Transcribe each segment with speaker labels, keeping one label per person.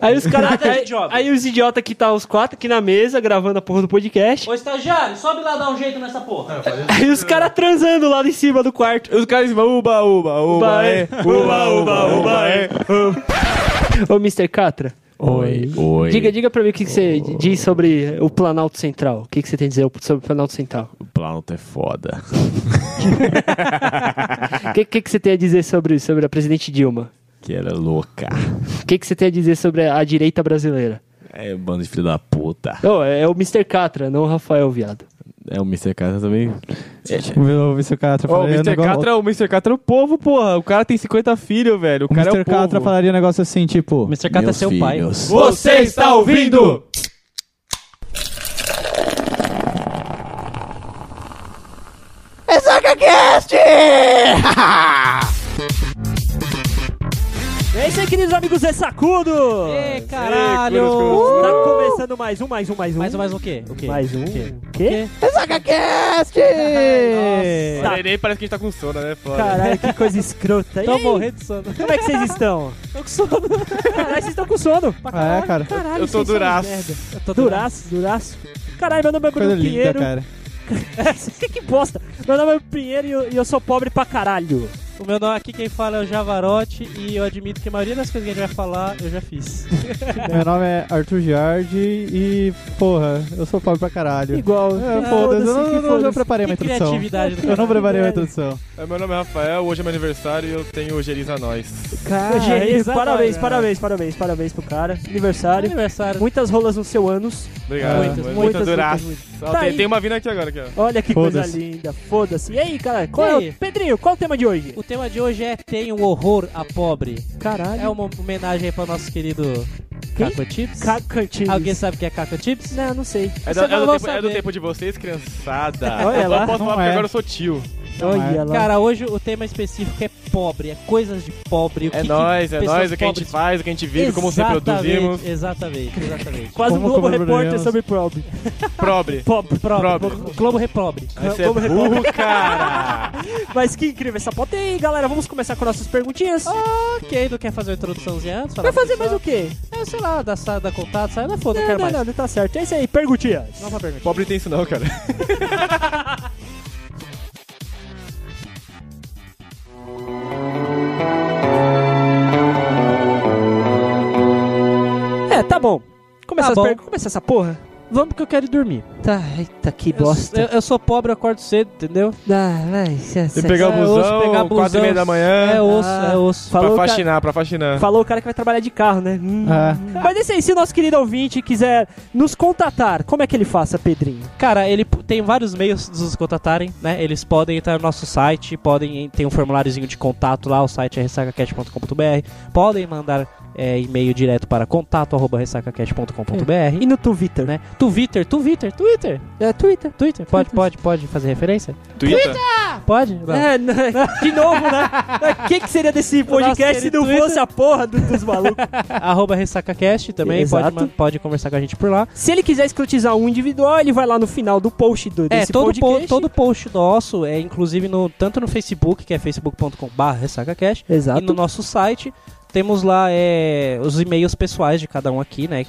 Speaker 1: Aí os caras.
Speaker 2: Nada de
Speaker 1: Aí,
Speaker 2: idiota.
Speaker 1: aí os idiotas que tá os quatro aqui na mesa gravando a porra do podcast.
Speaker 2: Ô estagiário, sobe lá dar um jeito nessa porra.
Speaker 1: Aí os caras transando lá em cima do quarto.
Speaker 3: Os caras vão uba, uba, uba, é. Uba, uba, uba, é.
Speaker 1: Ô, Mr. Catra.
Speaker 3: Oi.
Speaker 4: Oi.
Speaker 1: Diga, diga pra mim o que, que você diz sobre o Planalto Central. O que, que você tem a dizer sobre o Planalto Central?
Speaker 4: O Planalto é foda.
Speaker 1: O
Speaker 3: Ah.
Speaker 1: que, que, que você tem a dizer sobre, sobre a presidente Dilma?
Speaker 4: Que era louca.
Speaker 1: O que, que você tem a dizer sobre a, a direita brasileira?
Speaker 4: É bando de filho da puta.
Speaker 1: Ô, é, é o Mr. Catra, não o Rafael, viado.
Speaker 4: É o Mr. Casa também. É,
Speaker 5: O Mr. Catra
Speaker 3: Ô, o
Speaker 5: falaria um
Speaker 3: Mr.
Speaker 5: negócio-
Speaker 3: Catra, o Mr. Catra é o povo, porra. O cara tem 50 filhos, velho. O
Speaker 5: o
Speaker 3: cara é
Speaker 5: Mr.
Speaker 3: o povo.
Speaker 5: Catra falaria um negócio assim, tipo...
Speaker 2: Mr. Catra é
Speaker 4: meus
Speaker 2: seu pai.
Speaker 4: filhos.
Speaker 3: Você está ouvindo?
Speaker 1: É isso aí, queridos amigos, é sacudo!
Speaker 2: Ê,
Speaker 3: Ei,
Speaker 2: caralho!
Speaker 3: Curus,
Speaker 1: Tá começando mais um, mais um, mais um.
Speaker 2: Mais ou mais o quê? O quê?
Speaker 1: Mais um.
Speaker 2: O quê?
Speaker 1: Quê?
Speaker 3: Tá.
Speaker 1: Tá.
Speaker 3: Neném parece que a gente tá com sono, né? Foda.
Speaker 1: Caralho, que coisa escrota. E
Speaker 2: Tô
Speaker 1: aí,
Speaker 2: morrendo de sono.
Speaker 1: Como é que vocês estão?
Speaker 2: Tô com sono.
Speaker 1: Caralho, vocês estão com sono.
Speaker 5: Ah, é, cara.
Speaker 1: Caralho,
Speaker 3: Eu tô
Speaker 1: vocês são
Speaker 3: duraço.
Speaker 1: uns merda.
Speaker 2: Eu tô durado.
Speaker 1: Duraço, duraço. Caralho, meu nome é Bruno
Speaker 5: Coisa linda,
Speaker 1: Pinheiro.
Speaker 5: cara.
Speaker 1: que, que bosta. Meu nome é Pinheiro e eu, e eu sou pobre pra caralho.
Speaker 2: O meu nome aqui, quem fala é o Javarote e eu admito que a maioria das coisas que a gente vai falar, eu já fiz.
Speaker 5: Meu nome é Arthur Giardi e, porra, eu sou pobre pra caralho.
Speaker 1: Igual.
Speaker 5: É,
Speaker 1: Que
Speaker 5: foda-se, eu
Speaker 1: foda-se,
Speaker 5: não,
Speaker 1: que
Speaker 5: não- não
Speaker 1: foda-se.
Speaker 5: preparei uma
Speaker 2: Que
Speaker 5: introdução.
Speaker 2: criatividade do
Speaker 5: Eu não
Speaker 2: cara.
Speaker 5: preparei uma introdução.
Speaker 3: É, Meu nome é Rafael, hoje é meu aniversário e eu tenho Geriza
Speaker 1: Ô,
Speaker 3: Nós.
Speaker 1: Gê,
Speaker 2: Exatamente.
Speaker 5: né?
Speaker 1: parabéns, parabéns, parabéns, parabéns pro cara. Aniversário.
Speaker 2: Aniversário.
Speaker 1: Muitas rolas no seu ânus.
Speaker 3: Obrigado.
Speaker 2: Muitas,
Speaker 3: Muito
Speaker 1: muitas,
Speaker 3: duraço.
Speaker 1: muitas, muitas.
Speaker 3: Ó,
Speaker 1: Tá aí.
Speaker 3: tem, tem uma vindo aqui agora, aqui, ó.
Speaker 1: Olha que coisa
Speaker 5: Foda-se.
Speaker 1: linda, foda-se. E aí, cara, qual é o-
Speaker 2: aí?
Speaker 1: Pedrinho, qual é o tema de hoje?
Speaker 2: O tema de hoje é Tem um Horror a Pobre.
Speaker 1: Caralho.
Speaker 2: É uma homenagem aí para o nosso querido
Speaker 1: Quem?
Speaker 2: Caco Chips.
Speaker 1: Caco Cantinho.
Speaker 2: Alguém sabe o que é Caco Chips?
Speaker 1: Não, não sei.
Speaker 3: É,
Speaker 2: Você
Speaker 3: do, é,
Speaker 2: não
Speaker 3: do
Speaker 2: vai
Speaker 3: tempo, é do
Speaker 2: saber.
Speaker 3: tempo de vocês, criançada.
Speaker 1: Olha
Speaker 3: eu
Speaker 1: lá,
Speaker 3: só posso
Speaker 5: não
Speaker 3: falar porque
Speaker 5: é.
Speaker 3: agora eu sou tio.
Speaker 1: Olha
Speaker 3: é.
Speaker 1: lá.
Speaker 2: Cara, hoje o tema específico é pobre, é coisas de pobre. O que
Speaker 3: É
Speaker 2: que
Speaker 3: nós, é
Speaker 2: pessoas
Speaker 3: nós, o que a gente
Speaker 2: pobres-
Speaker 3: faz, o que a gente vive, como se
Speaker 2: Exatamente,
Speaker 3: produzimos.
Speaker 2: Exatamente, exatamente.
Speaker 1: Quase um
Speaker 5: Como
Speaker 1: Globo
Speaker 5: comer
Speaker 1: Repórter
Speaker 5: problemas.
Speaker 1: sobre pobre.
Speaker 3: Pobre.
Speaker 1: Pobre.
Speaker 3: Pobre.
Speaker 2: Globo Repobre.
Speaker 3: Você é burro, cara.
Speaker 1: Mas que incrível essa pauta. E aí, galera, vamos começar com nossas perguntinhas.
Speaker 2: Ah, Ok, não quer fazer uma introduçãozinha antes?
Speaker 1: Vai fazer mais o quê?
Speaker 2: É, sei lá, da, sa- da contato, sai da foda,
Speaker 1: Não,
Speaker 2: não, quero
Speaker 1: não,
Speaker 2: mais.
Speaker 1: não, não tá certo. É isso aí, perguntinhas.
Speaker 2: Nova pergunta.
Speaker 3: Pobre tem isso não, cara.
Speaker 1: É, tá bom. Começa,
Speaker 2: Tá
Speaker 1: as
Speaker 2: bom.
Speaker 1: per- Começa essa porra.
Speaker 2: Vamos que eu quero ir dormir.
Speaker 1: Tá, eita, que
Speaker 2: Eu, eu sou pobre, eu acordo cedo, entendeu?
Speaker 1: Ah, vai, cê-
Speaker 3: Tem
Speaker 1: cê-
Speaker 3: que pegar o
Speaker 2: É osso,
Speaker 3: busão,
Speaker 2: pegar
Speaker 3: quatro e meia
Speaker 2: busão.
Speaker 3: da manhã.
Speaker 2: É osso,
Speaker 1: Ah.
Speaker 2: é osso.
Speaker 1: Fala-
Speaker 3: Pra
Speaker 1: Falou, cara.
Speaker 3: faxinar, pra faxinar.
Speaker 1: Falou o cara que vai trabalhar de carro, né? Hum.
Speaker 5: Ah.
Speaker 1: Mas é isso aí, se o nosso querido ouvinte quiser nos contatar, como é que ele faça, Pedrinho?
Speaker 2: Cara, ele p- tem vários meios de nos contatarem, né? Eles podem entrar no nosso site, podem tem um formuláriozinho de contato lá, o site é ressacacast.com.br. Podem mandar é, e-mail direto para contato@ressacacast.com.br,
Speaker 1: E no Twitter?
Speaker 2: né? Twitter, Twitter, Twitter,
Speaker 1: É, Twitter.
Speaker 2: Twitter. Pode, pode, pode fazer referência?
Speaker 3: Twitter?
Speaker 2: Pode? Não.
Speaker 1: É, n- de novo, né? O que, que seria desse podcast se
Speaker 2: querido
Speaker 1: não
Speaker 2: Twitter.
Speaker 1: fosse a porra do- dos malucos?
Speaker 2: Arroba ressacacast também, pode,
Speaker 1: Exato.
Speaker 2: man- pode conversar com a gente por lá.
Speaker 1: se ele quiser escrotizar um individual, ele vai lá no final do post do,
Speaker 2: É,
Speaker 1: desse
Speaker 2: todo, po-
Speaker 1: podcast.
Speaker 2: todo post nosso é inclusive no tanto no Facebook, que é facebook.com.br ressacacast,
Speaker 1: Exato.
Speaker 2: E no nosso site temos lá é, os e-mails pessoais de cada um aqui, né?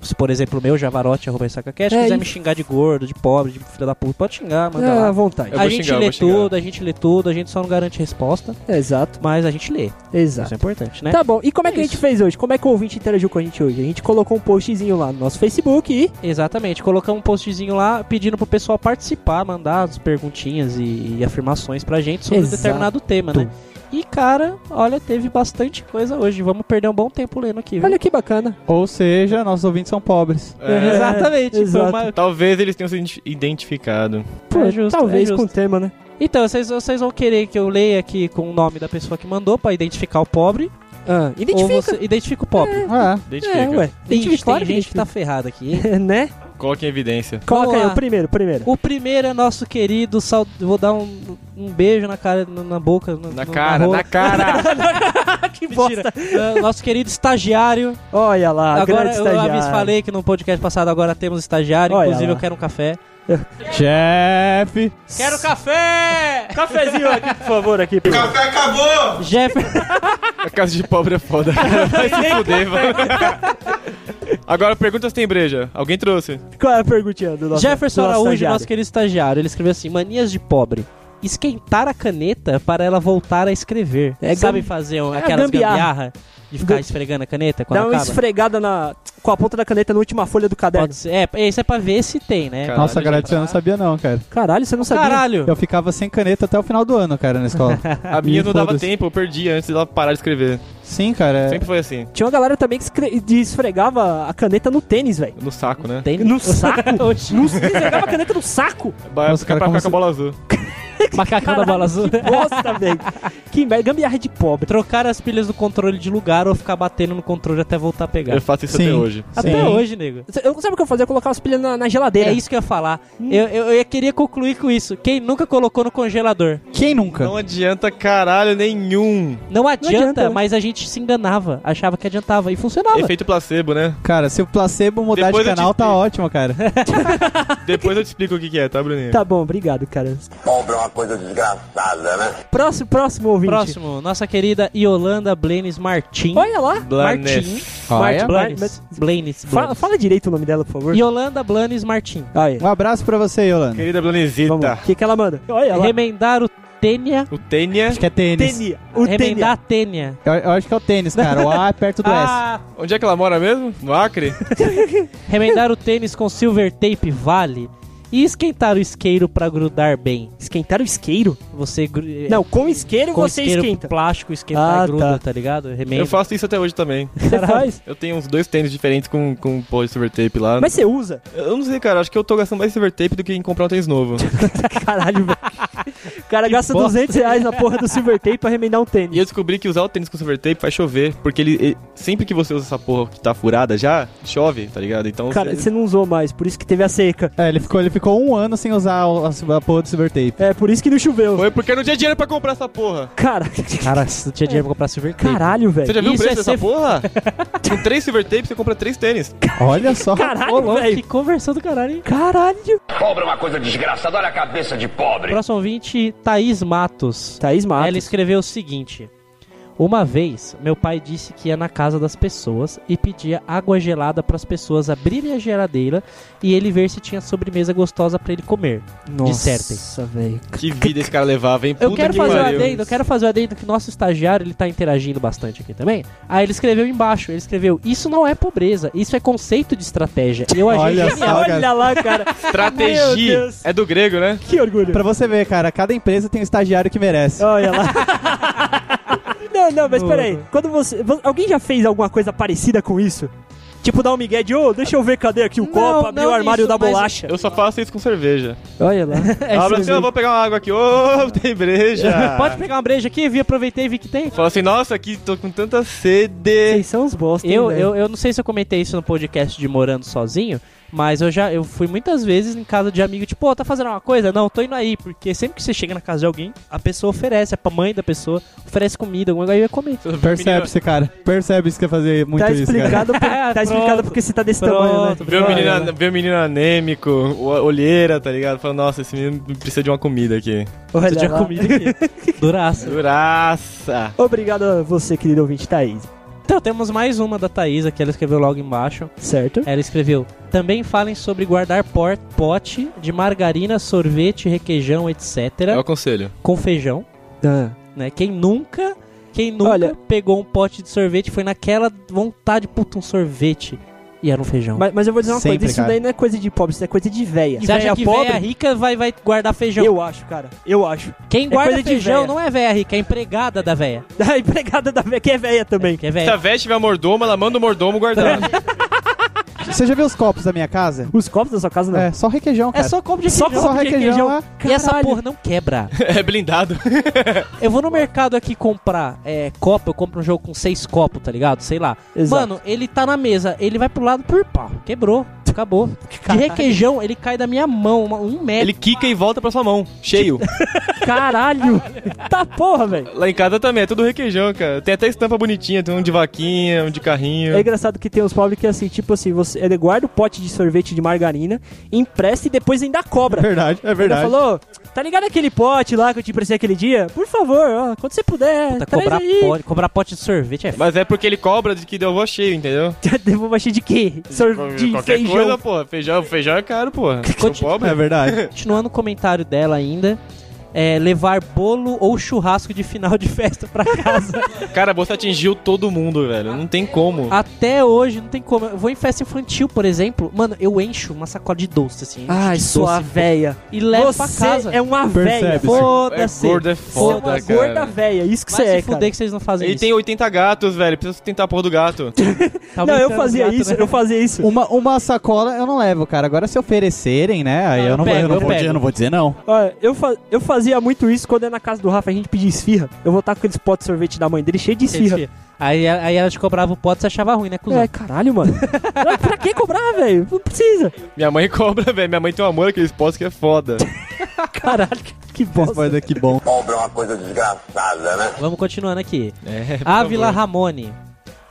Speaker 2: Se, por exemplo, o meu, javarote, arroba sacacast,
Speaker 1: É,
Speaker 2: quiser
Speaker 1: e-
Speaker 2: me xingar de gordo, de pobre, de filho da puta, pode xingar, manda
Speaker 1: É, à
Speaker 2: lá.
Speaker 1: vontade.
Speaker 3: Eu
Speaker 2: A
Speaker 3: vou
Speaker 2: gente
Speaker 3: xingar, eu
Speaker 2: lê
Speaker 3: vou xingar.
Speaker 2: tudo, a gente lê tudo, a gente só não garante resposta,
Speaker 1: Exato,
Speaker 2: mas a gente lê. Isso
Speaker 1: exato.
Speaker 2: é importante, né?
Speaker 1: Tá bom, e como é,
Speaker 2: É
Speaker 1: que a gente
Speaker 2: isso.
Speaker 1: fez hoje? Como é que o ouvinte interagiu com a gente hoje? A gente colocou um postzinho lá no nosso Facebook e.
Speaker 2: Exatamente. Colocamos um postzinho lá pedindo pro pessoal participar, mandar as perguntinhas e, e afirmações pra gente sobre
Speaker 1: Exato.
Speaker 2: um determinado tema, né? E, cara, olha, teve bastante coisa hoje. Vamos perder um bom tempo lendo aqui, viu?
Speaker 1: Olha que bacana.
Speaker 5: Ou seja, nossos ouvintes são pobres.
Speaker 3: É.
Speaker 2: Exatamente. foi
Speaker 1: exato.
Speaker 2: uma-
Speaker 3: Talvez eles tenham se identi- identificado.
Speaker 1: Pô,
Speaker 2: É justo, é
Speaker 1: talvez
Speaker 2: justo.
Speaker 1: com o tema, né?
Speaker 2: Então, vocês, vocês vão querer que eu leia aqui com o nome da pessoa que mandou pra identificar o pobre?
Speaker 1: Ah,
Speaker 2: Ou
Speaker 1: identifica.
Speaker 2: você identifica o pobre?
Speaker 5: Ah,
Speaker 3: Identifica.
Speaker 1: É, ué.
Speaker 2: Ixi,
Speaker 1: Identifica, claro
Speaker 2: tem gente que tá ferrada aqui. hein?
Speaker 1: identifica. né?
Speaker 3: Coloque em evidência.
Speaker 1: Coloca
Speaker 2: Vamos
Speaker 1: aí,
Speaker 2: lá.
Speaker 1: o primeiro, o primeiro.
Speaker 2: O primeiro é nosso querido. Sal... Vou dar um, um beijo na cara, na, na boca. no-
Speaker 3: Na
Speaker 2: no-
Speaker 3: cara,
Speaker 2: rola.
Speaker 3: na cara.
Speaker 1: que
Speaker 2: Mentira. Ah, nosso querido estagiário.
Speaker 1: Olha lá,
Speaker 2: agora
Speaker 1: grande
Speaker 2: eu
Speaker 1: estagiário.
Speaker 2: avis- falei que no podcast passado agora temos estagiário.
Speaker 1: Olha
Speaker 2: inclusive,
Speaker 1: lá.
Speaker 2: eu quero um café.
Speaker 3: Chefe!
Speaker 2: Quero café!
Speaker 1: Cafezinho aqui, por favor, aqui.
Speaker 2: Jeff...
Speaker 3: A casa de pobre é foda. Vai se fuder, mano. Agora, pergunta se tem breja. Alguém trouxe?
Speaker 1: Qual é a perguntinha do nosso
Speaker 2: Jefferson
Speaker 1: do nosso
Speaker 2: Araújo,
Speaker 1: estagiário?
Speaker 2: nosso querido estagiário, ele escreveu assim: manias de pobre. Esquentar a caneta para ela voltar a escrever.
Speaker 1: É
Speaker 2: Sabe
Speaker 1: gam-
Speaker 2: fazer um-
Speaker 1: é
Speaker 2: aquelas gambiarra.
Speaker 1: gambiarra.
Speaker 2: de ficar
Speaker 1: Gam-
Speaker 2: esfregando a caneta quando
Speaker 1: Dá um uma
Speaker 2: acaba?
Speaker 1: esfregada na, com a ponta da caneta na última folha do caderno.
Speaker 2: Pode ser. É, isso é pra ver se tem, né?
Speaker 3: Caralho,
Speaker 5: Nossa, cara,
Speaker 3: tá.
Speaker 5: eu não sabia não, cara.
Speaker 1: Caralho, você não sabia?
Speaker 2: Caralho!
Speaker 5: Eu ficava sem caneta até o final do ano, cara, na escola.
Speaker 3: A minha
Speaker 5: Ih,
Speaker 3: não dava
Speaker 5: foda-se.
Speaker 3: tempo, eu perdi antes dela parar de escrever.
Speaker 5: Sim, cara. é-
Speaker 3: Sempre foi assim.
Speaker 1: Tinha uma galera também que escre- de- esfregava a caneta no tênis, velho.
Speaker 3: No saco, né?
Speaker 2: Tem
Speaker 1: No saco? no, esfregava a caneta no saco?
Speaker 3: Ba-
Speaker 5: Nossa, cara,
Speaker 3: pra
Speaker 5: como
Speaker 3: ficar com a bola azul.
Speaker 2: macacão da bola azul.
Speaker 1: Bosta, velho. Que merda, gambiarra de pobre.
Speaker 2: Trocar as pilhas do controle de lugar ou ficar batendo no controle até voltar a pegar.
Speaker 3: Eu faço isso
Speaker 5: Sim.
Speaker 3: até hoje.
Speaker 2: Até
Speaker 5: Sim.
Speaker 2: hoje, nego.
Speaker 1: Eu, sabe o que eu fazia? Eu colocava as pilhas na, na geladeira.
Speaker 2: É isso que eu ia falar. Eu, eu, eu queria concluir com isso. Quem nunca colocou no congelador?
Speaker 5: Quem nunca?
Speaker 3: Não adianta caralho nenhum.
Speaker 2: Não adianta,
Speaker 1: adianta, né?
Speaker 2: mas a gente se enganava. Achava que adiantava. E funcionava.
Speaker 3: Efeito placebo, né?
Speaker 5: Cara, se o placebo mudar
Speaker 3: Depois eu
Speaker 5: de
Speaker 3: te
Speaker 5: canal, tá
Speaker 3: explico.
Speaker 5: ótimo, cara.
Speaker 3: Depois eu te explico o que, que é, tá, Bruninho?
Speaker 1: Tá bom, obrigado, cara.
Speaker 6: Pobre é uma coisa desgraçada, né?
Speaker 1: Próximo, próximo ouvinte.
Speaker 2: Próximo, nossa querida Yolanda Blenes Martins.
Speaker 1: Olha lá.
Speaker 2: Martin.
Speaker 1: Olha.
Speaker 2: Blanes.
Speaker 1: Blanes.
Speaker 2: Blanes.
Speaker 1: Fa-
Speaker 2: Blanes.
Speaker 1: fala direito o nome dela, por favor.
Speaker 2: Yolanda Blanes Martins.
Speaker 1: Aí.
Speaker 5: Um abraço pra você, Yolanda.
Speaker 3: Querida
Speaker 1: Vamos.
Speaker 3: Blanezita.
Speaker 1: O que, que ela manda? Olha lá.
Speaker 2: Remendar o tênia.
Speaker 3: O Tênia.
Speaker 5: Acho que é tênis.
Speaker 1: Tênia. O
Speaker 2: remendar
Speaker 1: tênia.
Speaker 2: a tênia.
Speaker 5: Eu, eu acho que é o tênis, cara. O A é perto do S.
Speaker 2: Ah,
Speaker 3: Onde é que ela mora mesmo? No Acre?
Speaker 2: remendar o tênis com silver tape vale. E esquentar o isqueiro pra grudar bem.
Speaker 1: Esquentar o isqueiro?
Speaker 2: Você gru-
Speaker 1: Não, com isqueiro
Speaker 2: É. com
Speaker 1: você
Speaker 2: isqueiro
Speaker 1: esquenta.
Speaker 2: plástico esquentar
Speaker 1: Ah,
Speaker 2: e gruda, tá.
Speaker 1: tá.
Speaker 2: ligado? Remenda.
Speaker 3: Eu faço isso até hoje também.
Speaker 1: Você faz?
Speaker 3: Eu tenho uns dois tênis diferentes com, com pó de silver tape lá.
Speaker 1: Mas você usa.
Speaker 3: Eu não sei, cara. Acho que eu tô gastando mais silver tape do que em comprar um tênis novo.
Speaker 1: Caralho, velho. O cara gasta
Speaker 5: bosta.
Speaker 1: 200 reais na porra do silver tape pra remendar um
Speaker 3: e
Speaker 1: tênis.
Speaker 3: eu descobri que usar o tênis com silver tape faz chover, porque ele, ele- sempre que você usa essa porra que tá furada já, chove, tá ligado? Então
Speaker 1: Cara,
Speaker 3: você-
Speaker 1: você não usou mais, por isso que teve a seca.
Speaker 5: É, ele ficou, ele ficou um ano sem usar o- a, a porra do silver tape.
Speaker 1: É, por isso que não choveu.
Speaker 3: foi porque eu não tinha dinheiro pra comprar essa porra.
Speaker 1: Cara,
Speaker 2: Cara, se não tinha dinheiro pra comprar silver tape.
Speaker 1: caralho,
Speaker 3: Você
Speaker 1: velho.
Speaker 3: já viu
Speaker 2: Isso
Speaker 3: o preço
Speaker 2: é
Speaker 3: dessa
Speaker 2: ser-
Speaker 3: porra? com três silver tape você compra três tênis.
Speaker 5: Olha só.
Speaker 2: Ô,
Speaker 1: Caralho,
Speaker 2: louco, que
Speaker 1: velho.
Speaker 2: conversão do caralho, hein?
Speaker 1: Caralho.
Speaker 6: Pobre é uma coisa desgraçada, olha a cabeça de pobre.
Speaker 2: Próximo ouvinte, Thaís Matos.
Speaker 1: Thaís Matos.
Speaker 2: Ela escreveu o seguinte: Uma vez, meu pai disse que ia na casa das pessoas e pedia água gelada para as pessoas abrirem a geladeira e ele ver se tinha sobremesa gostosa para ele comer.
Speaker 1: Nossa, velho.
Speaker 3: Que vida esse cara levava, hein? Puta
Speaker 2: Eu quero
Speaker 3: que
Speaker 2: fazer o
Speaker 3: pariu.
Speaker 2: adendo, eu quero fazer o adendo que nosso estagiário ele tá interagindo bastante aqui também. Aí ele escreveu embaixo, ele escreveu: Isso não é pobreza, isso é conceito de estratégia. E eu achei
Speaker 5: Olha
Speaker 2: genial.
Speaker 5: só,
Speaker 1: Olha
Speaker 5: cara.
Speaker 1: lá, cara. Meu
Speaker 3: Estratégia.
Speaker 1: Deus.
Speaker 3: É do grego, né?
Speaker 1: Que orgulho.
Speaker 5: Pra você ver, cara, cada empresa tem um estagiário que merece.
Speaker 1: Olha lá. não, não, mas peraí. Quando você. vo- Alguém já fez alguma coisa parecida com isso? Tipo, dar um migué de, ô, deixa eu ver cadê aqui o
Speaker 2: Não,
Speaker 1: copo, abrir
Speaker 2: não
Speaker 1: o armário
Speaker 2: isso,
Speaker 1: da
Speaker 2: mas-
Speaker 1: bolacha.
Speaker 3: Eu só faço isso com cerveja.
Speaker 1: Olha lá.
Speaker 2: É
Speaker 3: Abra
Speaker 2: isso
Speaker 3: assim, eu vou pegar uma água aqui. Ô, tem breja.
Speaker 2: Pode pegar uma breja aqui, vi, aproveitei e vi que tem.
Speaker 3: Fala assim, nossa, aqui tô com tanta sede.
Speaker 1: Vocês são uns bosta, hein,
Speaker 2: Eu,
Speaker 1: velho?
Speaker 2: eu, eu não sei se eu comentei isso no podcast de Morando Sozinho, mas eu já eu fui muitas vezes em casa de amigo, tipo, ô, tá fazendo uma coisa? Não, tô indo aí, porque sempre que você chega na casa de alguém, a pessoa oferece, a mãe da pessoa oferece comida, alguma coisa, aí eu ia comer.
Speaker 5: Percebe-se, cara. Percebe-se que eu fazia muito
Speaker 1: Tá
Speaker 5: isso, cara.
Speaker 1: explicado, por-
Speaker 2: É,
Speaker 1: tá explicado
Speaker 2: pronto.
Speaker 1: porque você tá desse tamanho, né?
Speaker 2: Pronto,
Speaker 3: Vê o, menino,
Speaker 2: menina.
Speaker 3: an- vê o menino anêmico, o- olheira, tá ligado? Falando, nossa, esse menino precisa de uma comida aqui.
Speaker 1: Olha
Speaker 2: Você tinha
Speaker 1: lá.
Speaker 2: comido aqui. Duraça.
Speaker 3: Duraça!
Speaker 1: Obrigado a você, querido ouvinte Thaís.
Speaker 2: Então, temos mais uma da Thaís aqui, ela escreveu logo embaixo.
Speaker 1: Certo?
Speaker 2: Ela escreveu: Também falem sobre guardar por- pote de margarina, sorvete, requeijão,
Speaker 3: Eu
Speaker 2: etc.,
Speaker 3: aconselho.
Speaker 2: com feijão. né? Quem nunca, quem nunca
Speaker 1: Olha-
Speaker 2: pegou um pote de sorvete foi naquela vontade, puta, um sorvete e era um feijão.
Speaker 1: Mas, mas eu vou dizer uma
Speaker 5: Sempre,
Speaker 1: coisa, isso
Speaker 5: cara.
Speaker 1: daí não é coisa de pobre, isso é coisa de véia.
Speaker 2: Você acha
Speaker 1: Véia
Speaker 2: que véia é rica vai, vai guardar feijão?
Speaker 1: Eu acho, cara. Eu acho.
Speaker 2: Quem guarda
Speaker 1: coisa de
Speaker 2: feijão
Speaker 1: véia.
Speaker 2: não é véia rica, é empregada da véia.
Speaker 1: A empregada da véia, que é véia também.
Speaker 2: Que é
Speaker 3: Se a
Speaker 2: véia.
Speaker 3: véia tiver mordomo, ela manda o mordomo guardar.
Speaker 5: Você já viu os copos da minha casa?
Speaker 1: Os copos da sua casa não.
Speaker 5: É, só requeijão,
Speaker 2: É
Speaker 5: cara.
Speaker 2: só copo de
Speaker 1: Tá Só
Speaker 2: feijão.
Speaker 5: Só
Speaker 1: copo de
Speaker 5: requeijão,
Speaker 1: requeijão.
Speaker 5: é.
Speaker 2: E essa
Speaker 1: Caralho.
Speaker 2: porra não quebra.
Speaker 3: é blindado.
Speaker 2: Eu vou no mercado aqui comprar é, copo, eu compro um jogo com seis copos, tá ligado? Sei lá.
Speaker 1: Exato.
Speaker 2: Mano, ele tá na mesa, ele vai pro lado por pá, quebrou. acabou. De requeijão, ele cai da minha mão, uma- um metro.
Speaker 3: Ele quica e volta pra sua mão, cheio.
Speaker 1: Caralho! tá porra, velho.
Speaker 3: Lá em casa também, é tudo requeijão, cara. Tem até estampa bonitinha, tem um de vaquinha, um de carrinho.
Speaker 1: É engraçado que tem uns pobres que, assim, tipo assim, você, ele guarda o pote de sorvete de margarina, empresta e depois ainda cobra.
Speaker 5: Verdade, é
Speaker 1: Ele
Speaker 5: verdade.
Speaker 1: falou, tá ligado aquele pote lá que eu te emprestei aquele dia? Por favor, ó, quando você puder,
Speaker 2: Puta,
Speaker 1: traz
Speaker 2: cobrar,
Speaker 1: aí.
Speaker 2: pote, cobrar pote de sorvete é f...
Speaker 3: Mas é porque ele cobra de que deu avô cheio, entendeu?
Speaker 1: Devolva cheio de quê? Sorvete de
Speaker 3: Qualquer
Speaker 1: feijão.
Speaker 3: coisa, pô. Feijão, feijão é caro, pô. Sou pobre.
Speaker 5: É verdade.
Speaker 2: Continuando o comentário dela ainda. É, levar bolo ou churrasco de final de festa pra casa.
Speaker 3: Cara, você atingiu todo mundo, velho. Não tem como.
Speaker 2: Até hoje, não tem como. Eu vou em festa infantil, por exemplo. Mano, eu encho uma sacola de doce, assim. encho
Speaker 1: Ai,
Speaker 2: de
Speaker 1: sua
Speaker 2: doce
Speaker 1: véia.
Speaker 2: E levo pra
Speaker 1: você
Speaker 2: casa.
Speaker 1: é uma véia.
Speaker 5: Percebe-se.
Speaker 2: Foda-se.
Speaker 3: É
Speaker 1: Ah, Você
Speaker 3: gordo, é
Speaker 1: é
Speaker 3: foda,
Speaker 1: uma
Speaker 3: cara.
Speaker 1: gorda véia, isso que
Speaker 2: Vai
Speaker 1: você é,
Speaker 2: se
Speaker 1: cara.
Speaker 2: fuder que vocês não fazem
Speaker 3: Ele
Speaker 2: isso.
Speaker 3: tem 80 gatos, velho. Precisa tentar a porra do gato.
Speaker 2: Tá
Speaker 1: um- Não, eu
Speaker 2: brincando,
Speaker 1: fazia
Speaker 2: gato,
Speaker 1: isso,
Speaker 2: né?
Speaker 1: eu fazia isso.
Speaker 7: Uma, uma sacola eu não levo, cara. Agora se oferecerem, né? Aí
Speaker 2: Não, eu
Speaker 7: eu não, vou-
Speaker 2: pego,
Speaker 7: eu não
Speaker 2: eu
Speaker 7: vou,
Speaker 2: pego.
Speaker 7: dizer- eu não vou dizer não.
Speaker 1: Olha, eu, fa- eu fazia muito isso quando é na casa do Rafa, a gente pedia esfirra. Eu voltava com aqueles potes de sorvete da mãe dele cheio de esfirra.
Speaker 2: Esfirra. Aí, aí ela te cobrava o pote e você achava ruim, né, cuzão?
Speaker 1: É, caralho, mano. Pra- pra que cobrar, velho? Não precisa.
Speaker 3: Minha mãe cobra, velho. Minha mãe tem um amor àqueles postos que é foda.
Speaker 1: Caralho, que- que bosta.
Speaker 7: Mas que bom.
Speaker 6: Pobre é uma coisa desgraçada, né?
Speaker 2: Vamos continuando aqui.
Speaker 3: É, por
Speaker 2: Ávila
Speaker 3: favor.
Speaker 2: Ramone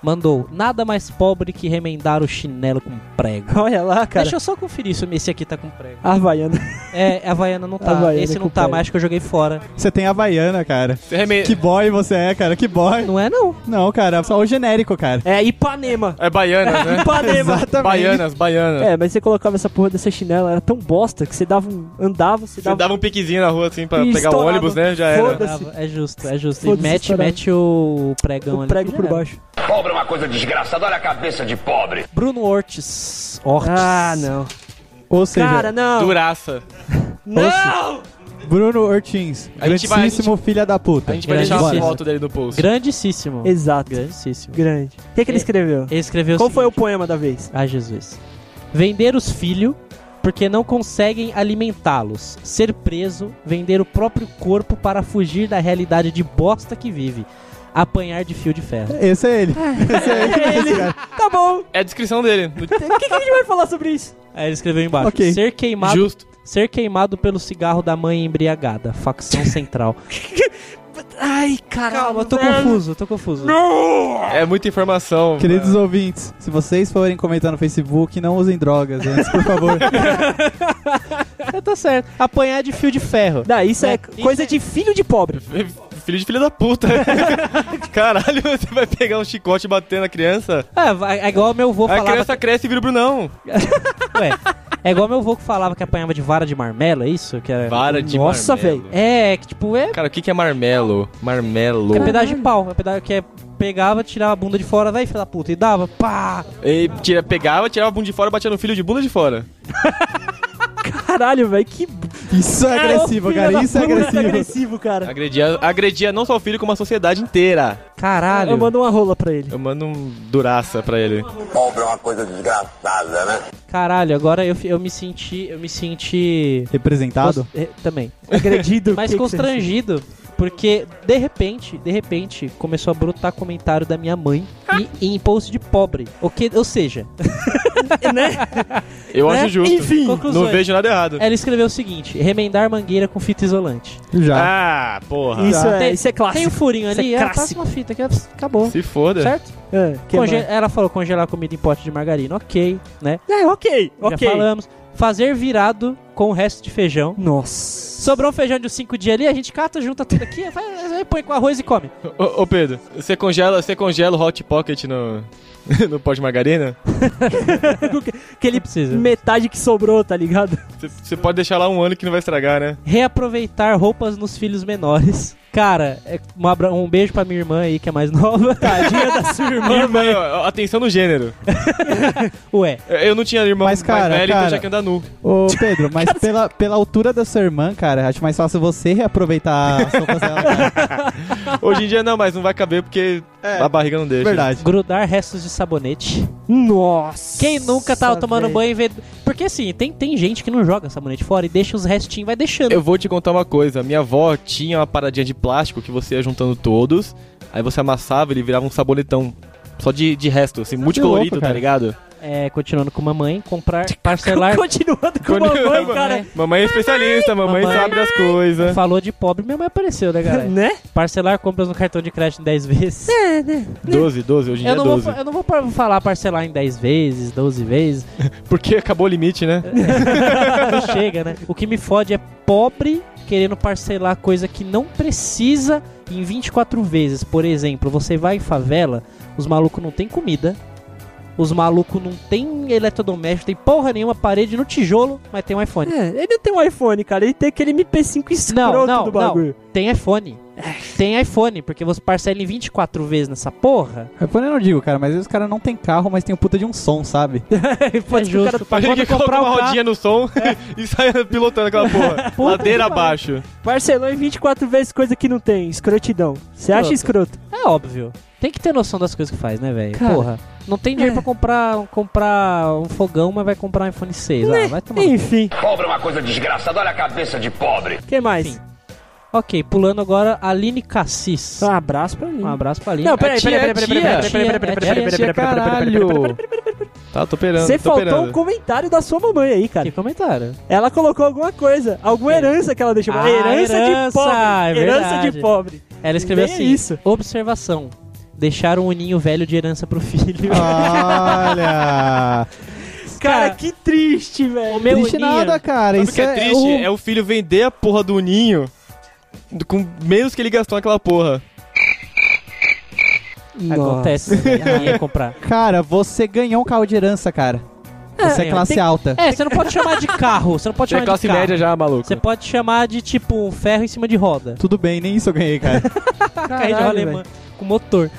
Speaker 2: mandou: Nada mais pobre que remendar o chinelo com prego.
Speaker 1: Olha lá, cara.
Speaker 2: Deixa eu só conferir se esse aqui tá com prego.
Speaker 1: Havaiana.
Speaker 2: É, a Havaiana não tá.
Speaker 1: Havaiana
Speaker 2: esse não
Speaker 1: com
Speaker 2: tá
Speaker 1: prego.
Speaker 2: mais, acho que eu joguei fora.
Speaker 7: Você tem Havaiana, cara.
Speaker 3: Você é meio-
Speaker 7: Que boy você é, cara. Que boy.
Speaker 2: Não é, não.
Speaker 7: Não, cara. Só o genérico, cara.
Speaker 1: É Ipanema.
Speaker 3: É baiana, né?
Speaker 1: Ipanema.
Speaker 7: Exatamente.
Speaker 3: Baianas, baianas.
Speaker 1: É, mas você colocava essa porra dessa chinela, era tão bosta que você dava um. andava, você
Speaker 3: Você
Speaker 1: dava.
Speaker 3: dava um piquezinho na rua, assim, pra
Speaker 1: E
Speaker 3: pegar o
Speaker 1: estourava.
Speaker 3: ônibus, né? Já era.
Speaker 1: Foda-se.
Speaker 2: É justo, é justo. E
Speaker 1: Foda-se,
Speaker 2: mete,
Speaker 1: estourado.
Speaker 2: mete o pregão
Speaker 1: um
Speaker 2: ali. né?
Speaker 1: prego
Speaker 2: que
Speaker 1: por
Speaker 2: já era.
Speaker 1: baixo.
Speaker 6: Pobre é uma coisa desgraçada, olha a cabeça de pobre.
Speaker 2: Bruno Ortiz. Ortiz.
Speaker 1: Ah, não.
Speaker 5: Ou seja,
Speaker 1: Cara, não.
Speaker 3: Duraça.
Speaker 1: Não!
Speaker 5: Bruno Ortins,
Speaker 3: A gente vai- a gente-
Speaker 5: grandíssimo filha da puta.
Speaker 3: A gente vai
Speaker 2: Grande
Speaker 3: deixar uma
Speaker 2: cena.
Speaker 3: foto dele no post.
Speaker 2: Grandíssimo.
Speaker 1: Exato.
Speaker 2: Grandíssimo.
Speaker 1: Grande. O que, é que ele
Speaker 2: É.
Speaker 1: escreveu?
Speaker 2: Ele escreveu
Speaker 1: Qual
Speaker 2: o
Speaker 1: foi o poema da vez?
Speaker 2: Ah, Jesus. Vender os filhos porque não conseguem alimentá-los. Ser preso, vender o próprio corpo para fugir da realidade de bosta que vive. Apanhar de fio de ferro.
Speaker 5: Esse é ele. Esse é ele. Esse cara.
Speaker 1: Tá bom.
Speaker 3: É a descrição dele. No-
Speaker 1: O que, que a gente vai falar sobre isso?
Speaker 2: Aí ele escreveu embaixo.
Speaker 5: Ok.
Speaker 2: Ser, queimado,
Speaker 3: Justo.
Speaker 2: ser queimado pelo cigarro da mãe embriagada. Facção central.
Speaker 1: Ai, caralho.
Speaker 2: Calma, eu tô
Speaker 1: velho.
Speaker 2: confuso, eu tô confuso.
Speaker 3: É muita informação.
Speaker 5: Queridos ouvintes, se vocês forem comentar no Facebook, não usem drogas antes, por favor.
Speaker 2: É, Tá certo. Apanhar de fio de ferro.
Speaker 1: Não, isso é,
Speaker 2: É,
Speaker 1: coisa de filho de pobre.
Speaker 3: Filho de filha da puta. Caralho, você vai pegar um chicote e bater na criança?
Speaker 2: É, vai- é igual meu avô
Speaker 3: a
Speaker 2: falava.
Speaker 3: criança cresce e vira o Brunão.
Speaker 2: Ué, é igual meu avô que falava que apanhava de vara de marmelo, é isso? Que era...
Speaker 3: Vara de
Speaker 1: Nossa,
Speaker 3: marmelo.
Speaker 1: velho.
Speaker 2: É, que tipo, é
Speaker 3: Cara, o que que é marmelo? Marmelo.
Speaker 2: É pedaço de pau, é pedaço que é pegava, tirava a bunda de fora, vai filha da puta, e dava, pá!
Speaker 3: E tira, pegava, tirava a bunda de fora, batia no filho de bunda de fora.
Speaker 1: Caralho, velho. Que
Speaker 5: Isso
Speaker 2: Tá
Speaker 5: é agressivo, cara. Isso é agressivo.
Speaker 1: tá agressivo, cara.
Speaker 3: Agredia, agredia não só o filho, como a sociedade inteira.
Speaker 1: Eu
Speaker 2: Caralho.
Speaker 1: mando uma rola pra ele.
Speaker 3: Eu mando um duraça pra ele.
Speaker 6: Pobre é uma coisa desgraçada, né?
Speaker 2: Caralho, agora eu, fi- eu me senti. Eu me senti.
Speaker 5: Representado?
Speaker 2: cons- é, também.
Speaker 1: Agredido.
Speaker 2: Mas
Speaker 1: que que você-
Speaker 2: constrangido. Porque, de repente, de repente, começou a brotar comentário da minha mãe e, em post de pobre. O que, ou seja,
Speaker 3: Eu
Speaker 2: Né?
Speaker 3: acho justo.
Speaker 2: Enfim,
Speaker 3: não
Speaker 2: conclusões.
Speaker 3: vejo nada errado.
Speaker 2: ela escreveu o seguinte: remendar mangueira com fita isolante.
Speaker 5: Já.
Speaker 3: Ah, porra.
Speaker 1: Isso é,
Speaker 2: Tem-
Speaker 1: isso é
Speaker 2: Tem um
Speaker 1: clássico.
Speaker 2: furinho
Speaker 1: Isso
Speaker 2: ali,
Speaker 1: é
Speaker 2: ela passa
Speaker 1: clássico.
Speaker 2: uma fita que acabou.
Speaker 3: Se foda.
Speaker 2: Certo?
Speaker 1: É, que
Speaker 2: um Conge-
Speaker 1: mais?
Speaker 2: Ela falou congelar comida em pote de margarina, ok, né?
Speaker 1: é, ok, ok.
Speaker 2: Já falamos. Fazer virado com o resto de feijão.
Speaker 1: Nossa.
Speaker 2: Sobrou um feijão de uns 5 dias ali, a gente cata, junta tudo aqui, faz- aí põe com arroz e come.
Speaker 3: Ô, ô, Pedro, você congela, você congela o Hot Pocket no, no pó de margarina?
Speaker 2: Que ele precisa.
Speaker 1: Metade que sobrou, tá ligado?
Speaker 3: Você- Você pode deixar lá um ano que não vai estragar, né?
Speaker 2: Reaproveitar roupas nos filhos menores. Cara, é um abra- um beijo pra minha irmã aí, que é mais nova.
Speaker 1: Tadinha da sua irmã.
Speaker 3: Irmã, ó, ó, atenção no gênero.
Speaker 2: Ué,
Speaker 3: Eu- Eu não tinha irmão
Speaker 5: Mas, cara,
Speaker 3: mais velho, então
Speaker 5: cara.
Speaker 3: eu já que andar nu.
Speaker 5: Ô, Pedro, mas pela, pela altura da sua irmã, cara, acho mais fácil você reaproveitar as roupas dela. Cara.
Speaker 3: Hoje em dia não, mas não vai caber porque a barriga não deixa.
Speaker 5: É. Verdade.
Speaker 2: grudar restos de sabonete.
Speaker 1: Nossa.
Speaker 2: Quem nunca tava tomando
Speaker 1: velho.
Speaker 2: banho e vê. Porque assim, tem, tem gente que não joga sabonete fora e deixa os restinhos, vai deixando.
Speaker 3: Eu vou te contar uma coisa. Minha avó tinha uma paradinha de plástico que você ia juntando todos, aí você amassava e ele virava um sabonetão. Só de, de resto, assim, multicolorido,
Speaker 5: é louco,
Speaker 3: tá
Speaker 5: cara.
Speaker 3: ligado?
Speaker 2: é, continuando com mamãe, comprar, parcelar.
Speaker 1: Continuando com a mamãe,
Speaker 2: né,
Speaker 1: cara.
Speaker 3: Mamãe é especialista, mamãe,
Speaker 2: Mamãe.
Speaker 3: sabe das coisas.
Speaker 2: Falou de pobre, minha mãe apareceu, né, galera?
Speaker 1: Né?
Speaker 2: Parcelar compras no cartão de crédito em 10 vezes.
Speaker 3: 12, 12, hoje em dia
Speaker 2: Eu
Speaker 3: é
Speaker 2: não, vou,
Speaker 3: 12.
Speaker 2: fa- eu não vou par- falar parcelar em 10 vezes, 12 vezes.
Speaker 3: Porque acabou o limite, né?
Speaker 2: não chega, né? O que me fode é pobre querendo parcelar coisa que não precisa em 24 vezes. Por exemplo, você vai em favela, os malucos não tem comida, os malucos não tem eletrodoméstico, tem porra nenhuma, parede no tijolo, mas tem um iPhone.
Speaker 1: É, ele não tem um iPhone, cara. Ele tem aquele MP5 escroto
Speaker 2: Não, não,
Speaker 1: do bagulho.
Speaker 2: Tem iPhone. Tem iPhone, porque você parcela em 24 vezes nessa porra.
Speaker 5: iPhone É, eu não digo, cara, mas os caras não tem carro, mas tem o puta de um som, sabe?
Speaker 2: Pode
Speaker 1: que o cara
Speaker 3: A gente
Speaker 2: pode
Speaker 3: que coloca
Speaker 2: comprar
Speaker 3: uma
Speaker 2: o É. carro.
Speaker 3: rodinha no som e sai pilotando aquela porra. Ladeira abaixo.
Speaker 1: Parcelou em 24 vezes coisa que não tem. Escrotidão. Você acha escroto?
Speaker 2: É óbvio. Tem que ter noção das coisas que faz, né, velho?
Speaker 1: Cara.
Speaker 2: Porra. Não tem dinheiro
Speaker 1: É.
Speaker 2: pra comprar, comprar um fogão, mas vai comprar um iPhone 6.
Speaker 1: Né?
Speaker 2: Ah, vai tomar. no cu.
Speaker 1: Enfim,
Speaker 6: Pobre é uma coisa desgraçada, olha a cabeça de pobre.
Speaker 1: que mais?
Speaker 2: Enfim. Ok, pulando agora Aline Cassis.
Speaker 1: Um abraço pra mim.
Speaker 2: Um abraço pra Aline.
Speaker 1: Não, peraí,
Speaker 3: É tia,
Speaker 1: peraí, peraí, peraí,
Speaker 3: tia,
Speaker 1: peraí, peraí, peraí, peraí,
Speaker 2: tia,
Speaker 1: peraí, peraí,
Speaker 5: tia,
Speaker 1: peraí, peraí, peraí, peraí,
Speaker 5: é caralho.
Speaker 1: peraí, peraí, peraí, peraí.
Speaker 3: Tá, tô perando.
Speaker 1: Você
Speaker 3: tô
Speaker 1: faltou
Speaker 3: perando.
Speaker 1: um comentário da sua mamãe aí, cara.
Speaker 2: Que comentário?
Speaker 1: Ela colocou alguma coisa, alguma herança que ela deixou.
Speaker 2: Ah,
Speaker 1: herança,
Speaker 2: herança,
Speaker 1: de pobre.
Speaker 2: é
Speaker 1: herança de
Speaker 2: verdade.
Speaker 1: pobre.
Speaker 2: Ela escreveu
Speaker 1: Bem
Speaker 2: assim:
Speaker 1: é isso.
Speaker 2: Observação. Deixaram o ninho velho de herança pro filho.
Speaker 1: Ah,
Speaker 5: Ah,
Speaker 1: Cara,
Speaker 5: Olha!
Speaker 2: Cara,
Speaker 1: que triste, velho.
Speaker 2: o meu
Speaker 5: triste
Speaker 2: ninho.
Speaker 5: nada, cara.
Speaker 3: Sabe o
Speaker 5: Isso
Speaker 3: que é triste?
Speaker 5: o-
Speaker 3: É o filho vender a porra do ninho do- com menos que ele gastou naquela porra.
Speaker 2: Acontece. né? Ninguém ia comprar.
Speaker 3: É-
Speaker 5: Cara, você ganhou um carro de herança, cara. Você é,
Speaker 2: É,
Speaker 5: classe
Speaker 2: tem-
Speaker 5: alta.
Speaker 2: É, você não pode chamar de carro. Você não pode
Speaker 3: Tinha
Speaker 2: chamar de
Speaker 3: É classe
Speaker 2: carro.
Speaker 3: média já, maluco.
Speaker 2: Você pode chamar de tipo um ferro em cima de roda.
Speaker 5: Tudo bem, nem isso eu ganhei, cara.
Speaker 2: Carrinho de roda alemã. Com motor.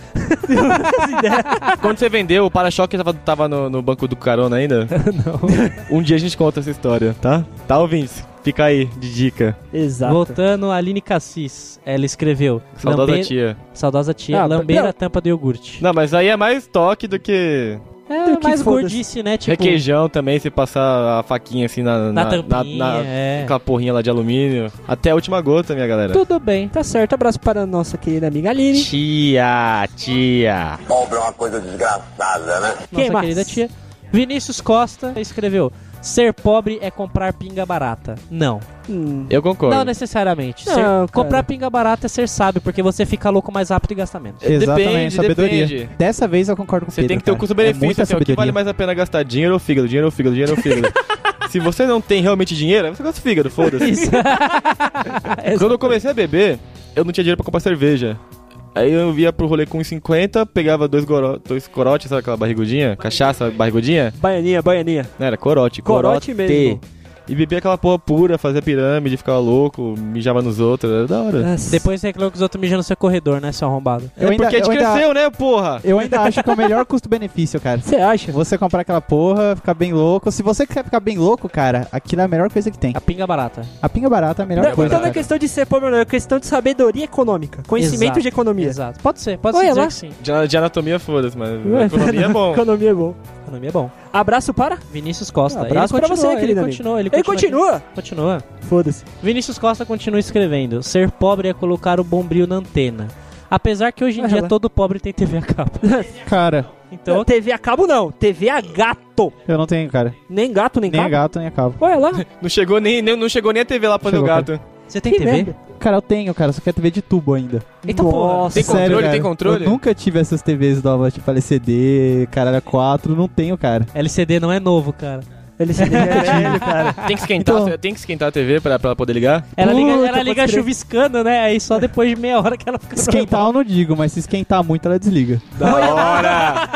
Speaker 3: Quando você vendeu, o para-choque tava, tava no, no banco do carona ainda?
Speaker 2: Não.
Speaker 3: um dia a gente conta essa história, tá? Tá, ouvintes? Fica aí, de dica.
Speaker 1: Exato.
Speaker 2: Voltando, a Aline Cassis. Ela escreveu:
Speaker 3: Saudosa
Speaker 2: "Lamber-
Speaker 3: tia.
Speaker 2: Saudosa tia,
Speaker 1: Ah,
Speaker 2: lamber
Speaker 1: não.
Speaker 2: a tampa do iogurte.
Speaker 3: Não, mas aí é mais toque do que
Speaker 2: É,
Speaker 1: que foda-se.
Speaker 2: mais gordice, né? Tipo,
Speaker 3: requeijão também, se passar a faquinha assim na...
Speaker 2: na, tampinha,
Speaker 3: na-
Speaker 2: é.
Speaker 3: Aquela porrinha lá de alumínio. Até a última gota, minha galera.
Speaker 2: Tudo bem.
Speaker 1: Tá certo, abraço para a nossa querida amiga Aline.
Speaker 3: Tia, tia.
Speaker 6: Pobre é uma coisa desgraçada, né?
Speaker 1: Quem
Speaker 2: Nossa
Speaker 1: mais?
Speaker 2: querida tia. Vinícius Costa escreveu: Ser pobre é comprar pinga barata. Não.
Speaker 1: Hum,
Speaker 3: Eu concordo.
Speaker 2: Não né? necessariamente.
Speaker 1: Não,
Speaker 2: Ser-
Speaker 1: cara.
Speaker 2: comprar pinga barata é ser sábio, porque você fica louco mais rápido e gasta menos.
Speaker 5: Exatamente, sabedoria.
Speaker 3: depende.
Speaker 5: Dessa vez eu concordo com o
Speaker 3: Você
Speaker 5: Pedro,
Speaker 3: tem que ter o
Speaker 5: cara.
Speaker 3: custo-benefício.
Speaker 5: É muita
Speaker 3: assim, ó, o que
Speaker 5: sabedoria.
Speaker 3: vale mais a pena gastar? Dinheiro ou fígado? Dinheiro ou fígado? Dinheiro ou fígado? Se você não tem realmente dinheiro, você gasta do fígado, foda-se.
Speaker 2: Isso.
Speaker 3: Quando eu comecei a beber, eu não tinha dinheiro pra comprar cerveja. Aí eu ia pro rolê com uns 50, pegava dois, goro... dois corotes, sabe aquela barrigudinha? Cachaça, barrigudinha?
Speaker 1: Baianinha, baianinha.
Speaker 3: Não, era corote,
Speaker 1: Corote
Speaker 3: corote.
Speaker 1: mesmo.
Speaker 3: E bebia aquela porra pura, fazia pirâmide, ficava louco, mijava nos outros, era da hora. É
Speaker 2: Depois você reclama que os outros mijam no seu corredor, né, seu arrombado?
Speaker 5: Eu ainda,
Speaker 3: Porque a
Speaker 5: eu,
Speaker 3: gente
Speaker 5: ainda,
Speaker 3: cresceu, né, porra?
Speaker 5: eu ainda acho que é o melhor custo-benefício, cara. é
Speaker 1: Você acha?
Speaker 5: Você comprar aquela porra, ficar bem louco. Se você quer ficar bem louco, cara, aquilo é a melhor coisa que tem.
Speaker 2: A pinga barata.
Speaker 5: A pinga barata é a melhor
Speaker 1: Não,
Speaker 5: coisa.
Speaker 1: então não é
Speaker 5: cara.
Speaker 1: questão de ser pobre, não. É questão de sabedoria econômica. Conhecimento
Speaker 2: Exato,
Speaker 1: de economia.
Speaker 2: Exato. Pode ser, pode
Speaker 1: Olha
Speaker 2: ser dizer
Speaker 1: lá.
Speaker 2: que sim.
Speaker 3: De, de anatomia, foda-se, mas economia é bom.
Speaker 1: Economia é bom.
Speaker 2: Economia é bom.
Speaker 1: Abraço para.
Speaker 2: Vinícius Costa.
Speaker 1: Um abraço pra você,
Speaker 2: ele
Speaker 1: querido amigo.
Speaker 2: continua, ele
Speaker 1: Ele
Speaker 2: continua,
Speaker 1: continua.
Speaker 2: Continua.
Speaker 1: Foda-se.
Speaker 2: Vinícius Costa continua escrevendo: Ser pobre é colocar o bombril na antena. Apesar que hoje em
Speaker 1: Olha
Speaker 2: dia
Speaker 1: lá.
Speaker 2: todo pobre tem TV a cabo.
Speaker 5: Cara,
Speaker 1: Não,
Speaker 2: Então,
Speaker 1: TV a cabo não. TV a gato.
Speaker 5: eu não tenho, cara.
Speaker 1: Nem gato, nem,
Speaker 5: Nem
Speaker 1: cabo.
Speaker 5: gato, nem cabo.
Speaker 1: Olha lá.
Speaker 3: Não chegou nem, nem- não chegou nem a TV lá pra o
Speaker 5: Chegou,
Speaker 3: gato.
Speaker 2: você tem TV?
Speaker 1: merda.
Speaker 5: Cara, eu tenho, cara. Só quero TV de tubo ainda.
Speaker 2: Eita porra.
Speaker 1: Nossa.
Speaker 3: Tem controle,
Speaker 5: Sério, cara.
Speaker 3: tem controle?
Speaker 5: Eu nunca tive essas TVs novas, tipo LCD, caralho, 4. Não tenho, cara.
Speaker 2: LCD não é novo, cara.
Speaker 1: Ele se
Speaker 3: é
Speaker 1: velho, cara.
Speaker 3: Tem que esquentar,
Speaker 5: Então-
Speaker 3: tem que esquentar a TV pra, pra ela poder ligar?
Speaker 2: Ela liga,
Speaker 5: Puta,
Speaker 2: ela
Speaker 5: pode
Speaker 2: liga
Speaker 5: crer.
Speaker 2: chuviscando, né? Aí só depois de meia hora que ela fica
Speaker 5: Esquentar eu não digo, mas se esquentar muito, ela desliga.
Speaker 3: Da hora!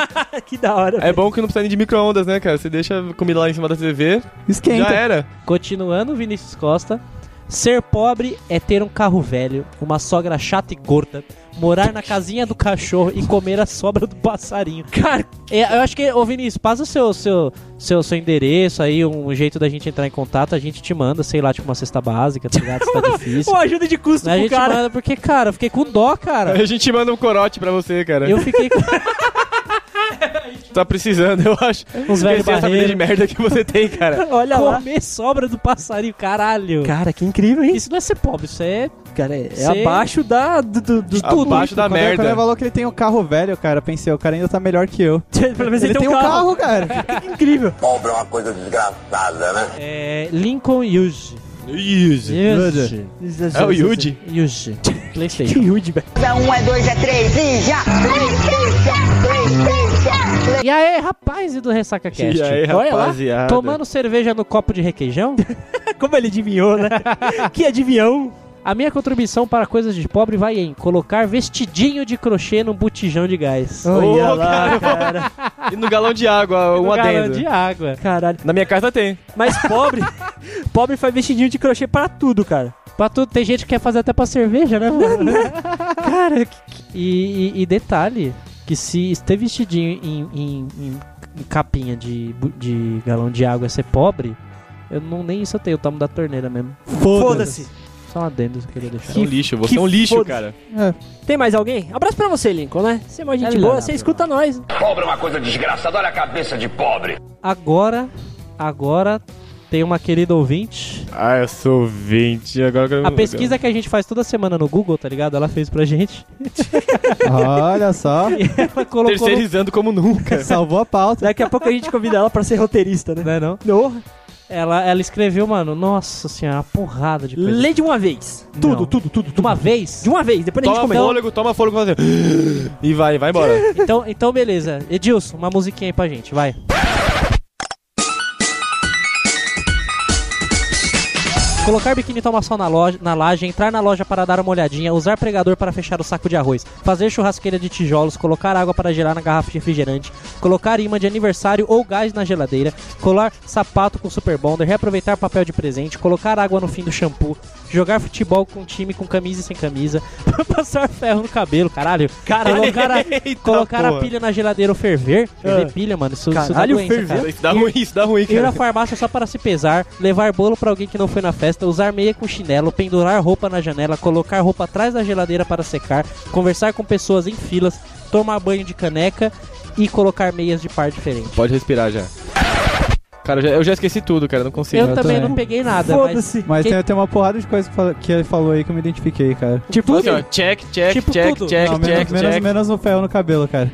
Speaker 1: que da hora.
Speaker 3: É bom que não precisa nem de micro-ondas, né, cara? Você deixa a comida lá em cima da TV, já é
Speaker 5: Esquenta.
Speaker 3: era.
Speaker 2: Continuando, Vinícius Costa. Ser pobre é ter um carro velho, uma sogra chata e gorda, morar na casinha do cachorro e comer a sobra do passarinho. Cara, é, eu acho que, ô Vinícius, passa o seu, seu, seu, seu endereço aí, um jeito da gente entrar em contato, a gente te manda, sei lá, tipo uma cesta básica, tá ligado? Se tá difícil.
Speaker 1: Pô, ajuda de custo
Speaker 2: a
Speaker 1: pro
Speaker 2: gente
Speaker 1: cara.
Speaker 2: manda, porque, cara, eu fiquei com dó, cara.
Speaker 3: A gente manda um corote pra você, cara.
Speaker 1: né?
Speaker 2: Eu fiquei com
Speaker 3: Tá precisando, eu acho.
Speaker 2: uns velhos
Speaker 3: Esquecer essa vida de
Speaker 2: barreiros.
Speaker 3: merda que você tem, cara.
Speaker 1: Olha lá.
Speaker 2: Comer sobra do passarinho, caralho.
Speaker 1: Cara, que incrível, hein?
Speaker 2: Isso não é ser pobre, isso é
Speaker 1: cara. É
Speaker 2: Cê-
Speaker 1: abaixo da. Do, do, do-
Speaker 3: Abaixo da
Speaker 5: quando Ele,
Speaker 3: merda.
Speaker 5: quando ele falou que ele tem um carro velho, cara, eu pensei, o cara ainda tá melhor que eu.
Speaker 1: Pelo menos
Speaker 5: ele tem um carro, cara.
Speaker 1: Que incrível.
Speaker 6: Pobre é uma coisa desgraçada, né?
Speaker 2: É, Lincoln Yuji.
Speaker 3: Yuji.
Speaker 2: Yuji.
Speaker 3: É o Yuji.
Speaker 2: Yuji.
Speaker 1: Que
Speaker 2: Playstation.
Speaker 1: rude, velho.
Speaker 8: Um, é dois, é três e já!
Speaker 2: E aí, rapaz, e do Ressaca Cast?
Speaker 3: E aí,
Speaker 2: Olha lá,
Speaker 3: rapaziada?
Speaker 2: tomando cerveja no copo de requeijão?
Speaker 1: Como ele adivinhou, né? que adivinhão.
Speaker 2: A minha contribuição para coisas de pobre vai em colocar vestidinho de crochê num botijão de gás.
Speaker 1: Olha
Speaker 3: Ô,
Speaker 1: lá, cara.
Speaker 3: E no galão de água,
Speaker 2: No
Speaker 3: um
Speaker 2: galão
Speaker 3: adendo.
Speaker 2: de água.
Speaker 1: Caralho.
Speaker 3: Na minha casa tem.
Speaker 1: Mas pobre. pobre faz vestidinho de crochê pra tudo, cara.
Speaker 2: Pra tudo, tem gente que quer fazer até pra cerveja, né? mano? Cara, que- que- e, e- e detalhe, que se ter vestidinho em, em- em- em capinha de, bu- de galão de água é ser pobre, eu não nem isso eu tenho, eu tomo da torneira mesmo.
Speaker 1: Foda-se.
Speaker 2: Só um adendo que eu queria deixar.
Speaker 3: É um lixo, você
Speaker 1: que
Speaker 3: é um lixo,
Speaker 1: foda-
Speaker 3: cara.
Speaker 1: Tem mais alguém? Abraço pra você, Lincoln, né? Você é uma gente
Speaker 2: É
Speaker 1: boa,
Speaker 2: milionário,
Speaker 1: você escuta nós.
Speaker 6: Pobre é uma coisa desgraçada, olha a cabeça de pobre.
Speaker 2: Agora, agora tem uma querida ouvinte.
Speaker 3: Ah, eu sou 20. Agora que eu-
Speaker 2: A pesquisa que a gente faz toda semana no Google, tá ligado? Ela fez pra gente.
Speaker 5: Olha só,
Speaker 2: E ela colocou. No...
Speaker 3: Terceirizando como nunca.
Speaker 5: salvou a pauta.
Speaker 1: Daqui a pouco a gente convida ela pra ser roteirista, né?
Speaker 2: Não é não?
Speaker 1: Não.
Speaker 2: Ela, ela escreveu, mano, nossa senhora, uma porrada de coisa.
Speaker 1: Lê de uma vez. Tudo,
Speaker 2: Não.
Speaker 1: tudo, tudo,
Speaker 2: De
Speaker 1: tudo.
Speaker 2: uma vez?
Speaker 1: De uma vez, depois a gente
Speaker 3: Toma
Speaker 1: comenta.
Speaker 3: fôlego, toma fôlego fazer. E vai, vai embora.
Speaker 2: Então, então beleza. Edilson, uma musiquinha aí pra gente, vai. Colocar biquíni e tomar sol na, loja, na laje, entrar na loja para dar uma olhadinha, usar pregador para fechar o saco de arroz, fazer churrasqueira de tijolos, colocar água para gerar na garrafa de refrigerante, colocar imã de aniversário ou gás na geladeira, colar sapato com super bonder, reaproveitar papel de presente, colocar água no fim do shampoo, jogar futebol com time com camisa e sem camisa, passar ferro no cabelo, caralho. Caralho, colocar a, colocar a
Speaker 3: porra.
Speaker 2: pilha na geladeira ou ferver. Ferver
Speaker 1: Ah.
Speaker 2: pilha, mano, isso, isso dá
Speaker 1: Caralho,
Speaker 2: doença,
Speaker 1: ferver.
Speaker 2: cara.
Speaker 3: Isso dá ruim, isso dá ruim,
Speaker 2: Ir
Speaker 3: cara.
Speaker 2: na farmácia só para se pesar, levar bolo pra alguém que não foi na festa, usar meia com chinelo, pendurar roupa na janela, colocar roupa atrás da geladeira para secar, conversar com pessoas em filas, tomar banho de caneca e colocar meias de par diferente.
Speaker 3: Pode respirar já. Cara, eu já, eu já esqueci tudo, cara. Não consigo.
Speaker 2: eu
Speaker 5: eu
Speaker 2: também
Speaker 5: também.
Speaker 2: não peguei
Speaker 1: tipo,
Speaker 2: nada, mas
Speaker 1: Foda-se.
Speaker 5: Mas
Speaker 2: Que-
Speaker 5: tem, tem uma porrada de coisa que, fala- que ele falou aí que eu me identifiquei, cara.
Speaker 3: Tipo assim, ó, check, check,
Speaker 2: Tipo
Speaker 3: check,
Speaker 2: tudo.
Speaker 3: check,
Speaker 5: Não, menos,
Speaker 3: check,
Speaker 5: menos,
Speaker 3: check.
Speaker 5: menos no ferro no cabelo, cara.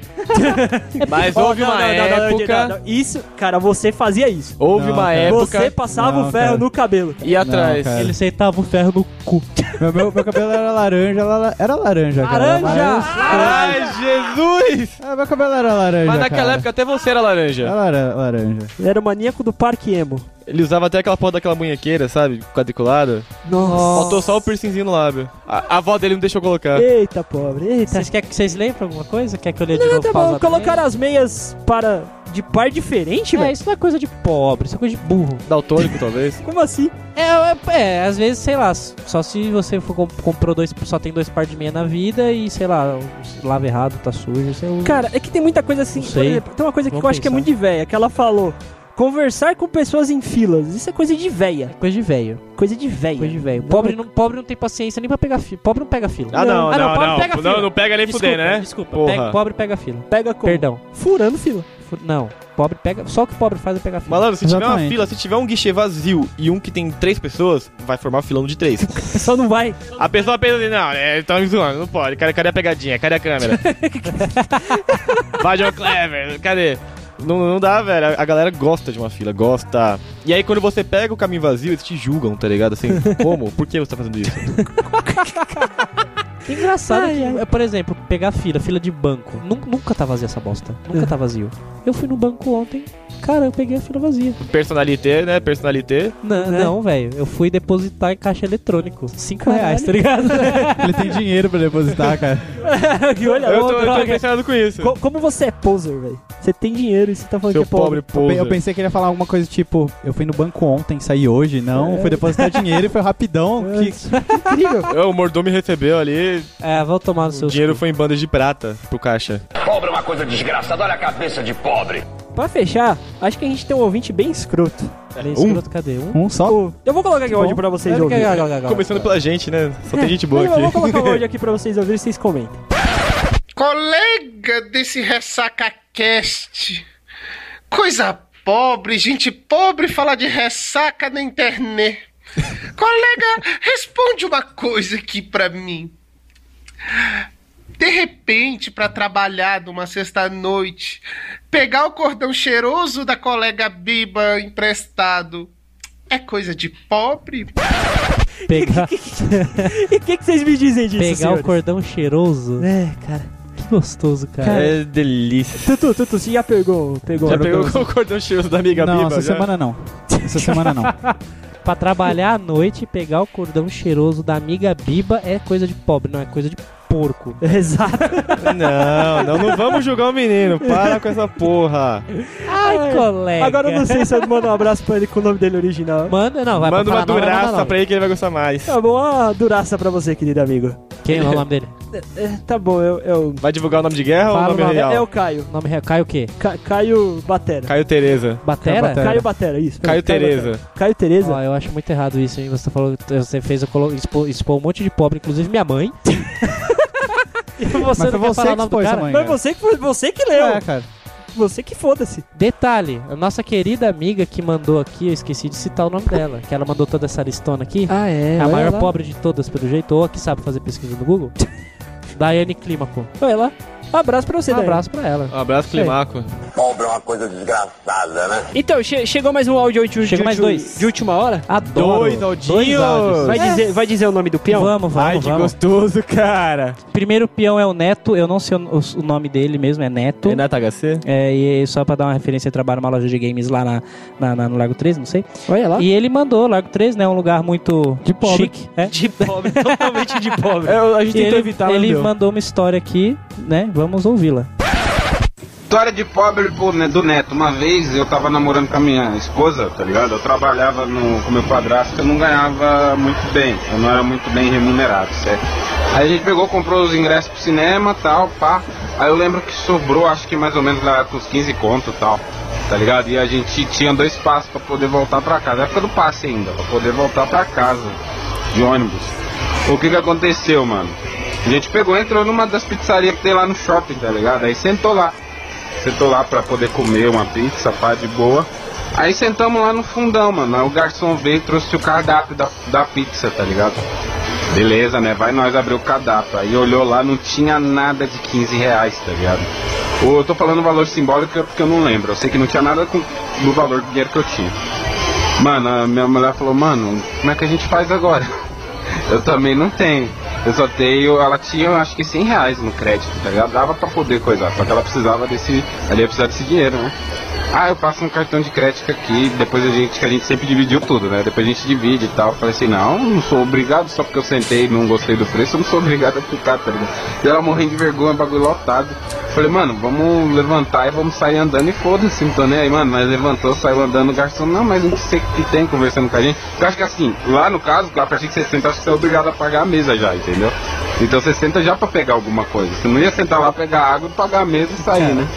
Speaker 3: Mas
Speaker 1: Oh,
Speaker 3: houve
Speaker 1: não,
Speaker 3: uma
Speaker 1: não, não, não, não,
Speaker 3: época.
Speaker 1: não, não. Isso, cara, você fazia isso.
Speaker 3: Houve
Speaker 5: Não,
Speaker 3: uma
Speaker 5: cara.
Speaker 3: época.
Speaker 1: Você passava
Speaker 5: Não,
Speaker 1: o ferro
Speaker 5: cara.
Speaker 1: no cabelo.
Speaker 3: E atrás.
Speaker 5: cara.
Speaker 2: ele sentava o ferro no cu.
Speaker 5: Meu, meu, meu cabelo era laranja, era la- era laranja, cara.
Speaker 1: Laranja!
Speaker 5: Mas-
Speaker 3: Ai, Jesus!
Speaker 5: Ah, meu cabelo era laranja.
Speaker 3: Mas naquela
Speaker 5: cara.
Speaker 3: época até você era laranja.
Speaker 5: Era lara- laranja.
Speaker 1: Era o maníaco do Parque Emo.
Speaker 3: Ele usava até aquela porra daquela munhequeira, sabe? Quadriculada.
Speaker 1: Nossa.
Speaker 3: Faltou só o piercingzinho no lábio. A, a avó dele não deixou colocar.
Speaker 1: Eita, pobre. Eita.
Speaker 2: Vocês, quer, que- vocês lembram alguma coisa? Quer que eu leia de
Speaker 1: Não,
Speaker 2: novo?
Speaker 1: tá bom.
Speaker 2: pausa
Speaker 1: Colocaram as meias para... De par diferente,
Speaker 2: também? É,
Speaker 1: velho?
Speaker 2: isso não é coisa de pobre, isso é coisa de burro.
Speaker 3: Daltônico, talvez.
Speaker 1: Como assim?
Speaker 2: É, é, é, às vezes, sei lá, só se você for comp- comprou dois, só tem dois par de meia na vida e, sei lá, se lava errado, tá sujo, sei lá.
Speaker 1: Cara, é que tem muita coisa assim.
Speaker 2: Não
Speaker 1: Por
Speaker 2: sei.
Speaker 1: exemplo, tem uma coisa que
Speaker 2: Vamos
Speaker 1: eu acho que é
Speaker 2: pensar.
Speaker 1: muito de véia, que ela falou. Conversar com pessoas em filas. Isso é coisa de véia.
Speaker 2: Coisa de velho.
Speaker 1: Coisa de véia.
Speaker 2: Coisa de velho.
Speaker 1: Não-
Speaker 2: Pobre não, pobre não tem paciência nem pra pegar fila. Pobre não pega fila.
Speaker 3: Ah, não,
Speaker 2: Ah, não,
Speaker 3: não,
Speaker 2: pode
Speaker 3: não.
Speaker 2: pegar
Speaker 3: Não,
Speaker 2: fila.
Speaker 3: não pega nem
Speaker 2: Desculpa,
Speaker 3: fuder, né?
Speaker 2: Desculpa,
Speaker 3: Porra.
Speaker 2: Pega- pobre pega fila.
Speaker 1: Pega com...
Speaker 2: Perdão.
Speaker 1: Furando fila.
Speaker 2: Fu- Não, pobre pega. Só o que pobre faz é pegar fila.
Speaker 3: Malandro, se tiver uma
Speaker 5: Exatamente.
Speaker 3: fila, se tiver um guichê vazio e um que tem três pessoas, vai formar um filão de três.
Speaker 1: Só não vai.
Speaker 3: A pessoa pensa assim, não, é, tá me zoando, não pode. Cadê, cadê a pegadinha? Cadê a câmera? Vai, John Clever, cadê? Não, não dá, velho. A- A galera gosta de uma fila, gosta. E aí, quando você pega o caminho vazio, eles te julgam, tá ligado? Assim, como? Por que você tá fazendo isso?
Speaker 2: Engraçado
Speaker 1: Ai,
Speaker 2: que,
Speaker 1: ai.
Speaker 2: é, por exemplo, pegar fila, fila de banco. Nun- nunca tá vazia essa bosta. Nunca tá vazio. Eu fui no banco ontem, cara, eu peguei a fila vazia.
Speaker 3: Personalité, né? Personalité.
Speaker 2: Não,
Speaker 1: Né?
Speaker 2: não, velho. Eu fui depositar em caixa eletrônico. 5
Speaker 1: Caralho.
Speaker 2: reais, tá ligado?
Speaker 5: Ele tem dinheiro pra depositar, cara.
Speaker 1: E Olha, ô,
Speaker 3: Eu tô, eu tô
Speaker 1: droga.
Speaker 3: impressionado com isso.
Speaker 1: Co- Como você é poser, velho? Você tem dinheiro e você tá falando
Speaker 3: Seu
Speaker 1: que é pobre.
Speaker 3: pobre
Speaker 5: Eu, pe-
Speaker 3: poser.
Speaker 5: eu pensei que ele ia falar alguma coisa tipo, eu fui no banco ontem, saí hoje. Não, fui depositar dinheiro e foi rapidão. É. que-
Speaker 3: É, O mordomo me recebeu ali,
Speaker 2: É, vou tomar no seu.
Speaker 3: o dinheiro foi em bandas de prata pro caixa.
Speaker 6: Pobre é uma coisa desgraçada, olha a cabeça de pobre.
Speaker 1: Pra fechar, acho que a gente tem um ouvinte bem escroto.
Speaker 3: É,
Speaker 2: Bem escroto, cadê? Um?
Speaker 5: Um só?
Speaker 1: Eu vou colocar aqui o áudio pra vocês ouvirem.
Speaker 2: é,
Speaker 3: Começando pela gente, né? Só tem gente boa
Speaker 1: Eu vou
Speaker 3: aqui.
Speaker 1: colocar o áudio aqui pra vocês ouvirem e vocês comentem.
Speaker 9: Colega desse RessacaCast. Coisa pobre, gente pobre falar de ressaca na internet. Colega, responde uma coisa aqui pra mim. De repente, pra trabalhar numa sexta-noite, pegar o cordão cheiroso da colega Biba emprestado é coisa de pobre?
Speaker 2: Pegar,
Speaker 1: E o que, que vocês me dizem disso,
Speaker 2: pegar o
Speaker 1: senhores?
Speaker 2: cordão cheiroso.
Speaker 1: É, cara.
Speaker 2: Que gostoso, cara.
Speaker 3: É delícia.
Speaker 1: Tutu, Tutu, você já pegou? Pegou.
Speaker 3: Já
Speaker 1: né?
Speaker 3: pegou o cordão cheiroso da amiga
Speaker 5: Não,
Speaker 3: Biba?
Speaker 5: essa
Speaker 3: já?
Speaker 5: semana não. Essa semana não.
Speaker 2: Pra trabalhar à noite e pegar o cordão cheiroso da amiga Biba é coisa de pobre, não é coisa de porco.
Speaker 1: Exato.
Speaker 3: Não, não, não vamos julgar o menino. Para com essa porra.
Speaker 2: Ai, colega.
Speaker 1: Agora eu não sei se eu mando um abraço pra ele com o nome dele original.
Speaker 2: Manda, não, vai
Speaker 3: Manda
Speaker 2: pra falar mal,
Speaker 3: uma
Speaker 2: vai mandar
Speaker 3: duraça
Speaker 2: não.
Speaker 3: pra ele que ele vai gostar mais.
Speaker 1: Tá bom, ah, duraça pra você, querido amigo.
Speaker 2: Quem é o nome dele?
Speaker 1: É, tá bom, eu. eu...
Speaker 3: Vai divulgar o nome de guerra ou
Speaker 2: Fala
Speaker 3: o
Speaker 2: o
Speaker 3: nome
Speaker 2: nome,
Speaker 3: real?
Speaker 1: É o Caio.
Speaker 2: O nome real. Caio o quê?
Speaker 1: Ca- Caio Batera.
Speaker 3: Caio Tereza.
Speaker 2: Batera?
Speaker 5: Batera.
Speaker 1: Caio Batera, isso.
Speaker 3: Caio Tereza.
Speaker 1: Batera. Caio Tereza?
Speaker 2: Ó, eu acho muito errado isso, hein? Você falou, você fez eu colo- expo- expor um monte de pobre, inclusive minha mãe. e você
Speaker 5: Mas foi
Speaker 2: não quer falar
Speaker 5: você
Speaker 2: o
Speaker 5: que
Speaker 2: nome do
Speaker 5: expôs
Speaker 2: cara?
Speaker 5: amanhã.
Speaker 1: Foi você que, foi você que leu.
Speaker 5: É, cara.
Speaker 1: Você que foda-se.
Speaker 2: Detalhe, a nossa querida amiga que mandou aqui, eu esqueci de citar o nome dela, que ela mandou toda essa listona aqui.
Speaker 1: Ah, é.
Speaker 2: a maior pobre de todas, pelo jeito, ou a que sabe fazer pesquisa no Google. Daiane Clímaco. Foi lá.
Speaker 1: Um abraço pra você,
Speaker 2: Um
Speaker 1: Daiane.
Speaker 2: abraço pra ela.
Speaker 3: Um abraço, Climaco.
Speaker 6: Pobre é uma coisa desgraçada, né?
Speaker 1: Então, che- chegou mais um áudio de,
Speaker 2: Chegou
Speaker 1: de-
Speaker 2: mais
Speaker 1: de-
Speaker 2: dois.
Speaker 1: de última hora.
Speaker 2: Adoro.
Speaker 3: Dois
Speaker 2: Dois áudios.
Speaker 3: Aldinhos.
Speaker 1: Vai, dizer, vai dizer o nome do um peão?
Speaker 2: Vamos, vamos,
Speaker 3: Ai, que
Speaker 2: vamos.
Speaker 3: gostoso, cara.
Speaker 2: Primeiro peão é o Neto, eu não sei o, o- o nome dele mesmo, é Neto.
Speaker 4: né?
Speaker 3: Renato HC?
Speaker 2: É, e e só pra dar uma referência, eu trabalho numa loja de games lá na, na- na- no Lago 13, não sei.
Speaker 1: Olha lá.
Speaker 2: E ele mandou, Lago 13, né? Um lugar muito
Speaker 5: De pobre.
Speaker 2: chique. É.
Speaker 1: De pobre, totalmente de pobre.
Speaker 3: É, a gente
Speaker 2: E
Speaker 3: tentou
Speaker 2: ele
Speaker 3: evitar, mas
Speaker 2: ele
Speaker 3: não deu.
Speaker 2: mandou uma história aqui, né? Vamos ouvi-la.
Speaker 10: História de pobre pô, né, do neto. Uma vez eu tava namorando com a minha esposa, tá ligado? Eu trabalhava no, com meu padrasto, eu não ganhava muito bem. Eu não era muito bem remunerado, certo? Aí a gente pegou, comprou os ingressos pro cinema tal, pá. Aí eu lembro que sobrou, acho que mais ou menos lá com uns 15 conto tal, tá ligado? E a gente tinha dois passos pra poder voltar pra casa. Época do passe ainda, pra poder voltar pra casa de ônibus. O que que aconteceu, mano? A gente pegou, entrou numa das pizzarias que tem lá no shopping, tá ligado? Aí sentou lá sentou lá pra poder comer uma pizza, pá, de boa. Aí sentamos lá no fundão, mano. Aí o garçom veio e trouxe o cardápio da, da pizza, tá ligado? Beleza, né? Vai nós abrir o cardápio. Aí olhou lá, não tinha nada de 15 reais, tá ligado? Ou eu tô falando valor simbólico porque eu não lembro. Eu sei que não tinha nada com, do valor do dinheiro que eu tinha. Mano, a minha mulher falou, mano, como é que a gente faz agora? Eu também não tenho. Eu só tenho. Ela tinha, eu acho que 100 reais no crédito, tá ligado? Dava pra poder coisar. Só que ela precisava desse. Ela ia precisar desse dinheiro, né? Ah, eu passo um cartão de crédito aqui. Depois a gente. Que a gente sempre dividiu tudo, né? Depois a gente divide e tal. Eu falei assim: não, não sou obrigado. Só porque eu sentei e não gostei do preço, eu não sou obrigado a ficar, tá ligado? E ela morrendo de vergonha, bagulho lotado. Eu Falei, mano, vamos levantar e vamos sair andando e foda-se, não tô nem aí, mano. Mas levantou, saiu andando, o garçom, não, mas não sei o que tem conversando com a gente. Eu acho que assim, lá no caso, a partir de 60, acho que você é obrigado a pagar a mesa já, entendeu? Então você senta já pra pegar alguma coisa. Você não ia sentar lá, pegar água, pagar a mesa e sair, né?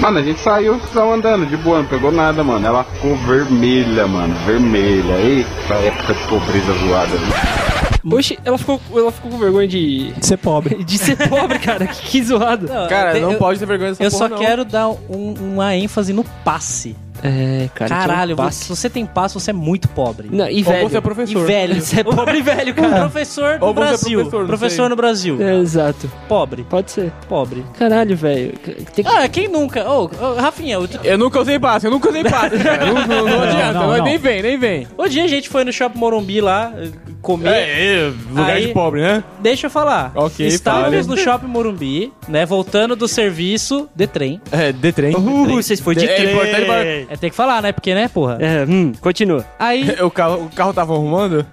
Speaker 10: Mano, a gente saiu só andando, de boa, não pegou nada, mano. Ela ficou vermelha, mano, vermelha. Eita, época de pobreza zoada, né?
Speaker 1: Oxe, ela ficou, ela ficou com vergonha de,
Speaker 5: Ser pobre.
Speaker 1: de ser pobre, cara. Que, que zoado.
Speaker 3: Cara, não
Speaker 2: eu,
Speaker 3: pode ter vergonha dessa
Speaker 2: Eu
Speaker 3: porra,
Speaker 2: só
Speaker 3: não.
Speaker 2: quero dar um- uma ênfase no passe.
Speaker 1: É, cara.
Speaker 2: Caralho, você- se você tem passe, você é muito pobre.
Speaker 1: Não, e
Speaker 3: Ou
Speaker 1: velho.
Speaker 3: você é professor.
Speaker 2: E velho.
Speaker 1: Você é pobre e velho,
Speaker 2: Um
Speaker 1: cara.
Speaker 2: professor no
Speaker 3: Ou você é
Speaker 2: Brasil.
Speaker 3: professor, não sei.
Speaker 2: no Brasil.
Speaker 1: É, exato.
Speaker 2: Pobre,
Speaker 1: Pode ser.
Speaker 2: pobre.
Speaker 1: Caralho, velho. Tem que...
Speaker 2: Ah, quem nunca? Ô, ô, Rafinha, outro,
Speaker 3: Eu nunca usei passe, eu nunca usei passe. cara. não, não- não adianta,
Speaker 5: não,
Speaker 3: mas
Speaker 5: não.
Speaker 3: nem vem, nem vem.
Speaker 2: outro dia a gente foi no Shopping Morumbi lá eh, comer.
Speaker 3: É, é, lugar
Speaker 2: Aí-
Speaker 3: de pobre, né?
Speaker 2: Deixa eu falar.
Speaker 3: Ok,
Speaker 2: Estávamos
Speaker 3: fale.
Speaker 2: no Shopping Morumbi, né? Voltando do serviço de trem.
Speaker 3: É, de trem.
Speaker 1: Uh, vocês foram de
Speaker 3: É
Speaker 1: trem.
Speaker 3: importante pra-
Speaker 2: É, tem que falar, né? Porque, né, porra?
Speaker 1: É, hum, continua.
Speaker 2: Aí,
Speaker 3: O carro, o carro tava arrumando?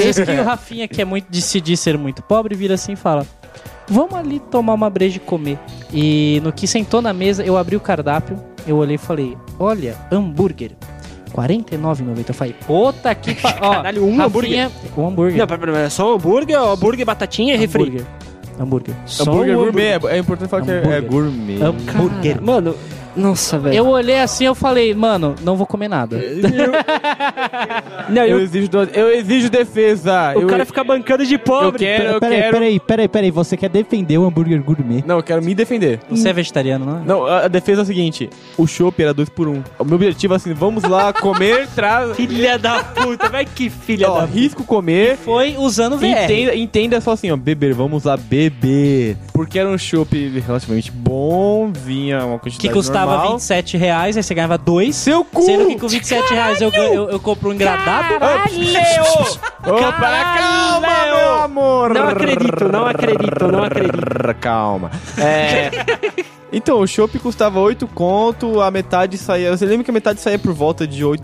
Speaker 2: Eis que o Rafinha, que é muito decidir ser muito pobre, vira assim e fala: Vamos ali tomar uma breja e comer. E no que sentou na mesa, eu abri o cardápio, eu olhei e falei: Olha, hambúrguer. R$49,90. Eu falei, puta que pa... Ó,
Speaker 1: Caralho, um
Speaker 2: Rafinha- Um hambúrguer.
Speaker 1: Não, pera, pera, é só hambúrguer, ó, hambúrguer, batatinha e refri.
Speaker 2: hambúrguer. Hambúrguer.
Speaker 1: Só
Speaker 3: Hambúrguer
Speaker 1: um
Speaker 3: gourmet, é, é importante falar que é, é
Speaker 2: Hambúrguer. Hum.
Speaker 3: gourmet.
Speaker 1: hambúrguer. Mano,
Speaker 11: Nossa, velho.
Speaker 2: Eu olhei assim eu falei, mano, não vou comer nada.
Speaker 1: Não,
Speaker 3: eu,
Speaker 1: eu-
Speaker 3: exijo do- eu exijo defesa.
Speaker 1: O
Speaker 3: eu,
Speaker 1: cara fica bancando de
Speaker 3: eu
Speaker 1: pobre.
Speaker 3: quero, eu
Speaker 5: Peraí,
Speaker 3: quero.
Speaker 5: peraí, peraí, peraí. Você quer defender o hambúrguer gourmet?
Speaker 3: Não, eu quero me defender.
Speaker 2: Você é vegetariano, não é?
Speaker 3: Não, a, a defesa é a seguinte: o chopp era dois por um. O meu objetivo é assim: vamos lá comer, traz.
Speaker 1: Filha da puta, vai que filha
Speaker 3: Ó,
Speaker 1: da puta.
Speaker 3: risco comer.
Speaker 2: Foi usando VR.
Speaker 3: Entenda, entenda só assim, ó, beber, vamos lá beber. Porque era um chopp relativamente bom, vinha uma quantidade
Speaker 2: Que custava
Speaker 3: normal.
Speaker 2: 27 reais, aí você ganhava dois.
Speaker 3: Seu cu!
Speaker 2: Sendo que com 27 reais eu, ganho- eu, eu compro um engradado.
Speaker 3: Opa, calma, meu amor!
Speaker 1: Não acredito, não acredito, não acredito.
Speaker 3: Calma. É. Então, o chopp custava 8 conto, a metade saía. Você lembra que a metade saía por volta de 8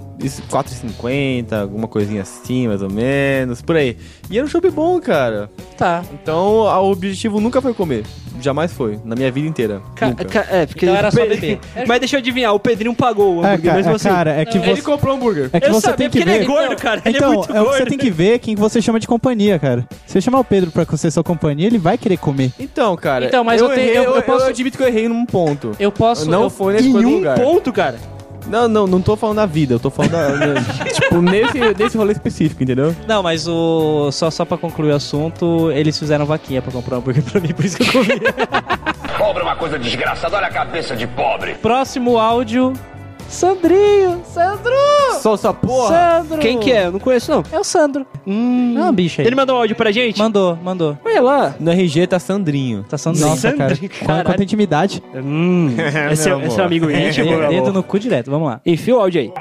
Speaker 3: 4,50, alguma coisinha assim, mais ou menos, por aí. E era um chopp bom, cara.
Speaker 2: Tá.
Speaker 3: Então, a- o objetivo nunca foi comer. Jamais foi, na minha vida inteira.
Speaker 1: Ca-
Speaker 3: nunca.
Speaker 1: ca- é, porque.
Speaker 2: Então era só
Speaker 1: Pe-
Speaker 2: beber.
Speaker 1: Mas deixa eu adivinhar, o Pedrinho pagou o
Speaker 5: É,
Speaker 1: hambúrguer,
Speaker 5: cara,
Speaker 1: mas
Speaker 5: é,
Speaker 1: você.
Speaker 5: cara, é que
Speaker 3: Ele
Speaker 5: você.
Speaker 1: um
Speaker 3: comprou hambúrguer.
Speaker 5: É que
Speaker 1: eu
Speaker 5: você
Speaker 1: sabia
Speaker 5: tem que
Speaker 1: porque ele é
Speaker 5: ver.
Speaker 1: gordo, cara. Ele é
Speaker 5: Então,
Speaker 1: muito
Speaker 5: é o que
Speaker 1: gordo.
Speaker 5: você tem que ver quem que você chama de companhia, cara. Se você chamar o Pedro pra ser sua companhia, ele vai querer comer.
Speaker 3: Então, cara.
Speaker 2: Então, mas eu tenho-
Speaker 3: errei,
Speaker 2: eu- eu
Speaker 3: eu,
Speaker 2: posso-
Speaker 3: eu admito que eu errei num ponto.
Speaker 2: Eu posso.
Speaker 3: não
Speaker 2: eu-
Speaker 3: foi nesse
Speaker 1: Em
Speaker 3: coisa do
Speaker 1: um
Speaker 3: lugar.
Speaker 1: ponto, cara.
Speaker 3: Não, não, não tô falando da vida, eu tô falando da. da- tipo, nesse, nesse rolê específico, entendeu?
Speaker 2: Não, mas o. Só, só pra concluir o assunto, eles fizeram vaquinha pra comprar um hambúrguer pra mim, por isso que eu comi.
Speaker 6: Pobre é uma coisa desgraçada, olha a cabeça de pobre.
Speaker 2: Próximo áudio. Sandrinho! Sandro!
Speaker 3: Solta essa porra!
Speaker 2: Sandro!
Speaker 1: Quem que é? Eu não conheço, não.
Speaker 2: É o Sandro. Hum. Ah, bicho aí.
Speaker 1: Ele mandou um áudio pra gente?
Speaker 2: Mandou, mandou.
Speaker 1: Olha lá.
Speaker 3: No RG tá Sandrinho.
Speaker 2: Tá Sandrinho.
Speaker 5: Nossa, cara.
Speaker 1: Sandrinho,
Speaker 5: Quanta-
Speaker 1: caralho.
Speaker 5: Quanta intimidade.
Speaker 1: Hum, esse, é,
Speaker 3: meu
Speaker 1: esse é um amigo íntimo, meu
Speaker 2: Dedo, dedo
Speaker 1: amor.
Speaker 2: no cu direto, vamos lá.
Speaker 1: Enfia o áudio aí.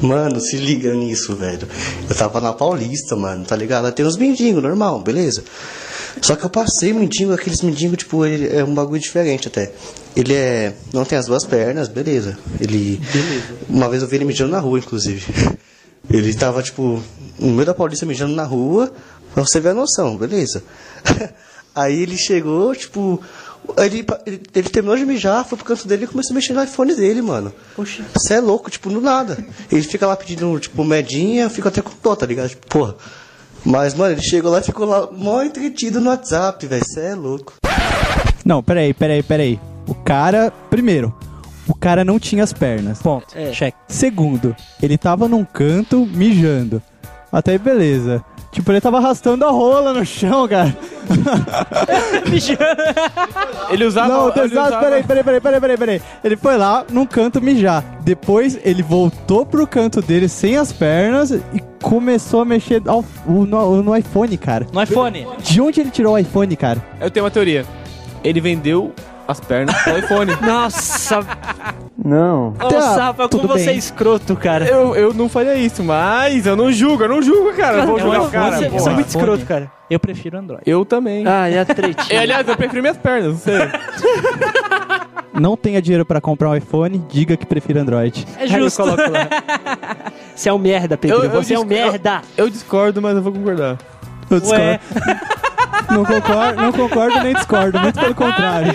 Speaker 12: Mano, se liga nisso, velho. Eu tava na Paulista, mano, tá ligado? Lá tem uns mendigos, normal, beleza? Só que eu passei mendigo, aqueles mendigos, tipo, ele é um bagulho diferente até. Ele é. Não tem as duas pernas, beleza. Ele. Uma vez eu vi ele mijando na rua, inclusive. Ele tava, tipo, no meio da Paulista mijando na rua, pra você ver a noção, beleza? Aí ele chegou, tipo. Ele, ele, ele terminou de mijar, foi pro canto dele e começou a mexer no iPhone dele, mano. Você é louco, tipo, do nada. Ele fica lá pedindo, tipo, medinha, eu fico até com dó, tá ligado? Tipo, porra. Mas, mano, ele chegou lá e ficou lá mó entretido no WhatsApp, velho. Você é louco.
Speaker 5: Não, peraí, peraí, peraí. O cara, primeiro, o cara não tinha as pernas.
Speaker 2: Ponto.
Speaker 1: É.
Speaker 2: Check.
Speaker 5: Segundo, ele tava num canto mijando. Até aí, beleza. Tipo, ele tava arrastando a rola no chão, cara.
Speaker 3: Ele
Speaker 2: Tá
Speaker 3: usava.
Speaker 5: não,
Speaker 3: ele
Speaker 5: exato,
Speaker 3: usava-
Speaker 5: peraí, peraí, peraí, peraí, peraí, peraí. Ele foi lá num canto mijar. Depois ele voltou pro canto dele sem as pernas e começou a mexer ao- o- no, no iPhone, cara.
Speaker 2: No iPhone.
Speaker 5: De onde ele tirou o iPhone, cara?
Speaker 3: Eu tenho uma teoria. Ele vendeu as pernas pro iPhone.
Speaker 1: Nossa,
Speaker 5: Não.
Speaker 1: nossa, Rafael, como
Speaker 5: tudo
Speaker 1: você é
Speaker 5: bem.
Speaker 1: escroto, cara.
Speaker 3: Eu, eu não faria isso, mas eu não julgo, eu não julgo, cara. Eu vou
Speaker 2: É um
Speaker 3: julgar o
Speaker 2: iPhone,
Speaker 3: cara.
Speaker 1: você,
Speaker 2: é um
Speaker 1: você é
Speaker 3: porra.
Speaker 1: muito
Speaker 2: IPhone.
Speaker 1: escroto, cara.
Speaker 2: Eu prefiro Android.
Speaker 3: Eu também.
Speaker 1: Ah, é a
Speaker 3: E, aliás, eu prefiro minhas pernas, não sei.
Speaker 5: Não tenha dinheiro pra comprar um iPhone, diga que prefira Android.
Speaker 1: É justo. Você é um merda, Pedro.
Speaker 3: Eu- eu
Speaker 1: você é um
Speaker 3: discu- eu-
Speaker 1: merda.
Speaker 3: Eu discordo, mas eu vou concordar.
Speaker 5: Eu discordo.
Speaker 2: Ué.
Speaker 5: Não concordo, não concordo nem discordo, muito pelo contrário.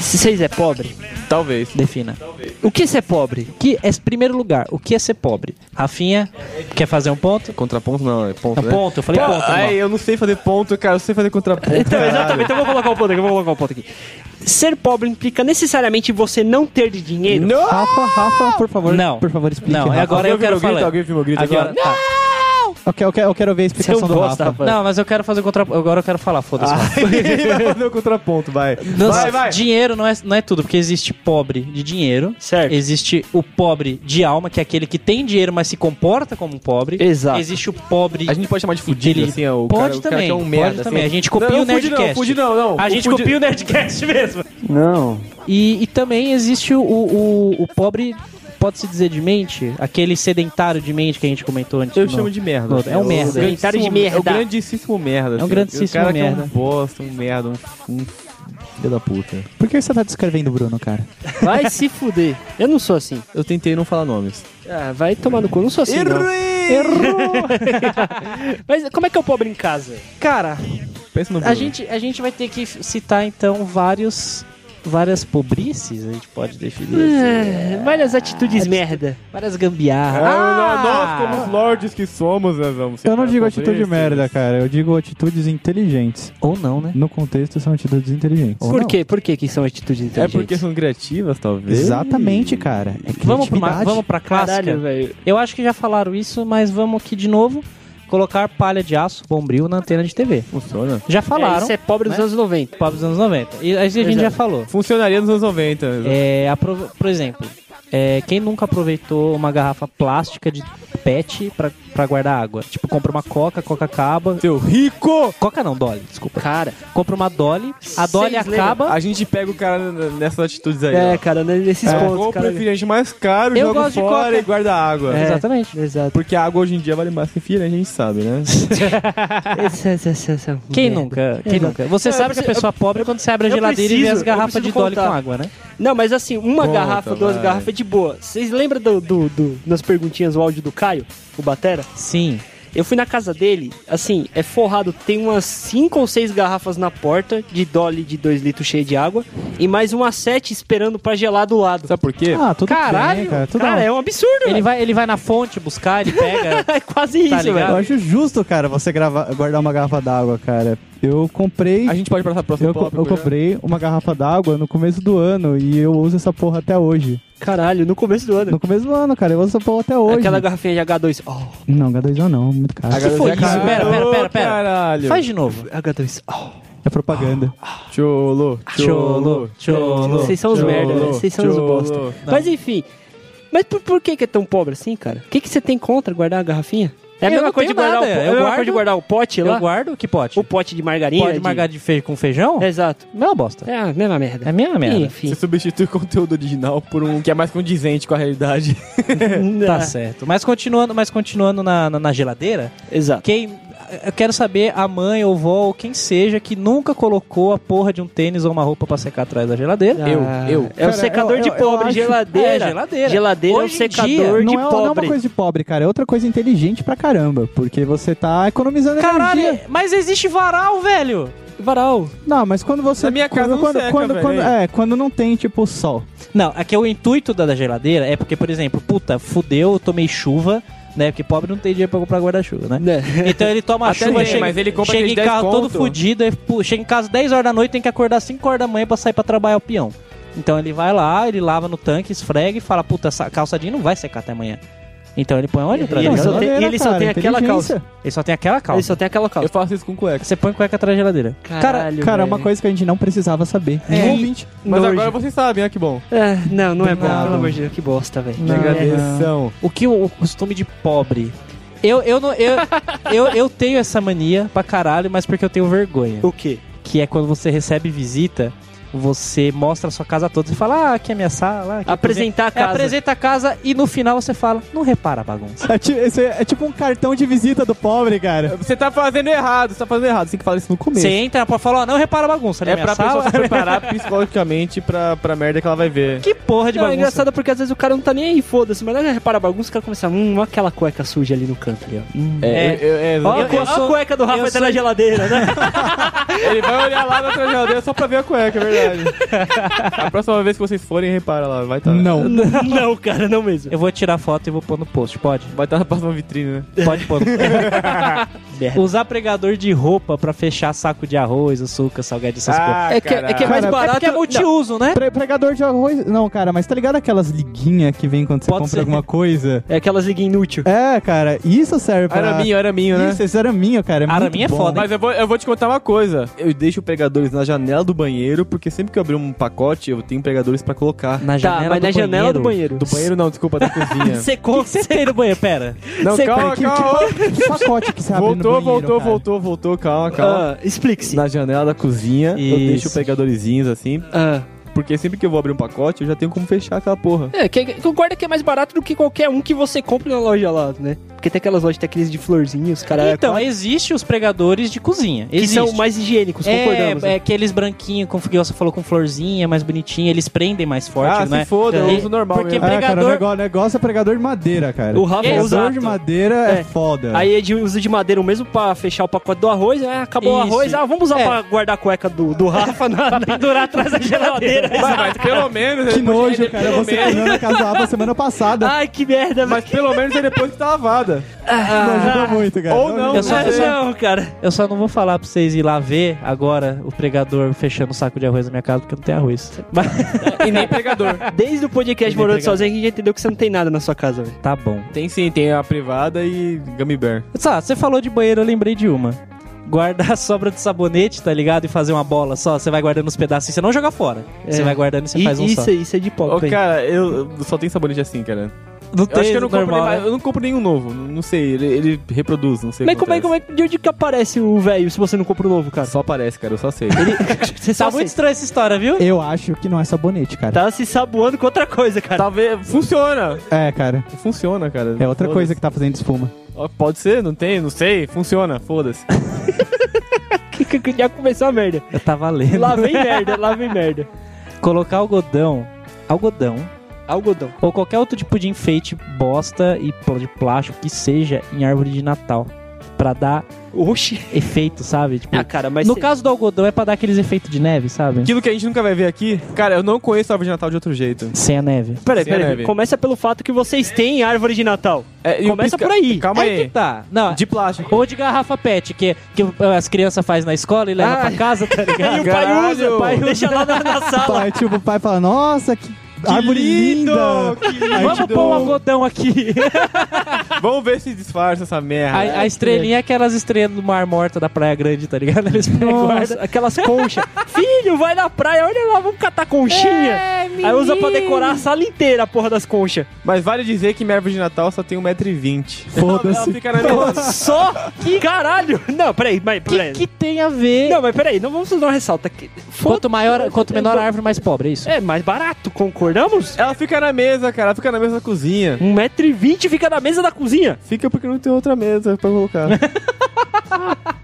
Speaker 1: Se vocês é pobre,
Speaker 3: Talvez.
Speaker 2: Defina.
Speaker 1: o que você é pobre?
Speaker 2: O que é, em primeiro lugar, o que é ser pobre? Rafinha, quer fazer um ponto?
Speaker 3: Contraponto não, é ponto.
Speaker 2: É
Speaker 3: né?
Speaker 2: ponto, eu falei ponto.
Speaker 3: Ai,
Speaker 2: irmão.
Speaker 3: eu não sei fazer ponto, cara, eu sei fazer contraponto.
Speaker 1: Então,
Speaker 3: caralho.
Speaker 1: exatamente. Então eu vou colocar o ponto aqui, eu vou colocar o ponto aqui. Ser pobre implica necessariamente você não ter de dinheiro.
Speaker 3: Não!
Speaker 5: Rafa, Rafa, por favor,
Speaker 2: Não.
Speaker 5: por favor, explique.
Speaker 2: Não, é
Speaker 5: Rafa.
Speaker 2: agora
Speaker 3: Alguém
Speaker 2: eu
Speaker 3: ouviu
Speaker 2: quero
Speaker 3: meu grito?
Speaker 2: falar.
Speaker 3: Alguém ouviu meu grito
Speaker 2: Agora,
Speaker 3: agora?
Speaker 2: tá.
Speaker 5: Eu quero, eu quero- eu quero ver a
Speaker 1: Você é um
Speaker 5: explicação do
Speaker 1: bosta,
Speaker 5: Rafa.
Speaker 1: rapaz.
Speaker 2: Não, mas eu quero fazer o contra... Agora eu quero falar, foda-se.
Speaker 3: Ele vai fazer o contraponto, vai.
Speaker 2: Nossa,
Speaker 3: Vai, vai.
Speaker 2: Dinheiro não é, não é tudo, porque existe pobre de dinheiro.
Speaker 1: Certo.
Speaker 2: Existe o pobre de alma, que é aquele que tem dinheiro, mas se comporta como um pobre.
Speaker 1: Exato.
Speaker 2: Existe o pobre.
Speaker 3: A gente pode chamar de fudido,
Speaker 2: Ele-
Speaker 3: assim, ó, o
Speaker 2: Pode
Speaker 3: cara, o cara
Speaker 2: também,
Speaker 3: que é um
Speaker 2: pode
Speaker 3: merda.
Speaker 2: também.
Speaker 3: assim.
Speaker 2: A gente copia
Speaker 3: não,
Speaker 2: o Nerdcast.
Speaker 3: Não, fudido não, não.
Speaker 2: A
Speaker 3: O
Speaker 2: gente
Speaker 3: fudido-
Speaker 2: copia o Nerdcast mesmo.
Speaker 5: Não.
Speaker 2: E, e também existe o, o, o pobre, pode-se dizer de mente, aquele sedentário de mente que a gente comentou antes.
Speaker 3: Eu
Speaker 2: no-
Speaker 3: chamo de merda.
Speaker 2: no-
Speaker 3: assim,
Speaker 2: é um merda.
Speaker 3: grandíssimo-
Speaker 1: Comentário de merda.
Speaker 3: É um grandíssimo merda. assim,
Speaker 2: grandíssimo
Speaker 3: o cara que
Speaker 2: merda.
Speaker 3: É um bosta, um merda, um, um filho da puta.
Speaker 5: Por que você tá descrevendo o Bruno, cara?
Speaker 1: Vai se fuder. Eu não sou assim.
Speaker 3: Eu tentei não falar nomes.
Speaker 1: Ah, vai tomar no cu. Eu não sou assim, não. Mas como é que é o pobre em casa?
Speaker 2: Cara,
Speaker 3: Pensa no
Speaker 2: a
Speaker 3: Bruno.
Speaker 2: gente, a gente vai ter que citar então vários várias pobrices, a gente pode definir. assim.
Speaker 1: Ah, Várias atitudes merda.
Speaker 2: Várias
Speaker 1: É,
Speaker 2: gambiarras.
Speaker 3: Ah, Nós, como os lords que somos, nós vamos
Speaker 5: Eu não digo
Speaker 3: separar
Speaker 5: atitude
Speaker 3: pobreces.
Speaker 5: merda, cara. Eu digo atitudes inteligentes.
Speaker 2: Ou não, né?
Speaker 5: No contexto, são atitudes inteligentes.
Speaker 1: Por quê? Por quê que são atitudes
Speaker 3: É
Speaker 1: inteligentes?
Speaker 3: porque são criativas, talvez.
Speaker 5: Exatamente, cara. É
Speaker 2: Vamos pra, uma-
Speaker 5: criatividade.
Speaker 2: vamos pra clássica?
Speaker 1: Caralho, velho.
Speaker 2: Eu acho que já falaram isso, mas vamos aqui de novo. Colocar palha de aço, bombril na antena de TV.
Speaker 3: Funciona.
Speaker 2: Já
Speaker 1: É,
Speaker 2: falaram.
Speaker 1: isso é pobre dos anos 90.
Speaker 2: Papo dos anos 90. E aí a gente
Speaker 1: Exato.
Speaker 2: já falou.
Speaker 3: Funcionaria nos anos 90. exato.
Speaker 2: É, aprove- por exemplo, é, quem nunca aproveitou uma garrafa plástica de pet pra, pra guardar água? Tipo, compra uma coca, coca acaba.
Speaker 3: Seu rico!
Speaker 2: Coca não, Dolly, desculpa.
Speaker 1: Cara,
Speaker 2: Compra uma Dolly, a Dolly
Speaker 1: Seis
Speaker 2: acaba.
Speaker 3: A gente pega o cara n- nessas atitudes aí.
Speaker 1: é,
Speaker 3: É,
Speaker 1: cara, né, nesses
Speaker 3: é,
Speaker 1: pontos,
Speaker 3: compra
Speaker 1: cara.
Speaker 3: refrigerante mais caro,
Speaker 2: Eu
Speaker 3: joga
Speaker 2: gosto de
Speaker 3: fora
Speaker 2: Coca.
Speaker 3: e guarda água.
Speaker 1: É.
Speaker 2: Exatamente.
Speaker 1: Exato.
Speaker 3: Porque a água hoje em dia vale mais que refrigerante, a gente sabe, né?
Speaker 1: Essa- essa- essa- essa
Speaker 2: Quem
Speaker 1: merda.
Speaker 2: nunca? Quem
Speaker 1: Exato.
Speaker 2: nunca? Você
Speaker 1: Eu
Speaker 2: sabe que a
Speaker 1: preciso-
Speaker 2: pessoa pobre é quando você abre a
Speaker 1: eu
Speaker 2: geladeira e vê
Speaker 1: preciso-
Speaker 2: as
Speaker 1: eu
Speaker 2: garrafas de
Speaker 1: preciso
Speaker 2: Dolly
Speaker 1: contar.
Speaker 2: com água, né?
Speaker 1: Não, mas assim, uma
Speaker 3: Conta,
Speaker 1: garrafa, duas
Speaker 3: vai.
Speaker 1: garrafas é de boa. Vocês lembram do, do, do- nas perguntinhas o áudio do Caio, o Batera?
Speaker 2: Sim.
Speaker 1: Eu fui na casa dele, assim, é forrado, tem umas cinco ou seis garrafas na porta de Dolly de 2 litros cheia de água e mais umas sete esperando pra gelar do lado.
Speaker 3: Sabe por quê?
Speaker 5: Ah, tudo
Speaker 2: Caralho,
Speaker 5: bem, cara. Tudo
Speaker 1: Cara,
Speaker 5: bem.
Speaker 1: é um absurdo,
Speaker 2: Ele
Speaker 1: velho.
Speaker 2: vai, ele vai na fonte buscar, ele pega.
Speaker 1: É quase
Speaker 2: Tá
Speaker 1: isso,
Speaker 5: Eu
Speaker 1: velho.
Speaker 2: ligado?
Speaker 5: acho justo, cara, você gravar, guardar uma garrafa d'água, cara. Eu comprei.
Speaker 3: A gente pode passar pro próximo
Speaker 5: Eu, co-
Speaker 3: tópico,
Speaker 5: eu
Speaker 3: né?
Speaker 5: comprei uma garrafa d'água no começo do ano e eu uso essa porra até hoje.
Speaker 1: Caralho, no começo do ano.
Speaker 5: No começo do ano, cara, eu uso essa porra até hoje.
Speaker 1: Aquela garrafinha de H2. Oh,
Speaker 5: Não, H2O não, muito caro.
Speaker 3: Agora
Speaker 2: foi
Speaker 3: já
Speaker 2: isso?
Speaker 3: acabou,
Speaker 2: Pera, pera, pera, pera.
Speaker 3: Caralho.
Speaker 2: Faz de novo.
Speaker 1: H2. Oh.
Speaker 5: É propaganda.
Speaker 3: Cholo,
Speaker 2: Ah, Cholo, cholo.
Speaker 1: Vocês são os
Speaker 3: Tcholo,
Speaker 1: merda, velho. Vocês são os
Speaker 3: tcholo.
Speaker 1: bosta.
Speaker 2: Não.
Speaker 1: Mas enfim. Mas por, por que, que é tão pobre assim, cara? O que, que você tem contra guardar a garrafinha? É a
Speaker 2: Eu
Speaker 1: mesma
Speaker 2: não
Speaker 1: coisa de
Speaker 2: tenho
Speaker 1: guardar,
Speaker 2: nada,
Speaker 1: o, po- é
Speaker 2: eu
Speaker 1: a mesma
Speaker 2: guardo-
Speaker 1: coisa de guardar o pote lá?
Speaker 2: Eu guardo que pote.
Speaker 1: O É. pote de margarina?
Speaker 2: Pode
Speaker 1: de-
Speaker 2: margar de feio com feijão?
Speaker 1: Exato.
Speaker 2: Não, bosta.
Speaker 1: É a mesma merda.
Speaker 2: É a mesma merda.
Speaker 1: Enfim.
Speaker 3: Você substitui o conteúdo original por um que é mais condizente com a realidade.
Speaker 2: Tá certo. Mas continuando, mas continuando na, na, na geladeira,
Speaker 1: Exato.
Speaker 2: quem. Eu quero saber a mãe ou vó ou quem seja que nunca colocou a porra de um tênis ou uma roupa pra secar atrás da geladeira.
Speaker 1: Ah, É o
Speaker 5: Cara,
Speaker 1: secador
Speaker 5: eu-
Speaker 1: de
Speaker 5: eu- eu
Speaker 1: pobre,
Speaker 5: acho-
Speaker 1: geladeira.
Speaker 2: É, geladeira.
Speaker 1: Geladeira é
Speaker 2: Hoje em
Speaker 1: o secador
Speaker 2: dia,
Speaker 1: de
Speaker 5: Não é, não é uma
Speaker 1: pobre.
Speaker 5: coisa de pobre, cara. É outra coisa inteligente pra caramba. Porque você tá economizando energia.
Speaker 2: Caralho, mas existe varal, velho!
Speaker 1: Varal.
Speaker 5: Não, mas quando você.
Speaker 3: Na minha casa
Speaker 5: quando,
Speaker 3: não
Speaker 5: quando,
Speaker 3: seca,
Speaker 5: quando,
Speaker 3: velho.
Speaker 5: quando- É, quando não tem, tipo, sol.
Speaker 2: Não, aqui o intuito da, da geladeira é porque, por exemplo, puta, fudeu, eu tomei chuva, né? Porque pobre não tem dinheiro pra comprar guarda-chuva, né? Então ele toma
Speaker 3: Até
Speaker 2: chuva,
Speaker 3: tem,
Speaker 2: chega,
Speaker 3: mas ele compra
Speaker 2: chega em
Speaker 3: aquele 10
Speaker 2: casa todo
Speaker 3: conto.
Speaker 2: fudido, aí, pô, chega em casa 10 horas da noite, tem que acordar 5 horas da manhã pra sair pra trabalhar o peão. Então ele vai lá, ele lava no tanque, esfrega e fala, puta, essa calça jeans não vai secar até amanhã. Então ele põe onde? Atrás
Speaker 1: E
Speaker 2: da
Speaker 1: ele só
Speaker 2: geladeira?
Speaker 1: tem- e ele só
Speaker 5: cara,
Speaker 1: tem aquela
Speaker 5: inteligência.
Speaker 2: Ele só tem aquela
Speaker 1: Ele
Speaker 2: calça.
Speaker 1: só tem aquela
Speaker 3: Eu
Speaker 1: calça.
Speaker 3: faço isso com cueca.
Speaker 2: Você põe cueca atrás da geladeira. Cara,
Speaker 1: Caralho,
Speaker 5: Cara, é uma
Speaker 1: velho.
Speaker 5: coisa que a gente não precisava saber.
Speaker 2: É.
Speaker 5: Nenhum ouvinte.
Speaker 3: Mas
Speaker 1: Nojo.
Speaker 3: agora vocês sabem, olha que bom.
Speaker 1: É, não, não é bom,
Speaker 5: Não.
Speaker 1: pelo amor de Deus. é Que bosta, velho.
Speaker 3: Degradação.
Speaker 2: o que o o costume de pobre? Eu, eu, não, eu, eu, eu tenho essa mania pra caralho, mas porque eu tenho vergonha.
Speaker 1: O quê?
Speaker 2: Que é quando você recebe visita, você mostra a sua casa toda e fala, ah, aqui é minha sala. Aqui é a cozinha."
Speaker 1: Apresentar a
Speaker 2: É,
Speaker 1: casa.
Speaker 2: apresenta a casa e no final você fala, não repara a bagunça.
Speaker 5: É ti- esse é- é tipo um cartão de visita do pobre, cara.
Speaker 3: Você tá fazendo errado, você tá fazendo errado. Você tem que falar isso no começo.
Speaker 2: Você entra na porta e fala, ó, não repara a bagunça, né?
Speaker 3: É pra
Speaker 2: sala.
Speaker 3: pessoa se preparar psicologicamente pra, pra merda que ela vai ver.
Speaker 2: Que porra de
Speaker 1: Não, é
Speaker 2: bagunça.
Speaker 1: engraçado porque às vezes o cara não tá nem aí, foda-se, mas ele repara a bagunça, o cara começa, hum, olha aquela cueca suja ali no canto ali, ó.
Speaker 2: É.
Speaker 3: eu- eu- é,
Speaker 2: Ó,
Speaker 1: Olha
Speaker 2: eu- eu
Speaker 1: a
Speaker 2: sou-
Speaker 1: cueca do
Speaker 2: eu
Speaker 1: Rafa tá
Speaker 2: sou-
Speaker 1: na geladeira, né?
Speaker 3: Ele vai olhar lá na outra geladeira só pra ver a cueca, é verdade. A próxima vez que vocês forem, repara lá, vai tá- estar.
Speaker 5: Não.
Speaker 1: não, cara, não mesmo.
Speaker 2: Eu vou tirar foto e vou pôr no post, pode?
Speaker 3: Vai estar na próxima vitrine, né?
Speaker 2: Pode pôr no
Speaker 1: Merda.
Speaker 2: Usar pregador de roupa pra fechar saco de arroz, açúcar, salgado, essas coisas.
Speaker 3: Ah,
Speaker 1: É que, é que é mais
Speaker 5: Cara,
Speaker 1: barato.
Speaker 2: É porque é multiuso, né?
Speaker 5: Pre- pregador de arroz. Não, cara, mas tá ligado aquelas liguinhas que vem quando você
Speaker 2: Pode
Speaker 5: compra
Speaker 2: ser.
Speaker 5: alguma coisa?
Speaker 1: É aquelas liguinhas inúteis.
Speaker 5: É, cara, isso serve pra.
Speaker 3: Araminho, araminho, né?
Speaker 5: Isso, esse araminho, cara. É
Speaker 2: Araminho é
Speaker 5: muito bom.
Speaker 2: foda, hein?
Speaker 3: Mas eu vou, eu vou te contar uma coisa. Eu deixo pregadores na janela do banheiro, porque sempre que eu abrir um pacote, eu tenho pregadores pra colocar.
Speaker 2: Na
Speaker 1: Tá, mas na janela do banheiro.
Speaker 3: Do banheiro não, desculpa, da cozinha.
Speaker 2: Você o que você tem no banheiro? Pera.
Speaker 3: Não,
Speaker 1: Sei,
Speaker 3: calma,
Speaker 5: Cara, que,
Speaker 3: calma.
Speaker 5: que pacote que você abre no
Speaker 3: Voltou,
Speaker 5: banheiro,
Speaker 3: voltou,
Speaker 5: cara?
Speaker 3: voltou, voltou, calma, calma.
Speaker 1: Ah, Explique-se.
Speaker 3: Na janela da cozinha, eu
Speaker 2: Isso.
Speaker 3: deixo pregadorzinhos assim,
Speaker 1: Ah,
Speaker 3: porque sempre que eu vou abrir um pacote, eu já tenho como fechar aquela porra.
Speaker 1: é, que, concorda que é mais barato do que qualquer um que você compre na loja lá, né? Porque tem aquelas lojas de tecnis de florzinha, os caras.
Speaker 2: Então, existe os pregadores de cozinha.
Speaker 1: É, Que são
Speaker 2: existe.
Speaker 1: mais higiênicos,
Speaker 2: é,
Speaker 1: concordamos,
Speaker 2: É,
Speaker 1: né?
Speaker 2: aqueles branquinhos, como o Figueiredo falou, com florzinha, mais bonitinho, eles prendem mais forte,
Speaker 3: Ah,
Speaker 2: né?
Speaker 3: se foda, eu uso normal
Speaker 2: Porque
Speaker 1: é.
Speaker 3: mesmo.
Speaker 5: Ah, cara, o
Speaker 2: pregador...
Speaker 5: negócio, o negócio é pregador de madeira, cara.
Speaker 1: O Rafa
Speaker 5: pregador
Speaker 1: usa-
Speaker 5: de madeira é,
Speaker 1: É.
Speaker 5: foda.
Speaker 1: Aí é de uso de madeira mesmo pra fechar o pacote do arroz. É, acabou o
Speaker 2: Isso.
Speaker 1: arroz. Ah, vamos usar
Speaker 2: É.
Speaker 1: pra guardar a cueca do, do Rafa na, na-
Speaker 2: pendurar atrás da geladeira.
Speaker 3: Mas, mas pelo menos.
Speaker 5: que
Speaker 3: ele podia- ele- é
Speaker 5: nojo, cara.
Speaker 3: pelo
Speaker 5: Você
Speaker 3: menos-
Speaker 5: comeu na casa da Rafa semana passada.
Speaker 1: Ai, que merda, mas.
Speaker 3: Mas pelo menos é depois que tá lavada.
Speaker 5: não ajudou muito, cara.
Speaker 3: Ah. Ou não,
Speaker 2: Eu só-
Speaker 3: né?
Speaker 2: eu só-
Speaker 1: Não, cara.
Speaker 2: Eu só não vou falar pra vocês ir lá ver agora o pregador fechando o saco de arroz na minha casa, porque não tem arroz. Mas
Speaker 3: E nem pregador.
Speaker 1: Desde o podcast
Speaker 2: Ele
Speaker 1: Morando
Speaker 2: pegava.
Speaker 1: Sozinho, a gente já entendeu que você não tem nada na sua casa, velho.
Speaker 2: tá bom.
Speaker 3: Tem sim, tem a privada e Gummy Bear.
Speaker 2: Só, você falou de banheiro, eu lembrei de uma. Guardar a sobra de sabonete, tá ligado? E fazer uma bola só. Você vai guardando os pedacinhos, você não joga fora. Você
Speaker 1: É.
Speaker 2: vai guardando e você
Speaker 1: E-
Speaker 2: faz um
Speaker 1: isso,
Speaker 2: só.
Speaker 1: isso é de
Speaker 3: Ô,
Speaker 1: pop, hein?
Speaker 3: cara, eu eu só tenho sabonete assim, cara.
Speaker 2: Não
Speaker 3: Eu acho
Speaker 2: tem
Speaker 3: que eu não, compro
Speaker 2: normal,
Speaker 3: nem-
Speaker 2: né?
Speaker 3: eu não compro nenhum novo. Não não sei, ele, ele reproduz, não sei
Speaker 1: Mas
Speaker 3: o que
Speaker 1: como é, como
Speaker 3: acontece.
Speaker 1: é que de onde que aparece o velho se você não compra o novo, cara?
Speaker 3: Só aparece, cara, eu só sei.
Speaker 1: Ele, você assim-
Speaker 2: Tá
Speaker 1: só
Speaker 2: muito
Speaker 1: muito...
Speaker 2: estranha essa história, viu?
Speaker 5: Eu acho que não é sabonete, cara.
Speaker 1: tá se saboando com outra coisa, cara.
Speaker 3: Talvez. Funciona!
Speaker 5: É, cara.
Speaker 3: Funciona, cara.
Speaker 5: É outra
Speaker 3: Tá. Foda-se.
Speaker 5: coisa que tá fazendo espuma.
Speaker 3: Ó, Pode ser, não tem, não sei. Funciona, foda-se.
Speaker 1: Que, que- que já começou a merda.
Speaker 2: Eu tava valendo.
Speaker 1: Lá vem merda, lá vem merda.
Speaker 2: Colocar algodão. Algodão.
Speaker 1: Algodão.
Speaker 2: Ou qualquer outro tipo de enfeite bosta e pl- de plástico que seja em árvore de Natal. Pra dar
Speaker 1: Oxi.
Speaker 2: efeito, sabe? Tipo,
Speaker 1: Ah, cara, mas.
Speaker 2: no
Speaker 1: cê-
Speaker 2: caso do algodão é pra dar aqueles efeitos de neve, sabe?
Speaker 3: Aquilo que a gente nunca vai ver aqui, cara, eu não conheço a árvore de Natal de outro jeito.
Speaker 2: Sem a neve.
Speaker 1: Peraí,
Speaker 3: Sem a
Speaker 1: peraí.
Speaker 3: neve.
Speaker 1: Começa pelo fato que vocês têm árvore de Natal.
Speaker 3: É, e o
Speaker 1: Começa
Speaker 3: pisca-
Speaker 1: por aí.
Speaker 3: Calma
Speaker 2: Aí
Speaker 3: aí.
Speaker 2: que tá. Não,
Speaker 3: De plástico.
Speaker 2: ou de garrafa pet, que, que as crianças fazem na escola e levam
Speaker 1: Ah.
Speaker 2: pra casa, tá
Speaker 1: E o
Speaker 2: ligado?
Speaker 1: pai usa, o pai
Speaker 2: Caralho.
Speaker 1: deixa lá na, na
Speaker 5: O
Speaker 1: sala.
Speaker 5: pai, tipo, o pai fala, nossa, que,
Speaker 3: Ah Que
Speaker 5: árvore
Speaker 3: lindo!
Speaker 5: linda.
Speaker 3: Que lindo.
Speaker 2: Vamos pôr um algodão aqui.
Speaker 3: Vamos ver se disfarça essa merda.
Speaker 2: A, a estrelinha é aquelas estrelas do Mar Morta da Praia Grande, tá ligado? Eles pegam guarda.
Speaker 1: Nossa, aquelas conchas. Filho, vai na praia, olha lá, vamos catar conchinha.
Speaker 2: É,
Speaker 1: aí usa pra decorar a sala inteira a porra das conchas.
Speaker 3: Mas vale dizer que minha árvore de Natal só tem 1,20m.
Speaker 5: Foda-se.
Speaker 3: Ela fica na minha...
Speaker 1: Só que. Caralho! Não, peraí, mas
Speaker 2: Que,
Speaker 1: peraí.
Speaker 2: que tem a ver?
Speaker 1: Não, mas peraí, não vamos fazer uma ressalta aqui.
Speaker 2: quanto, maior, quanto menor a árvore, mais pobre, é isso?
Speaker 1: É mais barato, concordamos?
Speaker 3: Ela fica na mesa, cara. Ela fica na mesa da cozinha.
Speaker 1: 1,20m fica na mesa da cozinha.
Speaker 3: Fica porque não tem outra mesa pra colocar.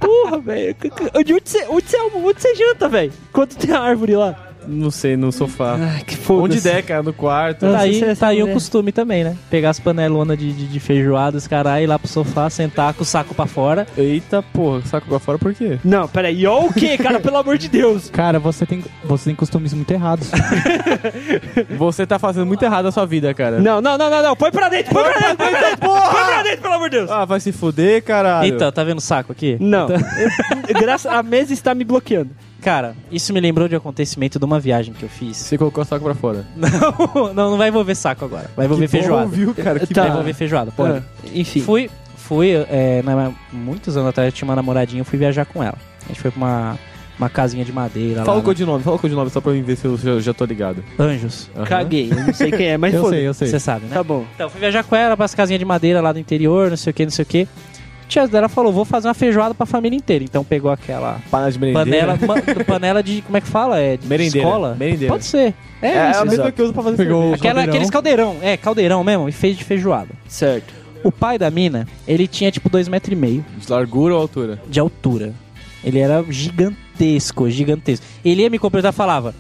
Speaker 1: Porra, velho. Que- que- De onde você onde cê- onde cê janta, velho? Quanto tem a árvore lá?
Speaker 3: não sei, no sofá.
Speaker 1: Ai, que foda.
Speaker 3: Onde der, cara, no quarto.
Speaker 2: Tá aí,
Speaker 1: Então, se essa
Speaker 2: tá aí o
Speaker 1: mulher-
Speaker 2: costume também, né? Pegar as panelonas de, de, de feijoada, os caras ir lá pro sofá, sentar com o saco pra fora.
Speaker 3: Eita porra, saco pra fora por quê?
Speaker 1: Não, peraí. Ó o quê, cara? Pelo amor de Deus.
Speaker 5: Cara, você tem, você tem costumes muito errados.
Speaker 3: Você tá fazendo muito errado a sua vida, cara.
Speaker 1: Não, não, não, não, não. Põe pra dentro, põe pra dentro, põe pra dentro. Põe pra dentro, pelo amor de Deus.
Speaker 3: Ah, vai se fuder, caralho.
Speaker 2: Então, tá vendo o saco aqui?
Speaker 1: Não. Graças a mesa está me bloqueando.
Speaker 2: Cara, isso me lembrou de um acontecimento de uma viagem que eu fiz.
Speaker 3: Você colocou o saco pra fora.
Speaker 2: Não, não, não vai envolver saco agora. Vai envolver feijoada.
Speaker 3: viu, cara? Que
Speaker 1: Tá.
Speaker 2: Vai envolver feijoada, pode.
Speaker 1: Enfim.
Speaker 2: Fui, fui é, na- muitos anos atrás eu tinha uma namoradinha, eu fui viajar com ela. A gente foi pra uma, uma casinha de madeira
Speaker 3: Fala o
Speaker 2: lá. né?
Speaker 3: codinome, fala o codinome só pra eu ver se eu já, já tô ligado.
Speaker 2: Anjos,
Speaker 3: Aham.
Speaker 1: Caguei. Eu não sei quem é, mas
Speaker 5: eu
Speaker 1: foda.
Speaker 5: sei, eu sei.
Speaker 2: você sabe, né?
Speaker 1: Tá bom.
Speaker 2: Então, fui viajar com ela pra essa casinha de madeira lá do interior, não sei o que, não sei o que. Tia dela falou, vou fazer uma feijoada pra família inteira. Então pegou aquela
Speaker 3: Panela de
Speaker 2: panela,
Speaker 3: merendeira.
Speaker 2: ma- panela de, como é que fala? É, de
Speaker 3: Merendeira,
Speaker 2: escola?
Speaker 3: merendeira.
Speaker 2: Pode ser. É,
Speaker 3: É,
Speaker 2: isso,
Speaker 3: a mesma
Speaker 2: exato.
Speaker 3: que eu uso pra fazer
Speaker 5: Pegou
Speaker 3: cerveja.
Speaker 5: o
Speaker 2: Aquela, aqueles caldeirão, é, caldeirão mesmo, e fez de feijoada.
Speaker 1: Certo.
Speaker 2: O pai da mina, ele tinha tipo dois metros e meio
Speaker 3: De largura ou altura?
Speaker 2: de altura. Ele era gigantesco, gigantesco. Ele ia me cumprimentar e falava.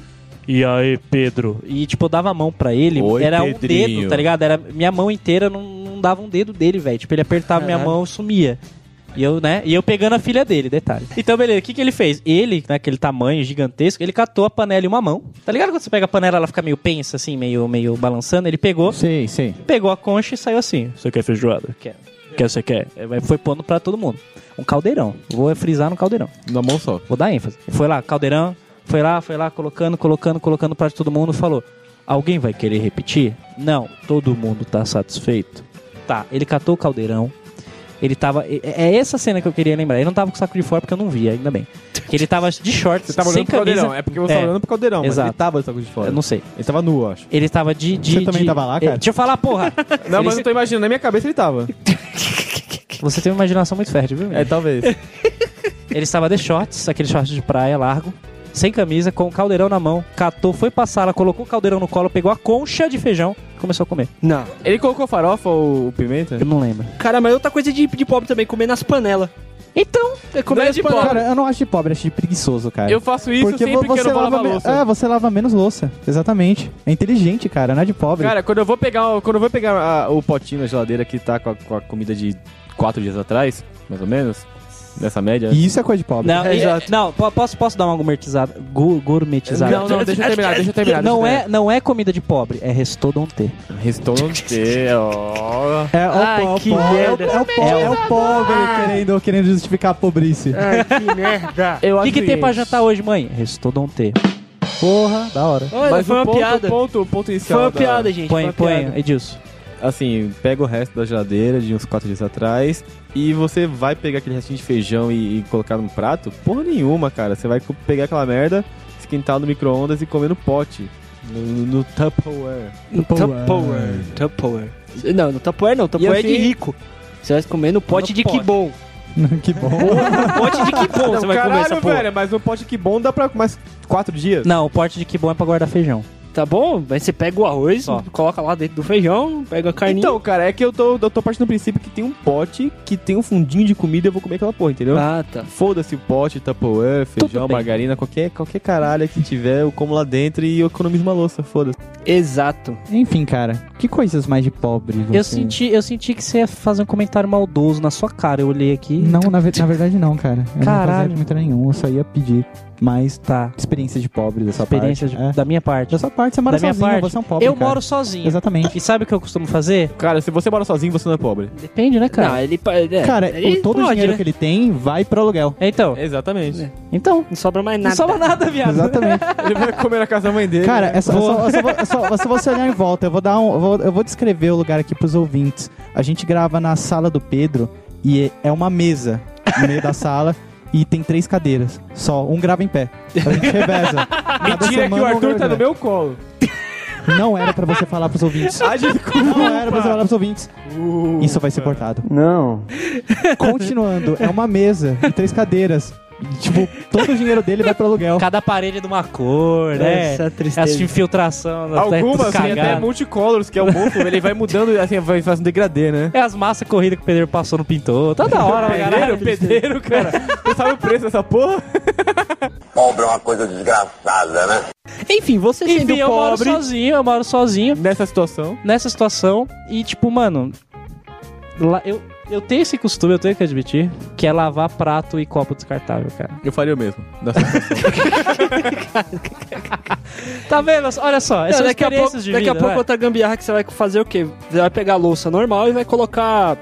Speaker 2: E aí, Pedro? E tipo, eu dava a mão pra ele,
Speaker 4: Oi,
Speaker 2: era um
Speaker 4: Pedrinho.
Speaker 2: dedo, tá ligado? Era minha mão inteira, não, não dava um dedo dele, velho. Tipo, ele apertava minha mão e sumia. E eu, né? E eu pegando a filha dele, detalhe. Então, beleza, o que, que ele fez? Ele, naquele tamanho gigantesco, ele catou a panela em uma mão. Tá ligado quando você pega a panela, ela fica meio pensa, assim, meio, meio balançando? Ele pegou,
Speaker 5: Sim, sim.
Speaker 2: pegou a concha e saiu assim. Você quer feijoada? Quer. Quer, você quer? É, vai- Foi pondo pra todo mundo. Um caldeirão. Vou frisar no caldeirão.
Speaker 3: Na mão só.
Speaker 2: Vou dar ênfase. Foi lá, caldeirão. Foi lá, foi lá, colocando, colocando, colocando pra todo mundo. Falou: Alguém vai querer repetir? Não, todo mundo tá satisfeito. Tá, ele catou o caldeirão. Ele tava. É é essa cena que eu queria lembrar. Ele não tava com o saco de fora porque eu não via, ainda bem. Que ele tava de shorts,
Speaker 3: Você tava
Speaker 2: sem
Speaker 3: olhando pro
Speaker 2: camisa.
Speaker 3: caldeirão. É porque você tava
Speaker 2: É.
Speaker 3: olhando pro caldeirão, mas
Speaker 2: Exato.
Speaker 3: ele tava de saco de fora.
Speaker 2: Eu não sei.
Speaker 3: Ele tava nu, eu acho.
Speaker 2: Ele tava de. de
Speaker 5: Você também
Speaker 2: de-
Speaker 5: tava lá, cara?
Speaker 2: É, Deixa eu falar, porra.
Speaker 3: Não,
Speaker 2: Ele-
Speaker 3: mas eu tô imaginando. Na minha cabeça ele tava.
Speaker 2: Você tem uma imaginação muito fértil, viu?
Speaker 3: É, talvez.
Speaker 2: Ele estava de shorts, aquele short de praia largo. sem camisa, com o caldeirão na mão, catou, foi pra sala, colocou o caldeirão no colo, pegou a concha de feijão e começou a comer.
Speaker 1: Não.
Speaker 3: Ele colocou farofa ou pimenta?
Speaker 2: Eu não lembro.
Speaker 1: Cara, mas outra coisa de, de pobre também, comer nas panelas.
Speaker 2: Então,
Speaker 1: É comer
Speaker 3: Não é
Speaker 1: nas
Speaker 3: de
Speaker 1: panelas.
Speaker 5: Cara, eu não acho de pobre, acho de preguiçoso, cara.
Speaker 3: Eu faço isso
Speaker 5: Porque
Speaker 3: sempre
Speaker 5: vo-
Speaker 3: que eu não vou lavar
Speaker 5: me-
Speaker 3: louça.
Speaker 5: É, você lava menos louça. Exatamente. É inteligente, cara, não é de pobre.
Speaker 3: Cara, quando eu vou pegar, o- quando eu vou pegar a- o potinho na geladeira que tá com a, com a comida de quatro dias atrás, mais ou menos, nessa média.
Speaker 5: e isso é coisa de pobre.
Speaker 2: não, e- não po- posso, posso dar uma gourmetizada? Gu- gourmetizada.
Speaker 3: Não, não, deixa eu terminar, deixa eu terminar.
Speaker 2: Não
Speaker 3: deixa
Speaker 2: é, não é comida de pobre, é restodonte.
Speaker 3: eu terminar. Restou não ter, ó.
Speaker 5: É, é o
Speaker 1: Ai,
Speaker 5: po- é o
Speaker 1: que
Speaker 5: po- é o-
Speaker 1: merda.
Speaker 5: é o po- é o pobre querendo, querendo justificar a pobrice.
Speaker 1: Ai, que merda.
Speaker 3: Eu
Speaker 2: O que,
Speaker 3: acho
Speaker 2: que tem pra
Speaker 3: isso.
Speaker 2: jantar hoje, mãe? Restodonte.
Speaker 5: Porra, da hora.
Speaker 1: Olha,
Speaker 3: Mas
Speaker 1: foi
Speaker 3: o
Speaker 1: uma
Speaker 3: ponto,
Speaker 1: piada.
Speaker 3: O ponto, o ponto inicial.
Speaker 1: Foi uma
Speaker 3: da-
Speaker 1: piada, gente.
Speaker 2: Põe,
Speaker 1: foi uma piada.
Speaker 2: põe, Edilson.
Speaker 3: Assim, pega o resto da geladeira de uns quatro dias atrás e você vai pegar aquele restinho de feijão e, e colocar num prato? Porra nenhuma, cara. Você vai co- pegar aquela merda, esquentar no micro-ondas e comer no pote. No, no Tupperware.
Speaker 1: Tupperware. Tupperware. Não, no Tupperware não. Tupperware é de
Speaker 3: assim-
Speaker 1: rico. Você vai comer no pote
Speaker 2: No
Speaker 1: de
Speaker 2: pote.
Speaker 1: que bom.
Speaker 5: que bom.
Speaker 1: pote de que bom você vai comer essa porra.
Speaker 3: velho, mas um pote que bom dá pra mais quatro dias.
Speaker 2: Não, o porte de que bom é pra guardar feijão.
Speaker 1: Tá bom? Mas você pega o arroz,
Speaker 2: Ó.
Speaker 1: coloca lá dentro do feijão, pega a carninha.
Speaker 3: Então, cara, é que eu tô, eu tô partindo do princípio que tem um pote que tem um fundinho de comida e eu vou comer aquela porra, entendeu?
Speaker 1: ah, tá.
Speaker 3: Foda-se o pote, Tupperware, feijão,
Speaker 2: bem.
Speaker 3: margarina, qualquer, qualquer caralho que tiver, eu como lá dentro e eu economizo uma louça, foda-se.
Speaker 1: Exato.
Speaker 5: Enfim, cara, que coisas mais de pobre você...
Speaker 2: Eu senti, eu senti que você ia fazer um comentário maldoso na sua cara. Eu olhei aqui.
Speaker 5: Não, na, ve- na verdade não, cara. Eu não fazia
Speaker 2: Caralho.
Speaker 5: comentário nenhum, eu só ia pedir mais
Speaker 2: Tá.
Speaker 5: experiência de pobre dessa
Speaker 2: Experiência
Speaker 5: parte.
Speaker 2: de-
Speaker 5: É.
Speaker 2: da minha parte.
Speaker 5: Da sua parte, você mora
Speaker 2: Da minha
Speaker 5: sozinho,
Speaker 2: parte,
Speaker 5: você é um pobre,
Speaker 2: Eu
Speaker 5: cara.
Speaker 2: moro sozinho.
Speaker 5: Exatamente.
Speaker 2: E sabe o que eu costumo fazer?
Speaker 3: Cara, se você mora sozinho, você não é pobre.
Speaker 2: Depende, né, cara?
Speaker 1: Não, ele. pa- É,
Speaker 5: Cara,
Speaker 1: ele
Speaker 5: o- todo o
Speaker 1: pode,
Speaker 5: dinheiro
Speaker 1: né?
Speaker 5: que ele tem vai pro aluguel.
Speaker 2: Então,
Speaker 3: Exatamente.
Speaker 5: É.
Speaker 2: então.
Speaker 1: Não sobra mais
Speaker 2: Não
Speaker 1: nada.
Speaker 2: sobra nada, viado.
Speaker 5: Exatamente.
Speaker 3: Ele vai comer na casa da mãe dele.
Speaker 5: Cara,
Speaker 3: né?
Speaker 5: é só, é só- é só- é só- é só você olhar em volta. Eu vou dar um. Eu vou, eu vou descrever o lugar aqui pros ouvintes. A gente grava na sala do Pedro e é- é uma mesa no meio da sala. E tem três cadeiras. Só um grava em pé. A gente reveza. Cada
Speaker 3: Mentira que
Speaker 5: semana
Speaker 3: o
Speaker 5: um
Speaker 3: Arthur
Speaker 5: grava
Speaker 3: tá
Speaker 5: em
Speaker 3: no
Speaker 5: pé.
Speaker 3: meu colo.
Speaker 5: Não era pra você falar pros ouvintes.
Speaker 3: Ah, desculpa. Uh.
Speaker 5: Não era pra você falar pros ouvintes. Isso vai ser cortado. Não. Continuando, é uma mesa e três cadeiras. Tipo, todo o dinheiro dele vai pro aluguel.
Speaker 2: Cada parede é de uma cor, né?
Speaker 1: Essa tristeza.
Speaker 2: Essa infiltração.
Speaker 5: tá
Speaker 2: né?
Speaker 3: Algumas
Speaker 2: Tudo
Speaker 3: tem até
Speaker 2: cagado.
Speaker 3: multicolors, que é o mofo, ele vai mudando, assim, vai fazendo degradê, né?
Speaker 2: É as massas corridas que o pedreiro passou no pintor. Toda hora, uma
Speaker 3: Pedreiro,
Speaker 2: galera.
Speaker 3: pedreiro, cara. Você sabe o preço dessa porra?
Speaker 6: Pobre é uma coisa desgraçada, né?
Speaker 1: Enfim, você sendo
Speaker 2: Enfim, eu moro
Speaker 1: pobre.
Speaker 2: sozinho, eu moro sozinho.
Speaker 3: Nessa situação.
Speaker 2: nessa situação e, tipo, mano, la- eu, eu tenho esse costume, eu tenho que admitir, que é lavar prato e copo descartável, cara.
Speaker 3: Eu faria o mesmo.
Speaker 2: Tá vendo? Olha só, essas
Speaker 1: Não,
Speaker 2: são
Speaker 1: daqui a
Speaker 2: experiências
Speaker 1: pouco,
Speaker 2: de
Speaker 1: daqui
Speaker 2: vida,
Speaker 1: a pouco
Speaker 2: vai.
Speaker 1: outra gambiarra que você vai fazer o quê? Você vai pegar a louça normal e vai colocar.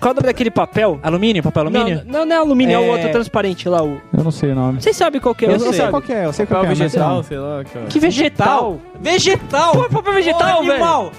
Speaker 1: Qual é o nome daquele papel?
Speaker 2: Alumínio, papel alumínio?
Speaker 1: Não, não, não é alumínio, é... o
Speaker 2: É-
Speaker 1: outro transparente lá. O...
Speaker 5: Eu não sei o nome.
Speaker 1: Vocês sabem qual que é?
Speaker 2: Eu
Speaker 1: vocês
Speaker 2: sei.
Speaker 1: sabem.
Speaker 5: Qual que é? Eu sei qual
Speaker 3: Papel
Speaker 5: que é, mas
Speaker 3: vegetal,
Speaker 5: não.
Speaker 3: sei lá, cara.
Speaker 1: Que vegetal?
Speaker 2: Vegetal!
Speaker 1: Pô, é papel vegetal,
Speaker 2: Ô,
Speaker 1: velho.
Speaker 2: animal.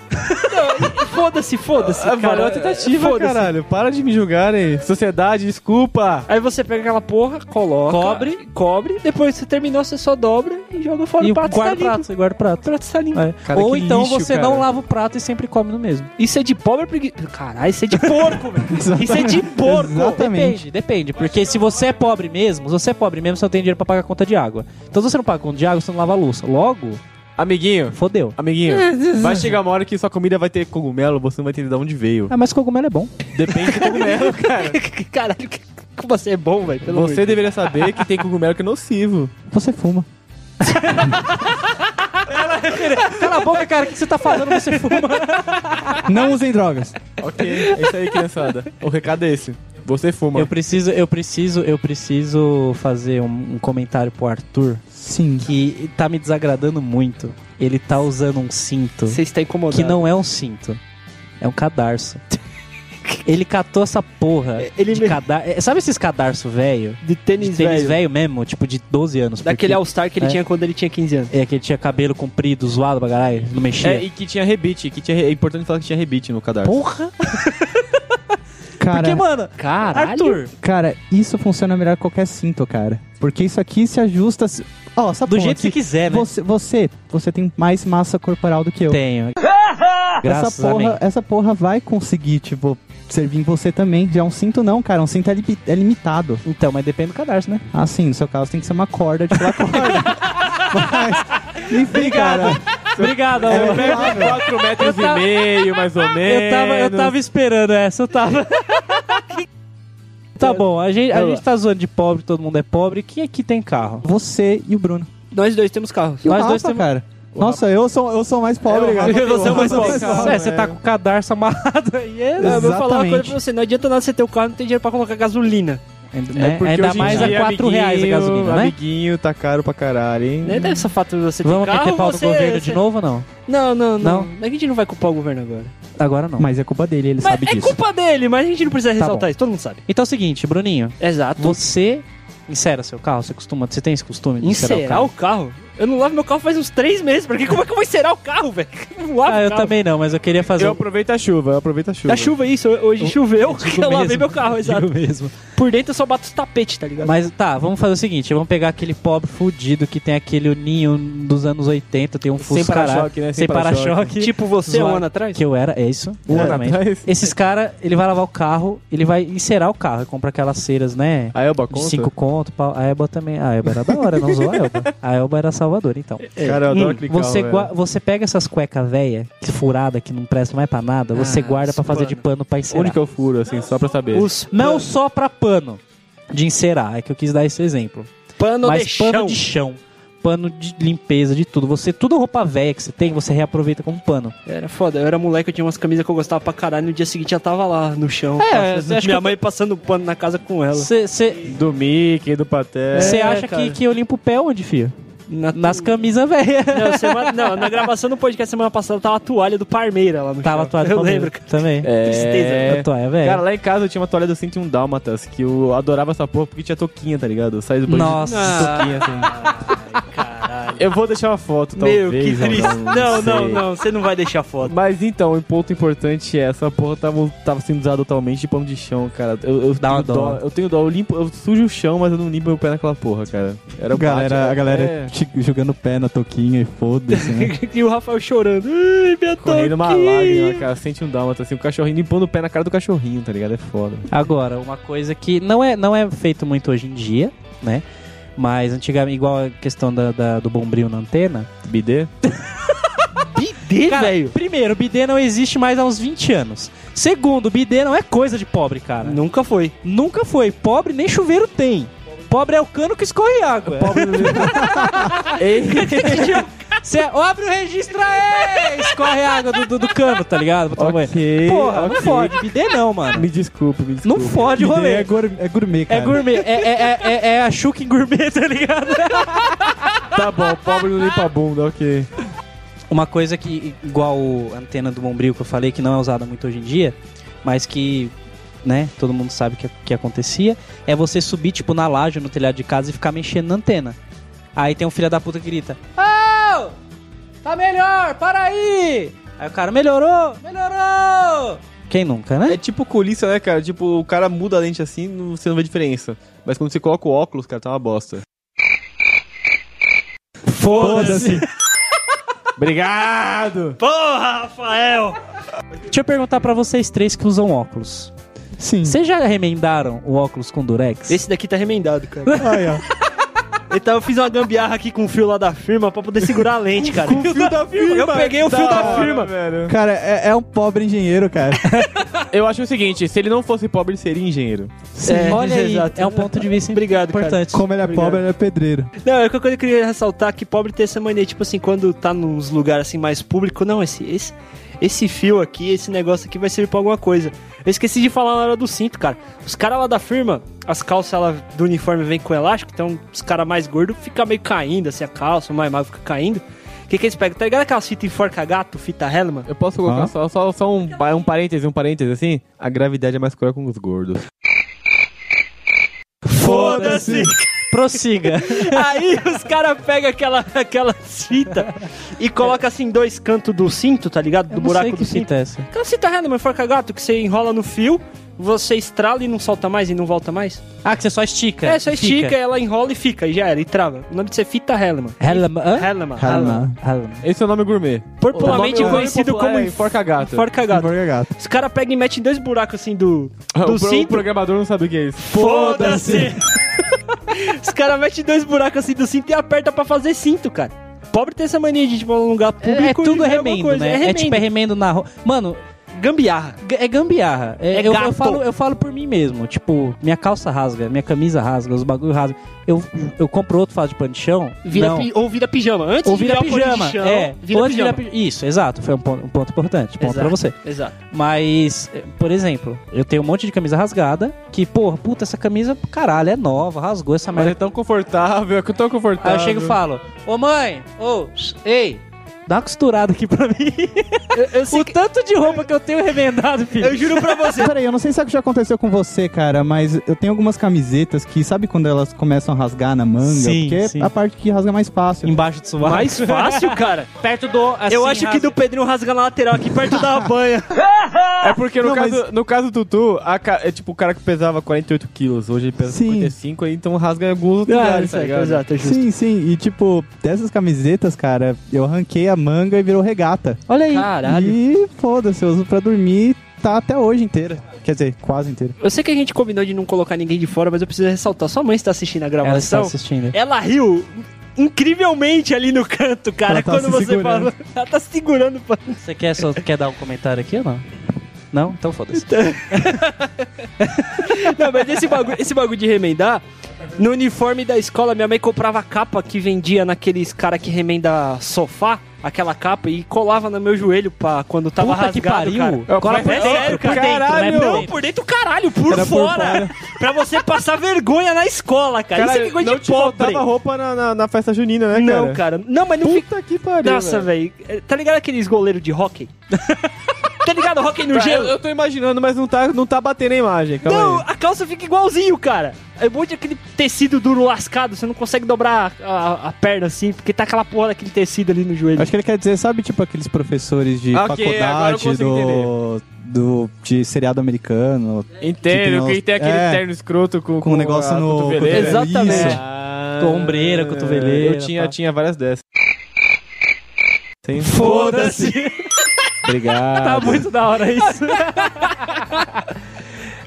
Speaker 1: Foda-se, foda-se.
Speaker 3: Ah, valeu
Speaker 1: cara.
Speaker 3: a tentativa,
Speaker 1: Foda-se.
Speaker 3: caralho. Para de me julgarem. Sociedade, desculpa.
Speaker 1: Aí você pega aquela porra, coloca.
Speaker 2: Cobre.
Speaker 1: Cobre. Depois você terminou, você só dobra e joga fora
Speaker 2: E
Speaker 1: o prato
Speaker 2: guarda
Speaker 1: está
Speaker 2: o
Speaker 1: limpo.
Speaker 2: prato, e guarda o
Speaker 1: O
Speaker 2: prato.
Speaker 1: prato tá está limpo.
Speaker 2: É.
Speaker 3: Cara,
Speaker 2: Ou
Speaker 3: que
Speaker 2: então
Speaker 3: lixo,
Speaker 2: você
Speaker 3: cara.
Speaker 2: não lava o prato e sempre come no mesmo.
Speaker 1: Isso é de pobre pregui... Caralho, isso é de porco, velho. Isso é de porco.
Speaker 5: Exatamente.
Speaker 2: Depende, depende. Porque se você é pobre mesmo, se você é pobre mesmo, você não tem dinheiro pra pagar a conta de água. Então se você não paga a conta de água, você não lava a louça. Logo,
Speaker 3: Amiguinho,
Speaker 2: fodeu.
Speaker 3: amiguinho, vai chegar uma hora que sua comida vai ter cogumelo, você não vai entender de onde veio.
Speaker 2: Ah, mas cogumelo é bom.
Speaker 3: Depende do cogumelo, cara.
Speaker 1: Caralho, que- como você é bom, velho. Pelo amor
Speaker 3: Você deveria saber que tem cogumelo que é nocivo.
Speaker 5: Você fuma.
Speaker 2: é Cala a boca, cara, o que você tá falando? Você fuma.
Speaker 5: Não usem drogas.
Speaker 3: Ok, é isso aí, criançada. O recado é esse. Você fuma.
Speaker 2: Eu preciso, eu preciso, eu preciso fazer um, um comentário pro Arthur
Speaker 5: Sim.
Speaker 2: que tá me desagradando muito. Ele tá usando um cinto
Speaker 1: Você está incomodado.
Speaker 2: que não é um cinto, é um cadarço. Ele catou essa porra
Speaker 1: ele
Speaker 2: de
Speaker 1: me-
Speaker 2: cadar- é, Sabe esses cadarço velho?
Speaker 1: De
Speaker 2: De
Speaker 1: tênis,
Speaker 2: tênis
Speaker 1: velho.
Speaker 2: velho mesmo, tipo de 12 anos.
Speaker 1: Daquele
Speaker 2: porque-
Speaker 1: All-Star que ele
Speaker 2: É.
Speaker 1: tinha quando ele tinha 15 anos.
Speaker 2: É, que ele tinha cabelo comprido, zoado pra caralho, não mexia.
Speaker 3: É, e que tinha rebite. Que tinha, é importante falar que tinha rebite no cadastro.
Speaker 2: Porra!
Speaker 5: Cara,
Speaker 2: Porque, mano,
Speaker 1: Caralho.
Speaker 2: Arthur,
Speaker 5: cara, isso funciona melhor que qualquer cinto, cara. Porque isso aqui se ajusta. se- Ó, essa
Speaker 2: do
Speaker 5: porra
Speaker 2: jeito que você
Speaker 5: aqui.
Speaker 2: quiser, né?
Speaker 5: Você, você, você tem mais massa corporal do que eu.
Speaker 2: Tenho. Graças
Speaker 5: essa
Speaker 2: a mim.
Speaker 5: porra, essa porra vai conseguir, tipo, servir em você também. Já um cinto não, cara. Um cinto é, li- é limitado.
Speaker 2: Então, mas depende do cadarço, né?
Speaker 5: Ah, sim. No seu caso tem que ser uma corda de pular corda. Mas, enfim, cara.
Speaker 2: Obrigado,
Speaker 5: É
Speaker 2: amor.
Speaker 5: viável.
Speaker 3: 4 metros
Speaker 2: Eu tava-
Speaker 3: e meio, mais ou menos.
Speaker 2: Eu tava, eu tava esperando essa, eu tava. tá bom, a gente, a
Speaker 1: Vai lá.
Speaker 2: gente tá zoando de pobre, todo mundo é pobre. Quem aqui tem carro?
Speaker 5: Você e o Bruno.
Speaker 1: Nós dois temos carro.
Speaker 5: E o
Speaker 2: Nós
Speaker 5: Rafa,
Speaker 2: dois temos-
Speaker 5: cara. Nossa, eu sou, eu sou mais pobre, cara.
Speaker 2: Você é o mais
Speaker 5: Eu sou
Speaker 2: pobre.
Speaker 5: pobre,
Speaker 2: É, você tá com o cadarço amarrado aí. É,
Speaker 1: Eu vou falar uma coisa pra
Speaker 5: Exatamente.
Speaker 1: você, não adianta nada você ter o carro, não tem dinheiro pra colocar gasolina.
Speaker 5: É
Speaker 1: É
Speaker 2: né? Ainda mais a 4 reais a gasolina, né?
Speaker 3: Amiguinho, tá caro pra caralho, hein?
Speaker 1: Né? Deve essa fatura você ter
Speaker 2: Vamos
Speaker 1: carro,
Speaker 2: meter pau no
Speaker 1: você-
Speaker 2: governo
Speaker 1: você-
Speaker 2: de novo ou não?
Speaker 1: Não, não, não, é
Speaker 2: Não?
Speaker 1: A gente não vai culpar o governo agora.
Speaker 2: Agora não.
Speaker 5: Mas é culpa dele, ele
Speaker 1: Mas
Speaker 5: sabe
Speaker 1: é
Speaker 5: disso.
Speaker 1: culpa dele, mas a gente não precisa
Speaker 2: Tá
Speaker 1: ressaltar
Speaker 2: bom.
Speaker 1: isso, todo mundo sabe.
Speaker 2: Então é o seguinte, Bruninho.
Speaker 1: Exato.
Speaker 2: Você encera seu carro? Você costuma, você tem esse costume de encerar,
Speaker 1: Encerar
Speaker 2: o
Speaker 1: o
Speaker 2: carro?
Speaker 1: carro? Eu não lavo meu carro faz uns três meses, porque como é que eu vou encerar o carro, velho? Eu Não lavo
Speaker 2: Ah,
Speaker 1: o
Speaker 2: eu
Speaker 1: carro.
Speaker 2: também não, mas eu queria fazer
Speaker 3: Eu
Speaker 2: um-
Speaker 3: aproveito a chuva, eu aproveito a chuva.
Speaker 1: Da chuva isso, hoje choveu,
Speaker 2: digo
Speaker 1: eu lavei
Speaker 2: mesmo,
Speaker 1: meu carro,
Speaker 2: digo
Speaker 1: exato.
Speaker 2: mesmo.
Speaker 1: Por dentro eu só bato os tapetes, tá ligado?
Speaker 2: Mas tá, vamos fazer o seguinte, vamos pegar aquele pobre fudido que tem aquele ninho dos anos 80, tem um
Speaker 3: Sem
Speaker 2: Fusca
Speaker 3: para-choque,
Speaker 2: caralho, Sem
Speaker 3: né? Sem
Speaker 2: para-choque.
Speaker 1: Tipo você,
Speaker 2: Zoado.
Speaker 1: um ano atrás?
Speaker 2: que eu era, é isso,
Speaker 3: É,
Speaker 2: exatamente.
Speaker 3: atrás.
Speaker 2: Esses caras, ele vai lavar o carro, ele vai encerar o carro, compra aquelas ceras, né?
Speaker 3: A Elba
Speaker 2: De
Speaker 3: conta?
Speaker 2: 5 conto, pau. a Elba também. A Elba era da hora, não zoou a Elba. A Elba era Salvador, então.
Speaker 3: Cara, eu adoro clicar, né?
Speaker 2: Você,
Speaker 3: velho.
Speaker 2: gua- você pega essas cuecas velha, que furada, que não presta mais pra nada, você
Speaker 1: Ah,
Speaker 2: guarda pra
Speaker 1: os
Speaker 2: fazer de pano pra encerar.
Speaker 3: Onde que eu furo, assim, só pra saber?
Speaker 1: Os
Speaker 2: Não só pra pano de encerar, é que eu quis dar esse exemplo.
Speaker 1: pano
Speaker 2: mas
Speaker 1: de
Speaker 2: pano
Speaker 1: chão.
Speaker 2: de chão, pano de limpeza, de tudo. Você, tudo roupa velha que você tem, você reaproveita como pano.
Speaker 1: Era foda, eu era moleque, eu tinha umas camisas que eu gostava pra caralho, no dia seguinte já tava lá no chão.
Speaker 2: É,
Speaker 1: passando-
Speaker 2: você acha que
Speaker 1: minha
Speaker 2: eu-
Speaker 1: mãe passando pano na casa com ela. É,
Speaker 2: Você você-
Speaker 3: Do Mickey, do Paté.
Speaker 2: você acha que, que eu limpo o pé onde, filho?
Speaker 1: Na-
Speaker 2: Nas camisas velhas.
Speaker 1: Não, semana- não, na gravação do podcast semana passada tava a toalha do Parmeira lá no
Speaker 2: Tava
Speaker 1: chão.
Speaker 2: atuado
Speaker 1: Eu
Speaker 2: com
Speaker 1: lembro,
Speaker 2: dedo Também.
Speaker 3: É...
Speaker 1: Tristeza,
Speaker 2: A toalha, velha.
Speaker 3: Cara, lá em casa eu tinha uma toalha do 101 Dálmatas, que eu adorava essa porra porque tinha toquinha, tá ligado? Eu saí do banho
Speaker 2: Nossa.
Speaker 3: toquinha, assim. Eu vou deixar uma foto,
Speaker 1: Ah. Meu,
Speaker 3: talvez.
Speaker 1: que
Speaker 3: ou
Speaker 1: triste. Não, não,
Speaker 3: sei.
Speaker 1: não, você não vai deixar foto.
Speaker 3: Mas então, o ponto importante é, essa porra tava, tava sendo usada totalmente de pano de chão, cara. Eu, eu
Speaker 2: Dá
Speaker 3: tenho
Speaker 2: uma dó.
Speaker 3: Eu tenho dó, eu limpo, eu sujo o chão, mas eu não limpo meu pé naquela porra, cara. Era
Speaker 5: A
Speaker 3: o
Speaker 5: galera,
Speaker 3: Batman,
Speaker 5: a galera
Speaker 3: é,
Speaker 5: te- jogando pé na toquinha e foda-se, né?
Speaker 1: e o Rafael chorando. Ai, minha
Speaker 3: Correndo uma
Speaker 1: toquinha."
Speaker 3: lágrima, cara, sente um dálmata, assim, o cachorrinho limpando o pé na cara do cachorrinho, tá ligado? É foda.
Speaker 2: Agora, uma coisa que não é, não é feito muito hoje em dia, né? Mas antigamente, igual a questão da, da- do bombril na antena.
Speaker 3: BD?
Speaker 1: Bidê,
Speaker 2: Cara,
Speaker 1: velho.
Speaker 2: primeiro, bidê não existe mais há uns 20 anos. Segundo, bidê não é coisa de pobre, cara.
Speaker 1: Nunca foi.
Speaker 2: Nunca foi. Pobre nem chuveiro tem. Pobre é o cano que escorre água.
Speaker 3: Pobre do
Speaker 2: Você é- abre o registro, é, escorre água do, do, do cano, tá ligado? Pra tomar banho.
Speaker 3: Ok.
Speaker 2: Porra, não
Speaker 3: ok.
Speaker 2: fode. Bidê não, mano.
Speaker 3: Me desculpa, me
Speaker 2: Não
Speaker 3: desculpa.
Speaker 2: fode o rolê.
Speaker 5: é, gour- é gourmet,
Speaker 2: É
Speaker 5: cara.
Speaker 2: gourmet, é, é, é, é, é a Chuca em gourmet, tá ligado?
Speaker 3: Tá bom, pobre não limpa a bunda, ok.
Speaker 2: Uma coisa que, igual a antena do bombril que eu falei, que não é usada muito hoje em dia, mas que, né, todo mundo sabe que, que acontecia, é você subir, tipo, na laje, no telhado de casa e ficar mexendo na antena. Aí tem um filho da puta que grita: Ô! Tá melhor, para aí! Aí o cara melhorou, melhorou! Quem nunca, né?
Speaker 3: É tipo colícia, né, cara? Tipo, o cara muda a lente assim, não- você não vê diferença. Mas quando você coloca o óculos, cara, tá uma bosta.
Speaker 2: Foda-se!
Speaker 3: Obrigado!
Speaker 1: Porra, Rafael!
Speaker 2: Deixa eu perguntar pra vocês três que usam óculos:
Speaker 5: Sim.
Speaker 2: Vocês já remendaram o óculos com durex?
Speaker 1: Esse daqui tá remendado, cara.
Speaker 5: Aí, ó.
Speaker 1: Então eu fiz uma gambiarra aqui com o fio lá da firma pra poder segurar a lente, cara.
Speaker 3: O fio da firma!
Speaker 1: Eu peguei o fio da
Speaker 3: hora,
Speaker 1: firma.
Speaker 3: velho.
Speaker 5: Cara, é, é um pobre engenheiro, cara.
Speaker 3: Eu acho o seguinte, se ele não fosse pobre, ele seria engenheiro.
Speaker 1: É,
Speaker 2: Olha aí,
Speaker 1: exato.
Speaker 2: é um ponto de vista
Speaker 1: Obrigado, cara.
Speaker 2: importante.
Speaker 5: Como ele é pobre, ele é pedreiro.
Speaker 1: Não, é que eu queria ressaltar que pobre tem essa mania, tipo assim, quando tá nos lugares assim mais público, não, esse, esse, esse fio aqui, esse negócio aqui vai servir pra alguma coisa. Eu esqueci de falar na hora do cinto, cara. Os caras lá da firma, as calças lá do uniforme vem com elástico, então os caras mais gordos fica meio caindo, assim, a calça, o mais magro fica caindo. O que que eles pegam? Tá ligado aquelas fitas enforca gato, fita Hellman?
Speaker 3: Eu posso colocar
Speaker 5: Ah.
Speaker 3: só, só, só um, pa- um parêntese, um parêntese assim? A gravidade é mais cruel com os gordos.
Speaker 2: Foda-se!
Speaker 1: assim.
Speaker 2: Prossiga.
Speaker 1: Aí os caras pegam aquela, aquela fita e coloca assim dois cantos do cinto, tá ligado? Do
Speaker 2: Eu não
Speaker 1: buraco
Speaker 2: sei
Speaker 1: do
Speaker 2: que
Speaker 1: cinto.
Speaker 2: fita é essa.
Speaker 1: Aquela cita random, enforca gato, que você enrola no fio, você estrala e não solta mais e não volta mais?
Speaker 2: Ah, que você só estica.
Speaker 1: É, só estica, ela enrola e fica, e já era, e trava. O nome disso é fita Hellman.
Speaker 2: Hellman, hã?
Speaker 1: Hellman.
Speaker 5: Hellman.
Speaker 3: Esse é o nome gourmet.
Speaker 1: Popularmente
Speaker 3: O nome-
Speaker 1: conhecido
Speaker 3: o nome
Speaker 1: como
Speaker 3: popular é Enforca Gato.
Speaker 1: Enforca gato.
Speaker 5: Enforca gato.
Speaker 1: Os caras pegam e metem dois buracos assim do,
Speaker 3: O,
Speaker 1: do
Speaker 3: pro- o
Speaker 1: cinto.
Speaker 3: programador não sabe o que é isso.
Speaker 1: Foda-se! Os caras metem dois buracos assim do cinto e aperta pra fazer cinto, cara. Pobre tem essa mania de tipo, um lugar público
Speaker 2: É, é tudo
Speaker 1: e ver alguma
Speaker 2: remendo,
Speaker 1: coisa.
Speaker 2: né? É,
Speaker 1: É remendo.
Speaker 2: tipo, é remendo na roupa. Mano,
Speaker 1: gambiarra.
Speaker 2: Ga- É gambiarra. É-
Speaker 1: É
Speaker 2: eu, eu
Speaker 1: gato.
Speaker 2: falo, eu falo por mim mesmo. Tipo, minha calça rasga, minha camisa rasga, os bagulho rasga. Eu, eu compro outro fato de pano de chão.
Speaker 1: Vira
Speaker 2: não.
Speaker 1: pi- ou vira pijama. Antes
Speaker 2: Ou
Speaker 1: de
Speaker 2: vira
Speaker 1: virar o pano de
Speaker 2: pijama.
Speaker 1: chão,
Speaker 2: é,
Speaker 1: vira
Speaker 2: ou antes de
Speaker 1: pijama.
Speaker 2: virar pi- Isso, exato. Foi um ponto, um ponto importante. Ponto pra
Speaker 1: Exato.
Speaker 2: você.
Speaker 1: Exato.
Speaker 2: Mas, eh, por exemplo, eu tenho um monte de camisa rasgada. Que, porra, puta, essa camisa, caralho, é nova, rasgou essa
Speaker 3: Mas é
Speaker 2: merda.
Speaker 3: tão confortável, é tão confortável.
Speaker 2: Aí eu chego e falo: Ô mãe, ô, ei, dá uma costurada aqui pra mim.
Speaker 1: Eu, eu sei
Speaker 2: o
Speaker 1: que-
Speaker 2: tanto de roupa que eu tenho remendado, filho.
Speaker 1: eu juro pra você.
Speaker 5: Peraí, eu não sei se é o que já aconteceu com você, cara, mas eu tenho algumas camisetas que, sabe quando elas começam a rasgar na manga?
Speaker 2: Sim,
Speaker 5: Porque
Speaker 2: sim.
Speaker 5: é a parte que rasga mais fácil.
Speaker 2: Embaixo do sovaco.
Speaker 1: Mais fácil, cara.
Speaker 2: Perto do. assim,
Speaker 1: eu acho que do Pedrinho rasga na lateral aqui perto da banha.
Speaker 3: É porque no,
Speaker 5: Não,
Speaker 3: caso, no caso do Tutu, a ca- é tipo o cara que pesava 48 quilos, hoje ele pesa
Speaker 5: Sim.
Speaker 3: 55, aí então rasga em alguns outros lugares, tá ligado?
Speaker 1: exato, é justo.
Speaker 5: Sim, sim. E tipo, dessas camisetas, cara, eu arranquei a manga e virou regata.
Speaker 2: Olha aí.
Speaker 5: E foda-se, eu uso pra dormir tá até hoje inteira. Quer dizer, quase inteira.
Speaker 1: Eu sei que a gente combinou de não colocar ninguém de fora, mas eu preciso ressaltar. Sua mãe está assistindo a
Speaker 2: Ela então, está
Speaker 1: gravação.
Speaker 2: assistindo.
Speaker 1: Ela riu incrivelmente ali no canto, cara,
Speaker 5: Ela tá
Speaker 1: quando
Speaker 5: se
Speaker 1: você
Speaker 5: segurando.
Speaker 1: falou. Ela tá segurando o pano.
Speaker 2: Você quer, só, quer dar um comentário aqui ou não? Não? Então foda-se.
Speaker 1: Não, mas esse bagulho, esse bagulho de remendar, no uniforme da escola, minha mãe comprava capa que vendia naqueles cara que remenda sofá, aquela capa, e colava no meu joelho pra quando tava
Speaker 2: Puta
Speaker 1: rasgado,
Speaker 2: que pariu.
Speaker 1: cara.
Speaker 2: Cola por
Speaker 1: É
Speaker 2: dentro,
Speaker 1: sério,
Speaker 2: por
Speaker 1: cara.
Speaker 2: dentro, né?
Speaker 1: Caralho!
Speaker 2: Por
Speaker 1: Não,
Speaker 2: dentro.
Speaker 1: por dentro, caralho, por
Speaker 3: Era por
Speaker 1: fora. pra você passar vergonha na escola, cara.
Speaker 3: Cara,
Speaker 1: Isso é coisa
Speaker 3: não
Speaker 1: de
Speaker 3: te
Speaker 1: pobre.
Speaker 3: faltava roupa na, na, na festa junina, né, cara?
Speaker 1: Não, cara. Não, mas não fica.
Speaker 3: Puta que pariu,
Speaker 1: Nossa, velho. É, Tá ligado aqueles goleiros de hockey? tá ligado? Hockey no
Speaker 3: Tá, Eu,
Speaker 1: gelo?
Speaker 3: eu tô imaginando, mas não tá, não tá batendo a imagem, calma
Speaker 1: não,
Speaker 3: aí.
Speaker 1: a calça fica igualzinho, cara. É um monte de aquele tecido duro lascado, você não consegue dobrar a, a- a perna assim, porque tá aquela porra daquele tecido ali no joelho.
Speaker 5: Acho que ele quer dizer, sabe, tipo aqueles professores de
Speaker 3: Ok, agora eu
Speaker 5: faculdade
Speaker 3: consigo
Speaker 5: do, do de seriado americano Que tem
Speaker 3: Entendo,
Speaker 5: os-
Speaker 3: que tem aquele
Speaker 5: é.
Speaker 3: terno escroto com,
Speaker 5: com um negócio
Speaker 3: a
Speaker 5: no
Speaker 3: cotoveleira.
Speaker 1: cotovelo. Exatamente.
Speaker 5: Isso.
Speaker 3: Ah,
Speaker 2: Com ombreira, cotoveleira,
Speaker 3: Eu tinha,
Speaker 2: pá.
Speaker 3: tinha várias dessas. Sem-
Speaker 1: Foda-se!
Speaker 3: Obrigado.
Speaker 1: tá muito da hora isso.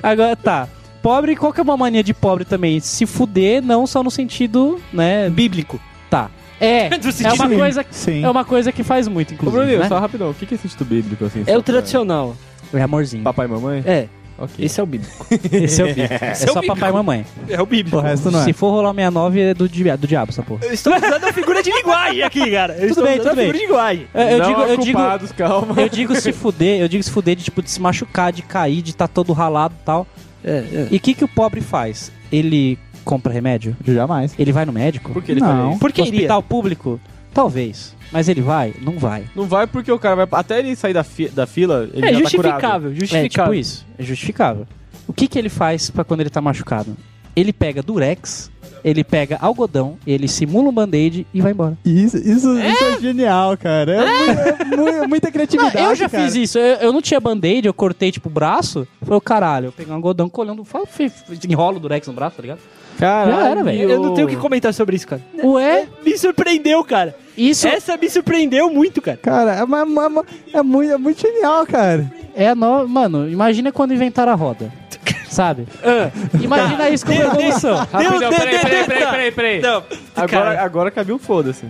Speaker 2: Agora tá. Pobre, qual que é uma mania de pobre também? Se fuder, não só no sentido, né? Bíblico. Tá. É.
Speaker 1: Do
Speaker 2: É
Speaker 1: sentido
Speaker 2: uma
Speaker 5: Sim,
Speaker 2: coisa,
Speaker 5: sim.
Speaker 2: é uma coisa que faz muito,
Speaker 3: Ô,
Speaker 2: inclusive.
Speaker 3: Bruninho,
Speaker 2: né?
Speaker 3: só rapidão, o que que é sentido bíblico, assim?
Speaker 1: É
Speaker 3: só
Speaker 1: o
Speaker 3: pra-
Speaker 1: tradicional.
Speaker 2: É amorzinho.
Speaker 3: Papai e mamãe?
Speaker 1: É,
Speaker 3: Ok.
Speaker 1: esse é o bíblico.
Speaker 2: Esse é o bico. É
Speaker 1: é o
Speaker 2: só
Speaker 1: bico.
Speaker 2: papai e mamãe.
Speaker 1: É o bíblico.
Speaker 5: O resto não é.
Speaker 2: Se for rolar o 69, é do, dia- do diabo essa porra.
Speaker 1: Eu estou usando a figura de linguagem aqui, cara. Eu
Speaker 2: Tudo
Speaker 1: estou
Speaker 2: bem,
Speaker 1: usando
Speaker 2: tudo
Speaker 1: a figura
Speaker 2: bem.
Speaker 1: de linguagem.
Speaker 2: Eu, É, eu
Speaker 3: não
Speaker 2: digo, eu digo,
Speaker 3: ocupados, calma.
Speaker 2: eu digo se fuder, eu digo se fuder de tipo de se machucar, de cair, de estar tá todo ralado e tal.
Speaker 1: É, é.
Speaker 2: E o que, que o pobre faz? Ele compra remédio?
Speaker 5: Jamais.
Speaker 2: Ele vai no médico?
Speaker 3: Por que ele
Speaker 5: Não.
Speaker 3: faria isso?
Speaker 1: Por que iria?
Speaker 2: Hospital público? Talvez. Mas ele vai? Não vai.
Speaker 3: Não vai porque o cara vai. Até ele sair da, fi- da fila, ele
Speaker 1: É
Speaker 3: já tá curado.
Speaker 1: justificável,
Speaker 2: É tipo
Speaker 1: justificável.
Speaker 2: isso. É justificável. O que, que ele faz pra quando ele tá machucado? Ele pega durex, ele pega algodão, ele simula um band-aid e vai embora.
Speaker 5: Isso, isso, isso é genial, cara. É, mu- é mu- muita criatividade.
Speaker 2: eu já
Speaker 5: cara.
Speaker 2: fiz isso. Eu, eu não tinha band-aid, eu cortei tipo o braço. Foi o caralho. Eu peguei um algodão colhando, falo, fi- fi- enrolo o durex no braço, tá ligado?
Speaker 3: Caralho.
Speaker 2: Já era, velho.
Speaker 1: Eu não tenho o que comentar sobre isso, cara.
Speaker 2: Ué,
Speaker 1: Me surpreendeu, cara.
Speaker 2: isso
Speaker 1: Essa me surpreendeu muito, cara.
Speaker 5: Cara, é, uma- uma- uma- é muito, é muito genial, cara.
Speaker 2: é no... Mano, imagina quando inventaram a roda. Sabe?
Speaker 1: Ah.
Speaker 2: Imagina isso como evolução.
Speaker 1: Deu,
Speaker 3: Rapidão,
Speaker 1: deu,
Speaker 3: peraí,
Speaker 1: deu,
Speaker 3: peraí,
Speaker 1: deu,
Speaker 3: peraí,
Speaker 1: tá.
Speaker 3: peraí, peraí.
Speaker 1: Não,
Speaker 3: Agora,
Speaker 1: cara.
Speaker 3: agora cabe um foda-se.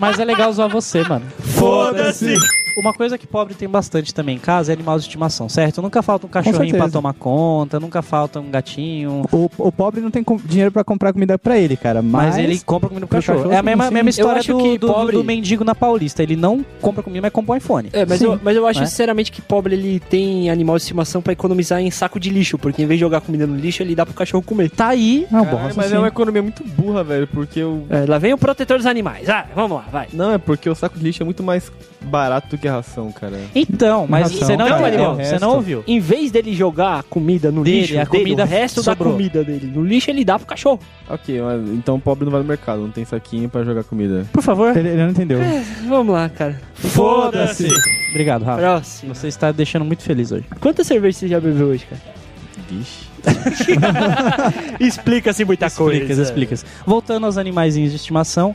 Speaker 2: Mas é legal zoar você, mano.
Speaker 1: Foda-se!
Speaker 2: Uma coisa que pobre tem bastante também em casa é animal de estimação, certo? Nunca falta um cachorrinho
Speaker 5: certeza.
Speaker 2: pra tomar conta, nunca falta um gatinho.
Speaker 5: O, o pobre não tem com- dinheiro pra comprar comida pra ele, cara. Mas,
Speaker 2: Mas, ele compra comida pro
Speaker 5: pro
Speaker 2: cachorro.
Speaker 5: cachorro,
Speaker 2: É a mesma,
Speaker 5: sim.
Speaker 2: mesma
Speaker 1: Eu
Speaker 2: história
Speaker 1: acho
Speaker 2: do,
Speaker 1: que
Speaker 2: do,
Speaker 1: pobre-
Speaker 2: do mendigo na Paulista. Ele não compra comida, mas compra um iPhone.
Speaker 1: É, mas,
Speaker 5: Sim.
Speaker 1: eu, mas eu acho
Speaker 2: Né?
Speaker 1: sinceramente que pobre ele tem animal de estimação pra economizar em saco de lixo, porque em vez de jogar comida no lixo, ele dá pro cachorro comer.
Speaker 2: Tá aí.
Speaker 5: Não,
Speaker 3: Caralho,
Speaker 5: bom,
Speaker 3: mas é uma economia muito burra, velho, porque o.
Speaker 1: É, lá vem o protetor dos animais. Ah, vamos lá, vai.
Speaker 3: Não, é porque o saco de lixo é muito mais barato do que
Speaker 4: que é ração, cara?
Speaker 2: Então, mas
Speaker 1: Ração.
Speaker 2: você não
Speaker 1: Não,
Speaker 2: entendeu,
Speaker 1: animal.
Speaker 2: você não ouviu.
Speaker 1: Em vez dele jogar a comida no
Speaker 2: Dele,
Speaker 1: lixo,
Speaker 2: a
Speaker 1: dele,
Speaker 2: comida
Speaker 1: o resto
Speaker 2: sobrou.
Speaker 1: da comida dele no lixo, ele dá pro cachorro.
Speaker 4: Ok, mas então o pobre não vai no mercado, não tem saquinho pra jogar comida.
Speaker 2: Por favor.
Speaker 5: Ele, ele não entendeu.
Speaker 1: Vamos lá, cara.
Speaker 2: Foda-se. Obrigado, Rafa.
Speaker 1: Próximo.
Speaker 2: Você está deixando muito feliz hoje.
Speaker 1: Quanta cerveja você já bebeu hoje, cara?
Speaker 4: Vixe.
Speaker 1: Explica-se muita
Speaker 2: Explicas,
Speaker 1: coisa.
Speaker 2: explicas. Voltando aos animaizinhos de estimação,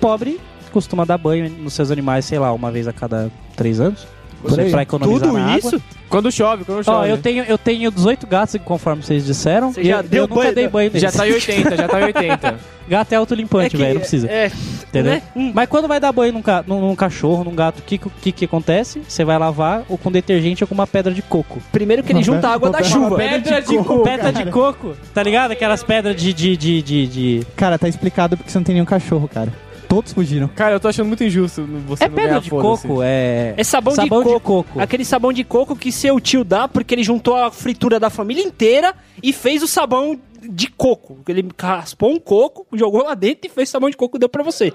Speaker 2: pobre costuma dar banho nos seus animais, sei lá, uma vez a cada três anos. Por aí. Pra economizar
Speaker 1: Tudo
Speaker 2: na
Speaker 1: isso?
Speaker 2: água.
Speaker 3: Quando chove, quando
Speaker 2: Ó,
Speaker 3: chove.
Speaker 2: eu tenho, eu tenho 18 gatos, conforme vocês disseram.
Speaker 1: Você
Speaker 2: e
Speaker 1: já
Speaker 2: eu,
Speaker 1: deu
Speaker 2: eu nunca
Speaker 1: banho-
Speaker 2: dei banho neles.
Speaker 3: Já tá em 80, já tá em 80.
Speaker 2: Gato é autolimpante, velho, não precisa.
Speaker 1: É,
Speaker 2: entendeu?
Speaker 1: né? Hum.
Speaker 2: Mas quando vai dar banho num, ca- num- num cachorro, num gato, o que, que- que, que acontece? Você vai lavar ou com detergente ou com uma pedra de coco.
Speaker 1: Primeiro que ele junta a água da chuva.
Speaker 2: Pedra de coco, pedra de coco, tá ligado? Aquelas pedras de, de, de, de, de-
Speaker 5: Cara, tá explicado porque você não tem nenhum cachorro, cara. Todos fugiram.
Speaker 4: Cara, eu tô achando muito injusto você
Speaker 2: É
Speaker 4: não
Speaker 2: pedra
Speaker 4: ganhar
Speaker 2: de
Speaker 4: foda-se.
Speaker 2: coco, é...
Speaker 1: É sabão,
Speaker 2: Sabão
Speaker 1: de,
Speaker 2: de
Speaker 1: coco.
Speaker 2: coco.
Speaker 1: Aquele sabão de coco que seu tio dá porque ele juntou a fritura da família inteira e fez o sabão de coco. Ele raspou um coco, jogou lá dentro e fez sabão de coco e deu pra você.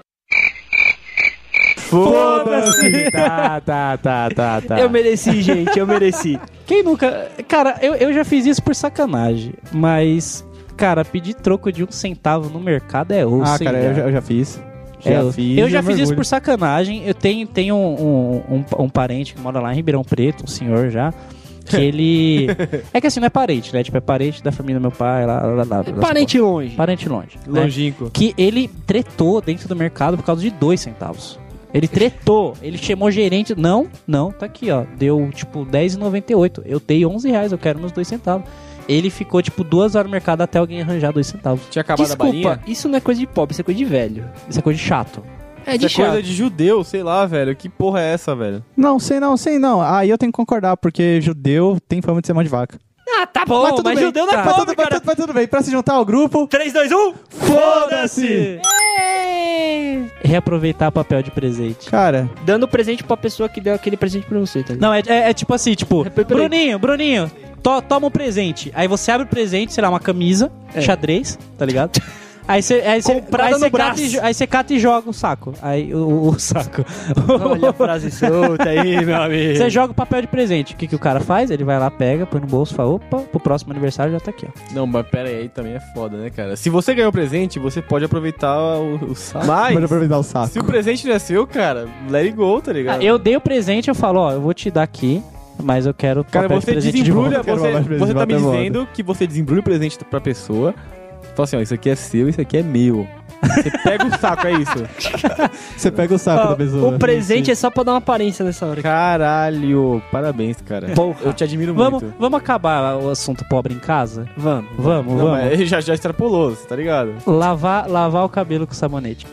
Speaker 2: Foda-se!
Speaker 4: Tá, tá, tá, tá, tá.
Speaker 1: Eu mereci, gente, eu mereci.
Speaker 2: Quem nunca... Cara, eu, eu já fiz isso por sacanagem, mas... Cara, pedir troco de um centavo no mercado é osso,
Speaker 5: ah,
Speaker 2: hein,
Speaker 5: cara, eu já, eu já fiz. Já
Speaker 2: É, eu-
Speaker 5: fiz.
Speaker 2: eu
Speaker 5: e
Speaker 2: já fiz isso
Speaker 5: mergulho.
Speaker 2: por sacanagem. Eu tenho, tenho um, um, um- um parente que mora lá em Ribeirão Preto, um senhor já. Que ele. é que assim, não é parente, né? Tipo, é parente da família do meu pai, lá, lá, lá, lá, lá
Speaker 1: Parente longe.
Speaker 2: parente longe. né?
Speaker 4: Longínquo.
Speaker 2: Que ele tretou dentro do mercado por causa de dois centavos. Ele tretou, ele chamou o gerente. Não, não, tá aqui, ó. Deu tipo R$10,98. Eu dei 11 reais, eu quero meus dois centavos. Ele ficou tipo duas horas no mercado até alguém arranjar dois centavos.
Speaker 4: Tinha acabado a
Speaker 1: Desculpa,
Speaker 4: balinha?
Speaker 1: isso não é coisa de pobre, isso é coisa de velho.
Speaker 2: Isso é coisa de chato.
Speaker 1: É
Speaker 4: Isso
Speaker 1: de
Speaker 4: é
Speaker 1: chato.
Speaker 4: coisa de judeu, sei lá, velho. Que porra é essa, velho?
Speaker 5: Não, sei não, sei não. Aí eu tenho que concordar, porque judeu tem fama de ser mão de vaca.
Speaker 1: Ah, tá bom, mas,
Speaker 5: bem.
Speaker 1: judeu não é
Speaker 5: mas
Speaker 1: pobre,
Speaker 5: tudo, mas
Speaker 1: cara. um,
Speaker 5: tudo- mas tudo bem. Pra se juntar ao grupo,
Speaker 1: 3, 2, 1...
Speaker 5: foda-se!
Speaker 2: Reaproveitar papel de presente.
Speaker 5: Cara,
Speaker 1: Dando presente pra pessoa que deu aquele presente pra você, tá ligado?
Speaker 2: Não, é, é- é tipo assim, tipo,
Speaker 1: peraí.
Speaker 2: Bruninho, Bruninho, to- toma um presente. Aí você abre o presente, sei lá, uma camisa,
Speaker 1: É.
Speaker 2: xadrez, tá ligado? Aí você aí você-
Speaker 1: Comprada
Speaker 2: aí
Speaker 1: no
Speaker 2: você cata,
Speaker 1: braço.
Speaker 2: e jo- aí você cata e joga o saco. Aí o, o saco.
Speaker 1: Olha a frase solta aí, meu amigo.
Speaker 2: Você joga o papel de presente. O que, que o cara faz? Ele vai lá, pega, põe no bolso, fala, opa, pro próximo aniversário já tá aqui, ó.
Speaker 4: Não, mas pera aí, também é foda, né, cara? Se você ganhou o presente, você pode aproveitar o, o saco. Mas,
Speaker 5: bora aproveitar o um saco.
Speaker 4: se o presente não é seu, cara, let it go, tá ligado?
Speaker 1: É.
Speaker 2: Ah, eu dei o presente, eu falo, ó, eu vou te dar aqui, mas eu quero o
Speaker 4: Cara,
Speaker 2: papel de
Speaker 4: você
Speaker 2: presente de volta.
Speaker 4: desembrulha,
Speaker 5: volta.
Speaker 4: você,
Speaker 5: Quero uma mais
Speaker 4: você tá me
Speaker 5: presente, volta.
Speaker 4: dizendo que você desembrulha o presente pra pessoa. Fala assim, ó, isso aqui é seu, isso aqui é meu. Você pega o saco, é isso.
Speaker 5: Você pega o saco da pessoa.
Speaker 1: o presente é só pra dar uma aparência nessa hora.
Speaker 4: Caralho, parabéns, cara.
Speaker 1: Porra.
Speaker 4: Eu te admiro
Speaker 1: um
Speaker 2: Vamos,
Speaker 4: muito.
Speaker 2: vamos acabar o assunto pobre em casa?
Speaker 1: Vamos.
Speaker 2: Vamos,
Speaker 4: Não,
Speaker 2: vamos.
Speaker 1: é,
Speaker 4: mas ele já, já extrapolou, você tá ligado?
Speaker 2: Lavar, lavar o cabelo com sabonete.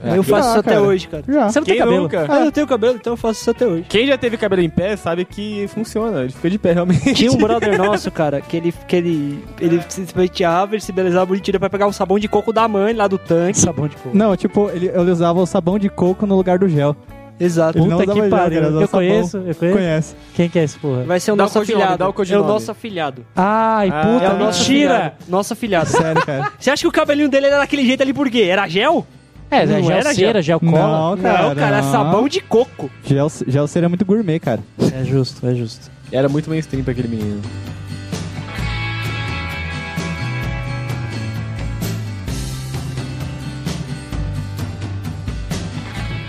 Speaker 2: É,
Speaker 3: É,
Speaker 1: eu faço isso
Speaker 5: Ah,
Speaker 1: até
Speaker 5: cara.
Speaker 1: hoje, cara.
Speaker 5: Já.
Speaker 2: Você não tem
Speaker 4: Quem
Speaker 2: cabelo.
Speaker 4: nunca?
Speaker 1: Ah, eu não tenho cabelo, então eu faço isso até hoje.
Speaker 4: Quem já teve cabelo em pé sabe que funciona, ele fica de pé realmente.
Speaker 1: Tinha um brother nosso, cara, que ele, que ele, ele se penteava, ele se belezava bonitinho pra pegar o sabão de coco da mãe lá do tanque.
Speaker 2: Sabão de coco.
Speaker 5: Não, tipo, ele, ele usava o sabão de coco no lugar do gel.
Speaker 1: Exato.
Speaker 5: Ele não usava
Speaker 2: Puta que
Speaker 5: gel,
Speaker 2: pariu.
Speaker 5: cara, usava
Speaker 2: eu
Speaker 5: sabão.
Speaker 2: conheço, eu conheço.
Speaker 5: Conhece.
Speaker 2: Quem que é esse porra?
Speaker 1: Vai ser o
Speaker 4: Dá o
Speaker 1: nosso
Speaker 4: codinome,
Speaker 1: afilhado.
Speaker 4: dá o
Speaker 1: é o
Speaker 4: codinome.
Speaker 1: nosso afilhado.
Speaker 2: Ai,
Speaker 4: Ah,
Speaker 2: puta,
Speaker 1: é o nosso
Speaker 2: mentira.
Speaker 1: afilhado. Nosso afilhado.
Speaker 5: Sério, cara.
Speaker 1: Você acha que o cabelinho dele era daquele jeito ali por quê? Era gel?
Speaker 2: É,
Speaker 1: Não
Speaker 2: é
Speaker 1: era
Speaker 2: gelceira, gel cola.
Speaker 5: Não, cara.
Speaker 1: não, cara, é
Speaker 5: não.
Speaker 1: sabão de coco.
Speaker 5: Gel, gel seria muito gourmet, cara.
Speaker 2: É justo, é justo.
Speaker 4: Era muito mainstream pra aquele menino.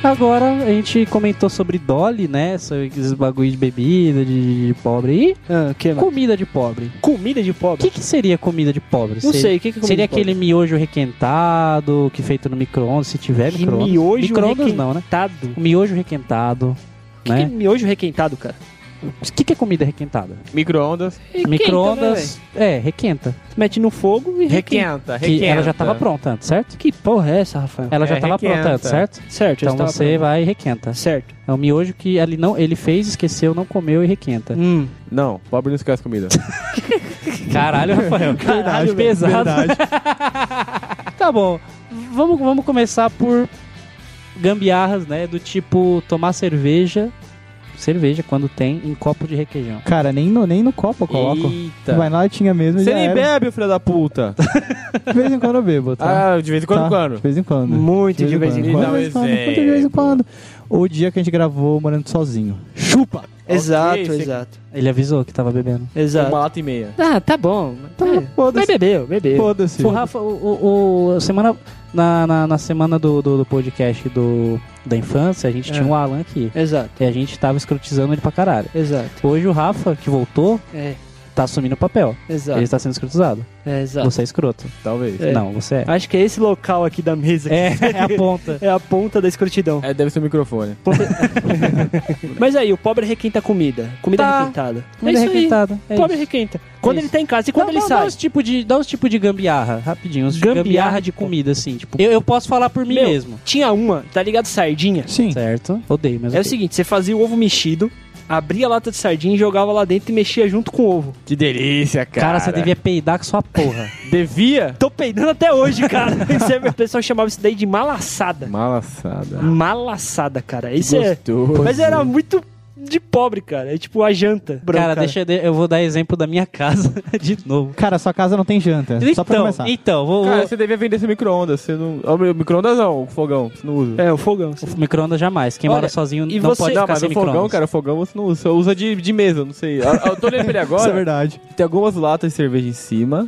Speaker 2: Agora a gente comentou sobre Dolly, né? Sobre esses bagulho de bebida, de, de pobre. E
Speaker 1: Ah, que mais?
Speaker 2: comida de pobre.
Speaker 1: Comida de
Speaker 2: O
Speaker 1: pobre.
Speaker 2: que, que seria comida de pobre?
Speaker 1: Não
Speaker 2: Seria-
Speaker 1: sei, o que que é comida
Speaker 2: Seria
Speaker 1: de pobre?
Speaker 2: aquele miojo requentado, que feito no micro-ondas, se tiver
Speaker 1: Que
Speaker 2: micro-ondas.
Speaker 1: miojo
Speaker 2: Micro-ondas não, né?
Speaker 1: requentado.
Speaker 2: O miojo requentado,
Speaker 1: Que que é
Speaker 2: né?
Speaker 1: miojo requentado, cara?
Speaker 2: O que, que é comida requentada?
Speaker 4: Micro-ondas.
Speaker 2: Micro-ondas. É, requenta.
Speaker 1: né, Mete no fogo e requenta.
Speaker 4: Requenta,
Speaker 2: Que ela já tava pronta antes, certo?
Speaker 1: Que porra é essa, Rafael?
Speaker 2: Ela já
Speaker 4: É,
Speaker 2: tava
Speaker 4: requenta.
Speaker 2: pronta antes, certo?
Speaker 1: Certo,
Speaker 2: Então
Speaker 1: eu estava
Speaker 2: você vai e requenta.
Speaker 1: pronto. Certo.
Speaker 2: É um miojo que ele, não, ele fez, esqueceu, não comeu e requenta.
Speaker 1: Hum.
Speaker 4: Não, pobre não esquece comida.
Speaker 2: Caralho, Rafael. Caralho, pesado. tá bom. Vamos, vamos começar por gambiarras, né? Do tipo tomar cerveja cerveja quando tem em copo de requeijão.
Speaker 5: Cara, nem no, nem no copo eu coloco.
Speaker 2: Eita.
Speaker 5: Vai lá, tinha mesmo.
Speaker 3: Você
Speaker 5: já
Speaker 3: nem
Speaker 5: era.
Speaker 3: bebe, filho da puta.
Speaker 5: De vez em quando eu bebo, tá?
Speaker 3: Ah, de vez em quando,
Speaker 5: Tá,
Speaker 3: quando?
Speaker 5: De vez em quando.
Speaker 1: Muito de vez em
Speaker 3: quando.
Speaker 5: De vez em quando,
Speaker 3: Me dá um
Speaker 5: muito de vez em quando. O dia que a gente gravou Morando Sozinho. Chupa!
Speaker 1: Exato,
Speaker 3: você-
Speaker 1: exato.
Speaker 2: Ele avisou que tava bebendo.
Speaker 1: Exato.
Speaker 3: Uma lata e meia.
Speaker 2: Ah, tá bom.
Speaker 5: Tá,
Speaker 2: É,
Speaker 5: foda-se.
Speaker 2: Mas bebeu, bebeu.
Speaker 5: Foda-se.
Speaker 2: O Rafa, o, o- o- semana, na, na, na semana do, do, do podcast do, da infância, a gente
Speaker 1: É.
Speaker 2: tinha um Alan aqui.
Speaker 1: Exato,
Speaker 2: E a gente tava escrotizando ele pra caralho.
Speaker 1: exato.
Speaker 2: Hoje o Rafa, que voltou,
Speaker 1: É,
Speaker 2: tá assumindo o papel.
Speaker 1: exato.
Speaker 2: Ele tá sendo escrotizado.
Speaker 1: É, exato.
Speaker 2: Você é escroto.
Speaker 3: Talvez.
Speaker 1: É.
Speaker 2: Não, você é.
Speaker 1: Acho que é esse local aqui da mesa.
Speaker 2: É, é a ponta.
Speaker 1: É a ponta da escrotidão.
Speaker 3: É, deve ser o microfone.
Speaker 1: Mas aí, o pobre requenta a comida. Comida
Speaker 2: Tá.
Speaker 1: requentada.
Speaker 2: Comida
Speaker 1: é isso aí.
Speaker 2: requentada. É
Speaker 1: O pobre
Speaker 2: isso.
Speaker 1: requenta. Quando
Speaker 2: É
Speaker 1: ele tá em casa e quando
Speaker 2: Dá-
Speaker 1: ele
Speaker 2: dá,
Speaker 1: sai.
Speaker 2: Dá uns tipo de, dá uns tipo de gambiarra, rapidinho. Uns
Speaker 1: Gambiarra
Speaker 2: gambiarra, de comida, assim. Tipo, eu, eu posso falar por mim
Speaker 1: Meu,
Speaker 2: mesmo.
Speaker 1: Tinha uma, tá ligado? Sardinha.
Speaker 5: Sim.
Speaker 2: Certo? Odeio, mas
Speaker 1: É o
Speaker 2: odeio.
Speaker 1: seguinte, você fazia o ovo mexido, abria a lata de sardinha e jogava lá dentro e mexia junto com o ovo.
Speaker 3: Que delícia,
Speaker 2: Cara,
Speaker 3: cara.
Speaker 2: você devia peidar com sua porra.
Speaker 3: Devia?
Speaker 1: Tô peidando até hoje, cara. Isso é- o pessoal chamava isso daí de malaçada.
Speaker 3: Malaçada.
Speaker 1: Malaçada, cara. Isso é...
Speaker 3: Gostoso.
Speaker 1: Mas era muito de pobre, cara. É tipo a janta. branca.
Speaker 2: cara, deixa eu, de- eu vou dar exemplo da minha casa de novo.
Speaker 5: Cara, sua casa não tem janta. É, só pra
Speaker 2: então,
Speaker 5: começar.
Speaker 2: então, vou.
Speaker 3: Cara,
Speaker 2: vou-
Speaker 3: você devia vender seu micro-ondas. Você não. Ó, meu, Micro-ondas não, o fogão. Você não usa.
Speaker 1: É, o fogão.
Speaker 2: o Micro-ondas jamais. Quem
Speaker 1: Olha,
Speaker 2: mora sozinho
Speaker 1: e
Speaker 2: não
Speaker 1: você-
Speaker 2: pode
Speaker 3: não,
Speaker 2: É, ficar tá
Speaker 3: mas
Speaker 2: sem
Speaker 3: o fogão,
Speaker 2: micro-ondas.
Speaker 3: cara, o fogão você não usa. Você usa de, de mesa, não sei. Eu, eu tô olhando pra ele
Speaker 5: Isso é
Speaker 3: agora.
Speaker 5: verdade.
Speaker 3: tem algumas latas de cerveja em cima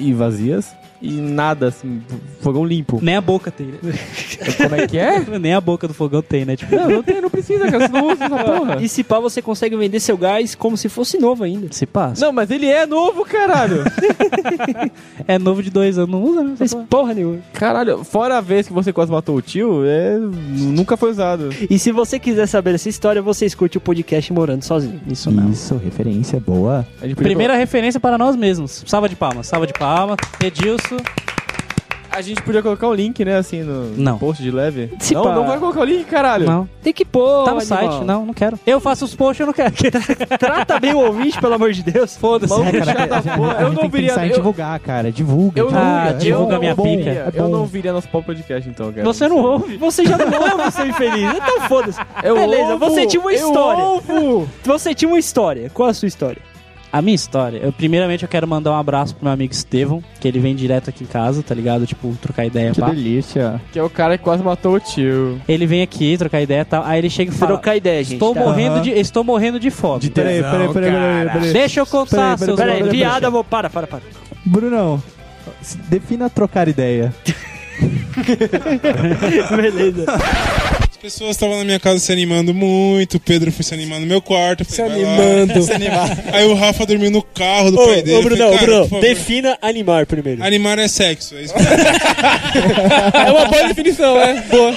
Speaker 3: e vazias. E nada, assim, fogão limpo.
Speaker 2: Nem a boca tem, né?
Speaker 3: Como é que é?
Speaker 2: Nem a boca do fogão tem, né? Tipo,
Speaker 3: Não, não tem, não precisa, cara. Você não usa essa porra.
Speaker 1: E se pá, você consegue vender seu gás como se fosse novo ainda.
Speaker 2: se passa.
Speaker 3: Não, mas ele é novo, caralho.
Speaker 2: É novo de dois anos, não usa, né? essa
Speaker 1: Fez
Speaker 2: porra?
Speaker 1: porra nenhuma.
Speaker 3: Caralho, fora a vez que você quase matou o tio, é... nunca foi usado.
Speaker 1: E se você quiser saber essa história, você escute o podcast Morando Sozinho.
Speaker 2: Isso não.
Speaker 5: Isso, referência boa.
Speaker 3: A gente podia
Speaker 2: Primeira referência para nós mesmos. Salva de palmas, salva de palmas. Edilson.
Speaker 3: colo- A gente podia colocar o link, né, assim, no
Speaker 2: Não. Tipo,
Speaker 3: post de leve.
Speaker 1: Se
Speaker 3: não,
Speaker 1: pá.
Speaker 3: não vai colocar o link, caralho.
Speaker 2: Não.
Speaker 1: Tem que pôr.
Speaker 2: Tá no
Speaker 1: animal.
Speaker 2: site, não, não quero. Eu faço os posts, eu não quero.
Speaker 1: Trata bem o ouvinte, pelo amor de Deus.
Speaker 3: Foda-se.
Speaker 2: assim.
Speaker 5: É, cara,
Speaker 3: Chato da
Speaker 5: a gente-
Speaker 3: porra.
Speaker 5: a
Speaker 3: Eu
Speaker 5: gente
Speaker 3: não
Speaker 5: tem que pensar
Speaker 3: viria...
Speaker 5: em
Speaker 3: Eu,
Speaker 5: divulgar, cara. Divulga.
Speaker 3: eu não
Speaker 2: Ah,
Speaker 3: viria-
Speaker 2: divulga
Speaker 3: eu
Speaker 2: minha
Speaker 3: não
Speaker 2: pica.
Speaker 3: viria-
Speaker 5: É
Speaker 3: Eu
Speaker 5: bom.
Speaker 3: não viria nosso pau podcast, então, cara.
Speaker 2: Você não ouve.
Speaker 1: Você já não é você infeliz. Então foda-se.
Speaker 3: Eu
Speaker 1: Beleza,
Speaker 3: ouvo,
Speaker 1: você tinha uma história.
Speaker 3: Eu ouvo.
Speaker 1: Você tinha uma história. Qual a sua história?
Speaker 2: A minha história, eu primeiramente eu quero mandar um abraço pro meu amigo Estevão, que ele vem direto aqui em casa, tá ligado? Tipo, trocar ideia,
Speaker 5: Que
Speaker 2: pá.
Speaker 5: delícia.
Speaker 3: Que é o cara que quase matou o tio.
Speaker 2: Ele vem aqui trocar ideia e tal. Aí ele chega e fala:
Speaker 1: Trocar ideia, gente.
Speaker 2: Estou
Speaker 1: tá?
Speaker 2: morrendo
Speaker 5: Aham.
Speaker 2: de. Estou morrendo de fome.
Speaker 5: Peraí, peraí, peraí, peraí, peraí.
Speaker 2: Deixa eu contar,
Speaker 5: Peraí, peraí, peraí,
Speaker 2: seus
Speaker 1: Peraí,
Speaker 2: malucos.
Speaker 1: piada, vou. Para, para, para.
Speaker 5: Brunão, se- defina trocar ideia.
Speaker 1: Beleza.
Speaker 10: pessoas estavam na minha casa se animando muito, o Pedro foi se animando no meu quarto. Se animando. se animando. Aí o Rafa dormiu no carro do pai dele. eu falei, "Cara, por favor."
Speaker 1: defina animar primeiro.
Speaker 10: Animar é sexo. É isso.
Speaker 13: É uma boa definição, né? Boa.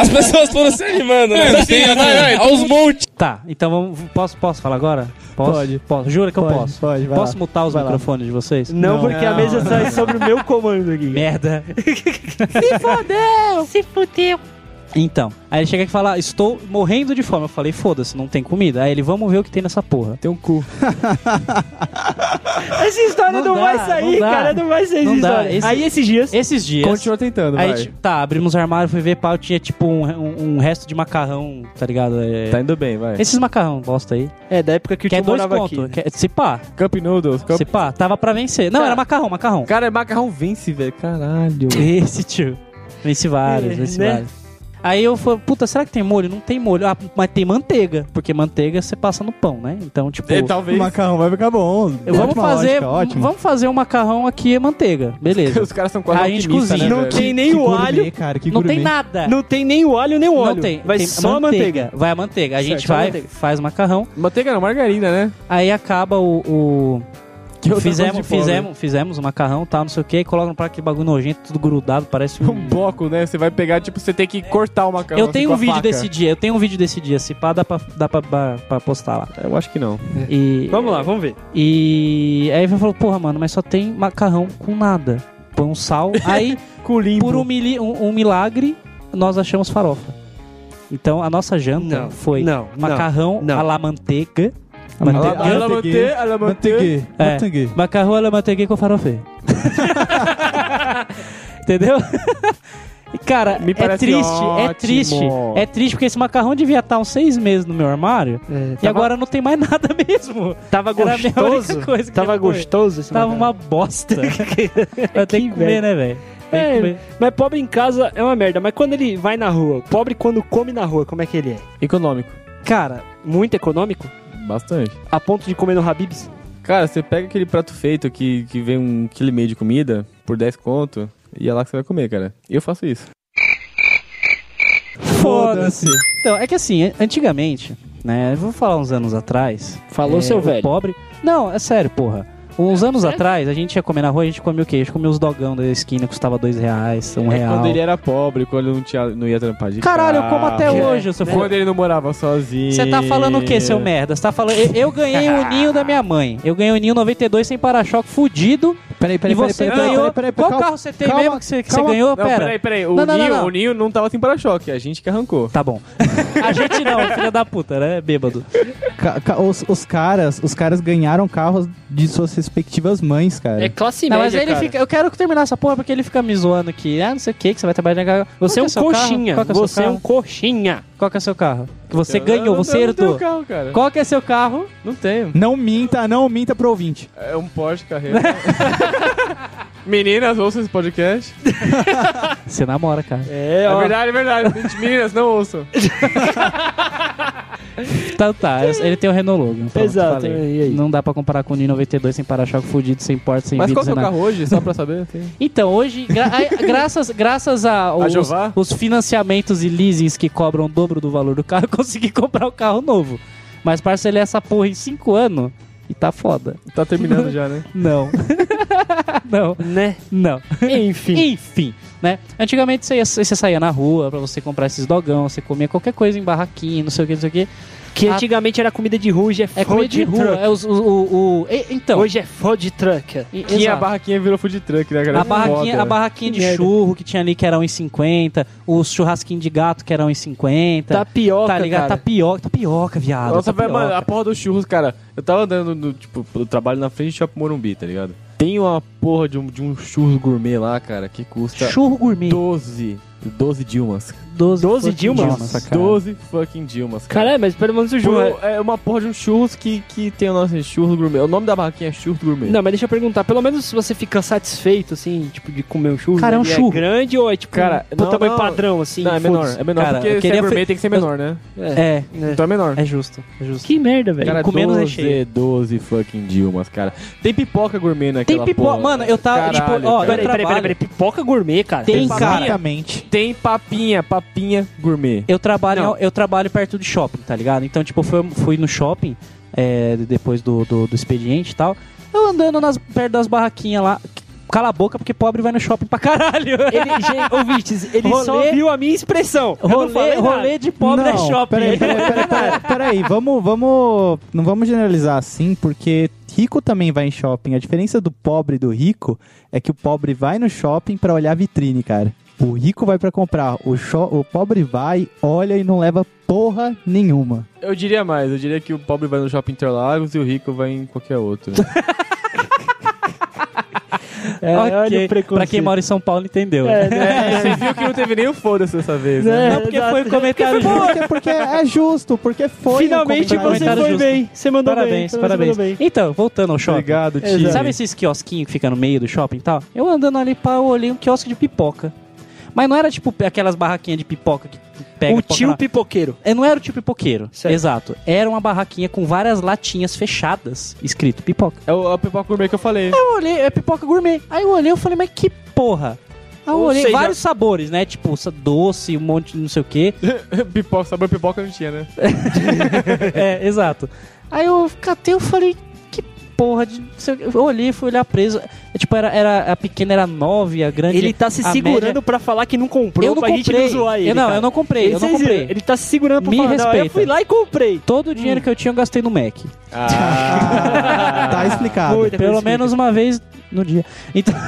Speaker 13: As pessoas foram se animando, né?
Speaker 10: não tem nada.
Speaker 13: Aos montes.
Speaker 2: Tá, então vamos. Posso, posso falar agora? Posso?
Speaker 5: Pode.
Speaker 2: Posso. Jura que
Speaker 5: Pode,
Speaker 2: eu posso?
Speaker 5: pode, vai
Speaker 2: posso
Speaker 5: lá.
Speaker 2: mutar os
Speaker 5: Vai lá.
Speaker 2: microfones de vocês?
Speaker 1: Não,
Speaker 5: Não.
Speaker 1: porque a mesa
Speaker 5: Não.
Speaker 1: sai sobre o meu comando aqui.
Speaker 2: Merda. Se fodeu! Se fodeu! Então, aí ele chega aqui e fala: Estou morrendo de fome. Eu falei: Foda-se, não tem comida. Aí ele: Vamos ver o que tem nessa porra.
Speaker 3: Tem um cu.
Speaker 1: Essa história não,
Speaker 2: Não dá,
Speaker 1: vai sair,
Speaker 2: não dá.
Speaker 1: cara. Não é, vai sair essa
Speaker 2: Não dá,
Speaker 1: história.
Speaker 2: esse-
Speaker 1: Aí esses dias.
Speaker 2: Esses dias.
Speaker 3: Continua tentando,
Speaker 2: Aí,
Speaker 3: vai.
Speaker 2: tipo, tá, abrimos o armário, fui ver pau, tinha tipo um, um- um resto de macarrão, tá ligado? É-
Speaker 3: Tá indo bem, vai.
Speaker 2: Esses macarrão, bosta aí.
Speaker 1: É, da época que o
Speaker 2: Que é
Speaker 1: tio
Speaker 2: dois
Speaker 1: morava aqui. né?
Speaker 2: conto. que é- se pá,
Speaker 3: Cup Noodles. Cup...
Speaker 2: se pá, tava pra vencer. Não,
Speaker 3: Cara.
Speaker 2: era macarrão, macarrão.
Speaker 3: Cara, é macarrão vence, velho. Caralho.
Speaker 2: Esse tio. Vence vários,
Speaker 1: É,
Speaker 2: vence
Speaker 1: né?
Speaker 2: vários. Aí eu falei, puta, será que tem molho? Não tem molho. Ah, mas tem manteiga, porque manteiga você passa no pão, né? Então, tipo,
Speaker 3: É, talvez.
Speaker 5: O macarrão vai ficar bom.
Speaker 2: vamos
Speaker 5: Ótima
Speaker 2: fazer,
Speaker 5: lógica, ótimo.
Speaker 2: vamos fazer um macarrão aqui e manteiga. Beleza.
Speaker 3: Os caras são quase
Speaker 2: A gente
Speaker 3: alquimistas,
Speaker 2: cozinha.
Speaker 3: né,
Speaker 1: Não
Speaker 3: velho?
Speaker 1: tem nem
Speaker 5: Que
Speaker 1: o
Speaker 5: gourmet,
Speaker 1: alho.
Speaker 5: cara, que
Speaker 2: não tem
Speaker 5: gourmet.
Speaker 2: nada.
Speaker 1: Não tem nem o alho nem o óleo.
Speaker 2: Não tem.
Speaker 1: Vai
Speaker 2: tem
Speaker 1: só a manteiga.
Speaker 2: Vai a manteiga. A
Speaker 1: Certo,
Speaker 2: gente
Speaker 1: só a
Speaker 2: vai,
Speaker 1: manteiga.
Speaker 2: faz macarrão.
Speaker 3: Manteiga não, margarina, né?
Speaker 2: Aí acaba o. o-
Speaker 3: Que outra coisa
Speaker 2: Fizemos,
Speaker 1: né?
Speaker 3: de pobre.
Speaker 2: fizemos, fizemos o macarrão tal, não sei o que, e coloca no prato que bagulho nojento, tudo grudado, parece um.
Speaker 3: Um bloco, né? Você vai pegar, tipo, você tem que cortar o macarrão.
Speaker 2: eu
Speaker 3: assim,
Speaker 2: tenho
Speaker 3: com
Speaker 2: um
Speaker 3: a
Speaker 2: vídeo
Speaker 3: faca.
Speaker 2: desse dia, eu tenho um vídeo desse dia, se pá, dá pra, dá pra, pra- pra postar lá.
Speaker 3: Eu acho que não.
Speaker 2: E,
Speaker 1: É. Vamos lá, vamos ver.
Speaker 2: E aí ele falou, porra, mano, mas só tem macarrão com nada. Põe um sal. Aí,
Speaker 3: Cu limpo.
Speaker 2: por um, mili- um- um milagre, nós achamos farofa. Então a nossa janta
Speaker 1: Não,
Speaker 2: foi
Speaker 1: não,
Speaker 2: macarrão
Speaker 1: não.
Speaker 2: à la manteiga.
Speaker 5: Manteiga.
Speaker 2: Manteiga.
Speaker 3: Ela mantê, ela mantê.
Speaker 5: Manteigue.
Speaker 2: É.
Speaker 5: Manteigue.
Speaker 2: Macarrão à la manteiga com farofa. Entendeu? E, Cara,
Speaker 3: Me
Speaker 2: é
Speaker 3: parece
Speaker 2: triste, é
Speaker 3: ótimo.
Speaker 2: triste. É triste porque esse macarrão devia estar uns seis meses no meu armário e
Speaker 1: É, tava-
Speaker 2: agora não tem mais nada mesmo.
Speaker 1: Tava
Speaker 2: Era a minha única
Speaker 1: gostoso?
Speaker 2: coisa que
Speaker 1: Tava
Speaker 2: ia pôr.
Speaker 1: gostoso esse
Speaker 2: Tava
Speaker 1: macarrão?
Speaker 2: uma bosta. Vai ter que comer,
Speaker 1: velho.
Speaker 2: né, velho? Tem que
Speaker 1: É,
Speaker 2: comer.
Speaker 1: mas pobre em casa é uma merda. Mas quando ele vai na rua, pobre quando come na rua, como é que ele é?
Speaker 3: Econômico.
Speaker 1: Cara, muito econômico?
Speaker 3: Bastante.
Speaker 1: A ponto de comer no Habib's?
Speaker 3: Cara, você pega aquele prato feito que, que vem um quilo e meio de comida por 10 conto e é lá que você vai comer, cara. Eu faço isso.
Speaker 2: Foda-se. Então, é que assim, antigamente, né? eu Vou falar uns anos atrás.
Speaker 1: Falou,
Speaker 2: é,
Speaker 1: seu
Speaker 2: o
Speaker 1: velho.
Speaker 2: Pobre. Não, é sério, porra. Uns anos atrás, a gente ia comer na rua, a gente comia o quê? A gente comia os dogão da esquina, custava dois reais, um
Speaker 3: é
Speaker 2: real.
Speaker 3: quando ele era pobre, quando não, tinha, não ia trampar de
Speaker 2: Caralho, eu como até
Speaker 3: carro.
Speaker 2: É
Speaker 3: É.
Speaker 2: hoje, seu filho.
Speaker 3: Quando ele não morava sozinho.
Speaker 2: Você tá falando o que, seu merda? Você tá falando. Eu, eu ganhei o ninho da minha mãe. Eu ganhei o ninho 92 sem para-choque fudido.
Speaker 5: Peraí,
Speaker 2: E você ganhou. Qual carro você tem mesmo que você, que você ganhou?
Speaker 3: Não,
Speaker 2: Pera.
Speaker 3: peraí, peraí. O,
Speaker 2: Não, não, não,
Speaker 3: Ninho,
Speaker 2: não.
Speaker 3: o Ninho não tava sem para-choque, a gente que arrancou.
Speaker 2: Tá bom. A gente não, filha da puta, né? Bêbado.
Speaker 5: Ca- ca- os, os caras, os caras ganharam carros de suas respectivas mães, cara.
Speaker 1: É
Speaker 2: É
Speaker 1: classe
Speaker 2: Não, mas ele fica. Eu quero terminar essa porra porque ele fica me zoando aqui. Ah, não sei o que, que você vai trabalhar na Gaga.
Speaker 1: Você é um coxinha. Você é um coxinha.
Speaker 2: Qual que é o seu carro? Que você
Speaker 3: Eu
Speaker 2: ganhou,
Speaker 3: não-
Speaker 2: você
Speaker 3: eu não tenho um
Speaker 2: herdou.
Speaker 3: carro, cara.
Speaker 2: Qual que é seu carro?
Speaker 3: Não tenho.
Speaker 5: Não minta, não minta pro ouvinte.
Speaker 3: É um Porsche carreira. Meninas, ouçam esse podcast.
Speaker 2: Você namora, cara.
Speaker 1: É,
Speaker 3: É
Speaker 1: ó.
Speaker 3: verdade, é verdade. Gente, Meninas, não ouçam.
Speaker 2: Então tá, ele tem o Renault Logan. pronto,
Speaker 1: Exato,
Speaker 2: falei.
Speaker 1: e aí?
Speaker 2: Não dá pra comparar com o Nino 92 sem para-choque fudido, sem porta, sem
Speaker 3: Mas
Speaker 2: vidro,
Speaker 3: qual que
Speaker 2: sem
Speaker 3: é o
Speaker 2: nada.
Speaker 3: carro hoje? Só pra saber. Assim.
Speaker 2: Então, hoje, gra- a- graças, graças a, os,
Speaker 3: Jeová?
Speaker 2: os financiamentos e leasings que cobram o dobro do valor do carro, eu consegui comprar o carro novo. Mas parcelei essa porra em 5 anos e tá foda.
Speaker 3: Tá terminando já, né?
Speaker 2: Não. não,
Speaker 1: Né?
Speaker 2: não.
Speaker 1: Enfim.
Speaker 2: Enfim, né? Antigamente você, ia- você saía na rua pra você comprar esses dogão, você comia qualquer coisa em barraquinha, não sei o que, não sei o que.
Speaker 1: Que
Speaker 2: Ah.
Speaker 1: antigamente era comida de rua, hoje é
Speaker 2: É comida de rua.
Speaker 1: truck.
Speaker 2: É os, o, o, o- e- então,
Speaker 1: Hoje é food truck. é
Speaker 2: e-
Speaker 3: Que a
Speaker 2: exato.
Speaker 3: barraquinha virou food truck, né, cara?
Speaker 2: A barraquinha,
Speaker 3: Foda.
Speaker 2: a barraquinha
Speaker 1: Que
Speaker 2: de
Speaker 1: merda.
Speaker 2: churro que tinha ali que era 1,50, os churrasquinhos de gato que era 1,50.
Speaker 1: Tapioca,
Speaker 2: Tá ligado?
Speaker 1: cara.
Speaker 2: Tapioca, tapioca, viado. Tá
Speaker 3: Nossa, velho,
Speaker 2: tapioca.
Speaker 3: mano, a porra dos churros, cara. Eu tava andando, no, tipo, pelo trabalho na frente do Shopping Morumbi, tá ligado? Tem uma porra de um, de um churros gourmet lá, cara, que custa
Speaker 2: Churro gourmet.
Speaker 3: 12. 12 Dilmas.
Speaker 2: 12,
Speaker 1: 12
Speaker 2: fucking
Speaker 1: Dilmas?
Speaker 2: Nossa, cara.
Speaker 3: 12 fucking Dilmas, cara. é
Speaker 1: Caralho, é, mas pelo menos o
Speaker 3: Por-
Speaker 1: João...
Speaker 3: é uma porra de um churros que, que tem o nosso churros gourmet. O nome da barraquinha é churros gourmet.
Speaker 1: Não, mas deixa eu perguntar, pelo menos se você fica satisfeito, assim, tipo, de comer um churro,
Speaker 2: Cara, é um
Speaker 1: ele
Speaker 2: churro.
Speaker 1: grande ou é tipo
Speaker 3: Cara,
Speaker 1: um, um
Speaker 3: não,
Speaker 1: tamanho
Speaker 3: não.
Speaker 1: padrão, assim?
Speaker 3: Não, é menor.
Speaker 1: foda-se?
Speaker 3: É menor
Speaker 2: Cara, eu
Speaker 3: porque se
Speaker 2: queria
Speaker 3: é gourmet
Speaker 2: fe-
Speaker 3: tem que ser menor, né?
Speaker 2: É,
Speaker 3: Então é menor.
Speaker 2: é justo, é justo.
Speaker 1: Que merda, velho.
Speaker 3: Cara,
Speaker 2: com menos
Speaker 3: 12,
Speaker 2: recheio.
Speaker 3: 12 fucking Dilmas, cara. Tem pipoca gourmet naquela
Speaker 2: Tem pipoca-
Speaker 3: porra.
Speaker 2: mano, eu tava, tipo,
Speaker 3: Caralho,
Speaker 2: ó,
Speaker 3: cara.
Speaker 1: Peraí, peraí, peraí, peraí, pipoca gourmet, cara.
Speaker 2: Tem, cara.
Speaker 5: Basicamente.
Speaker 3: Tem papinha, papinha gourmet.
Speaker 2: Eu trabalho,
Speaker 1: Não.
Speaker 2: eu trabalho perto de shopping, tá ligado? Então, tipo, fui, fui no shopping é, depois do, do, do expediente e tal. Eu andando nas, perto das barraquinhas lá. Cala a boca, porque pobre vai no shopping pra caralho.
Speaker 1: Ele, gente, ouvintes, ele só
Speaker 2: Rolê-
Speaker 1: viu a minha expressão. Eu não
Speaker 2: rolê,
Speaker 1: falei nada.
Speaker 2: rolê de pobre é
Speaker 5: Não,
Speaker 2: shopping.
Speaker 5: Peraí, peraí, peraí, peraí, peraí, vamos, vamos. Não vamos generalizar assim, porque rico também vai em shopping. A diferença do pobre e do rico é que o pobre vai no shopping pra olhar a vitrine, cara. O rico vai pra comprar, o, cho- o pobre vai, olha e não leva porra nenhuma.
Speaker 3: Eu diria mais, eu diria que o pobre vai no shopping Interlagos e o rico vai em qualquer outro.
Speaker 1: É,
Speaker 2: Ok.
Speaker 1: olha o preconceito.
Speaker 2: Pra quem mora em São Paulo, entendeu.
Speaker 1: É, né?
Speaker 3: é, você viu que não teve nem o foda-se dessa vez, né?
Speaker 1: É,
Speaker 2: Não, porque
Speaker 1: exato.
Speaker 2: foi um comentário
Speaker 1: Porque foi bom.
Speaker 2: justo.
Speaker 5: Porque, porque é justo, porque foi. um
Speaker 1: Finalmente você
Speaker 5: comentário
Speaker 2: Comentário
Speaker 1: foi
Speaker 2: justo.
Speaker 1: bem. Você mandou
Speaker 2: Parabéns,
Speaker 1: bem.
Speaker 2: parabéns.
Speaker 1: Você mandou bem.
Speaker 2: Então, voltando ao shopping.
Speaker 3: Obrigado, tio.
Speaker 1: Exato.
Speaker 2: Sabe esses quiosquinhos que fica no meio do shopping e tal? Eu andando ali, pá, eu olhei um quiosque de pipoca. Mas não era tipo aquelas barraquinhas de pipoca que pega
Speaker 1: o
Speaker 2: pipoca
Speaker 1: Um tio
Speaker 2: na-
Speaker 1: pipoqueiro.
Speaker 2: É, Não era o tipo pipoqueiro.
Speaker 1: Certo.
Speaker 2: Exato. Era uma barraquinha com várias latinhas fechadas, escrito pipoca.
Speaker 3: É o a pipoca gourmet que eu falei.
Speaker 2: Eu olhei, é pipoca gourmet. Aí eu olhei, eu falei, mas que porra? Aí eu
Speaker 1: Ou
Speaker 2: olhei,
Speaker 1: seja-
Speaker 2: vários sabores, né? Tipo, sa- doce, um monte de não sei o quê.
Speaker 3: pipoca, sabor pipoca não tinha, né?
Speaker 2: é, exato. Aí eu catei, eu falei, que porra de... não sei o quê. Eu olhei, fui olhar preso. É, Tipo, era, era, a pequena era 9, a grande...
Speaker 1: Ele tá se
Speaker 2: a
Speaker 1: segurando
Speaker 2: média-
Speaker 1: pra falar que não comprou
Speaker 2: Eu não
Speaker 1: pra gente
Speaker 2: comprei.
Speaker 1: não zoar ele.
Speaker 2: Eu não,
Speaker 1: cara.
Speaker 2: eu não comprei, eu não
Speaker 1: vocês viram?
Speaker 2: comprei.
Speaker 1: Ele tá se segurando pra
Speaker 2: Me
Speaker 1: falar, não, eu
Speaker 2: respeita.
Speaker 1: fui lá e comprei.
Speaker 2: Todo o
Speaker 1: Hum.
Speaker 2: dinheiro que eu tinha, eu gastei no Mac.
Speaker 5: Tá explicado.
Speaker 1: Muita coisa
Speaker 2: Pelo
Speaker 1: que
Speaker 2: menos uma vez no dia. Então...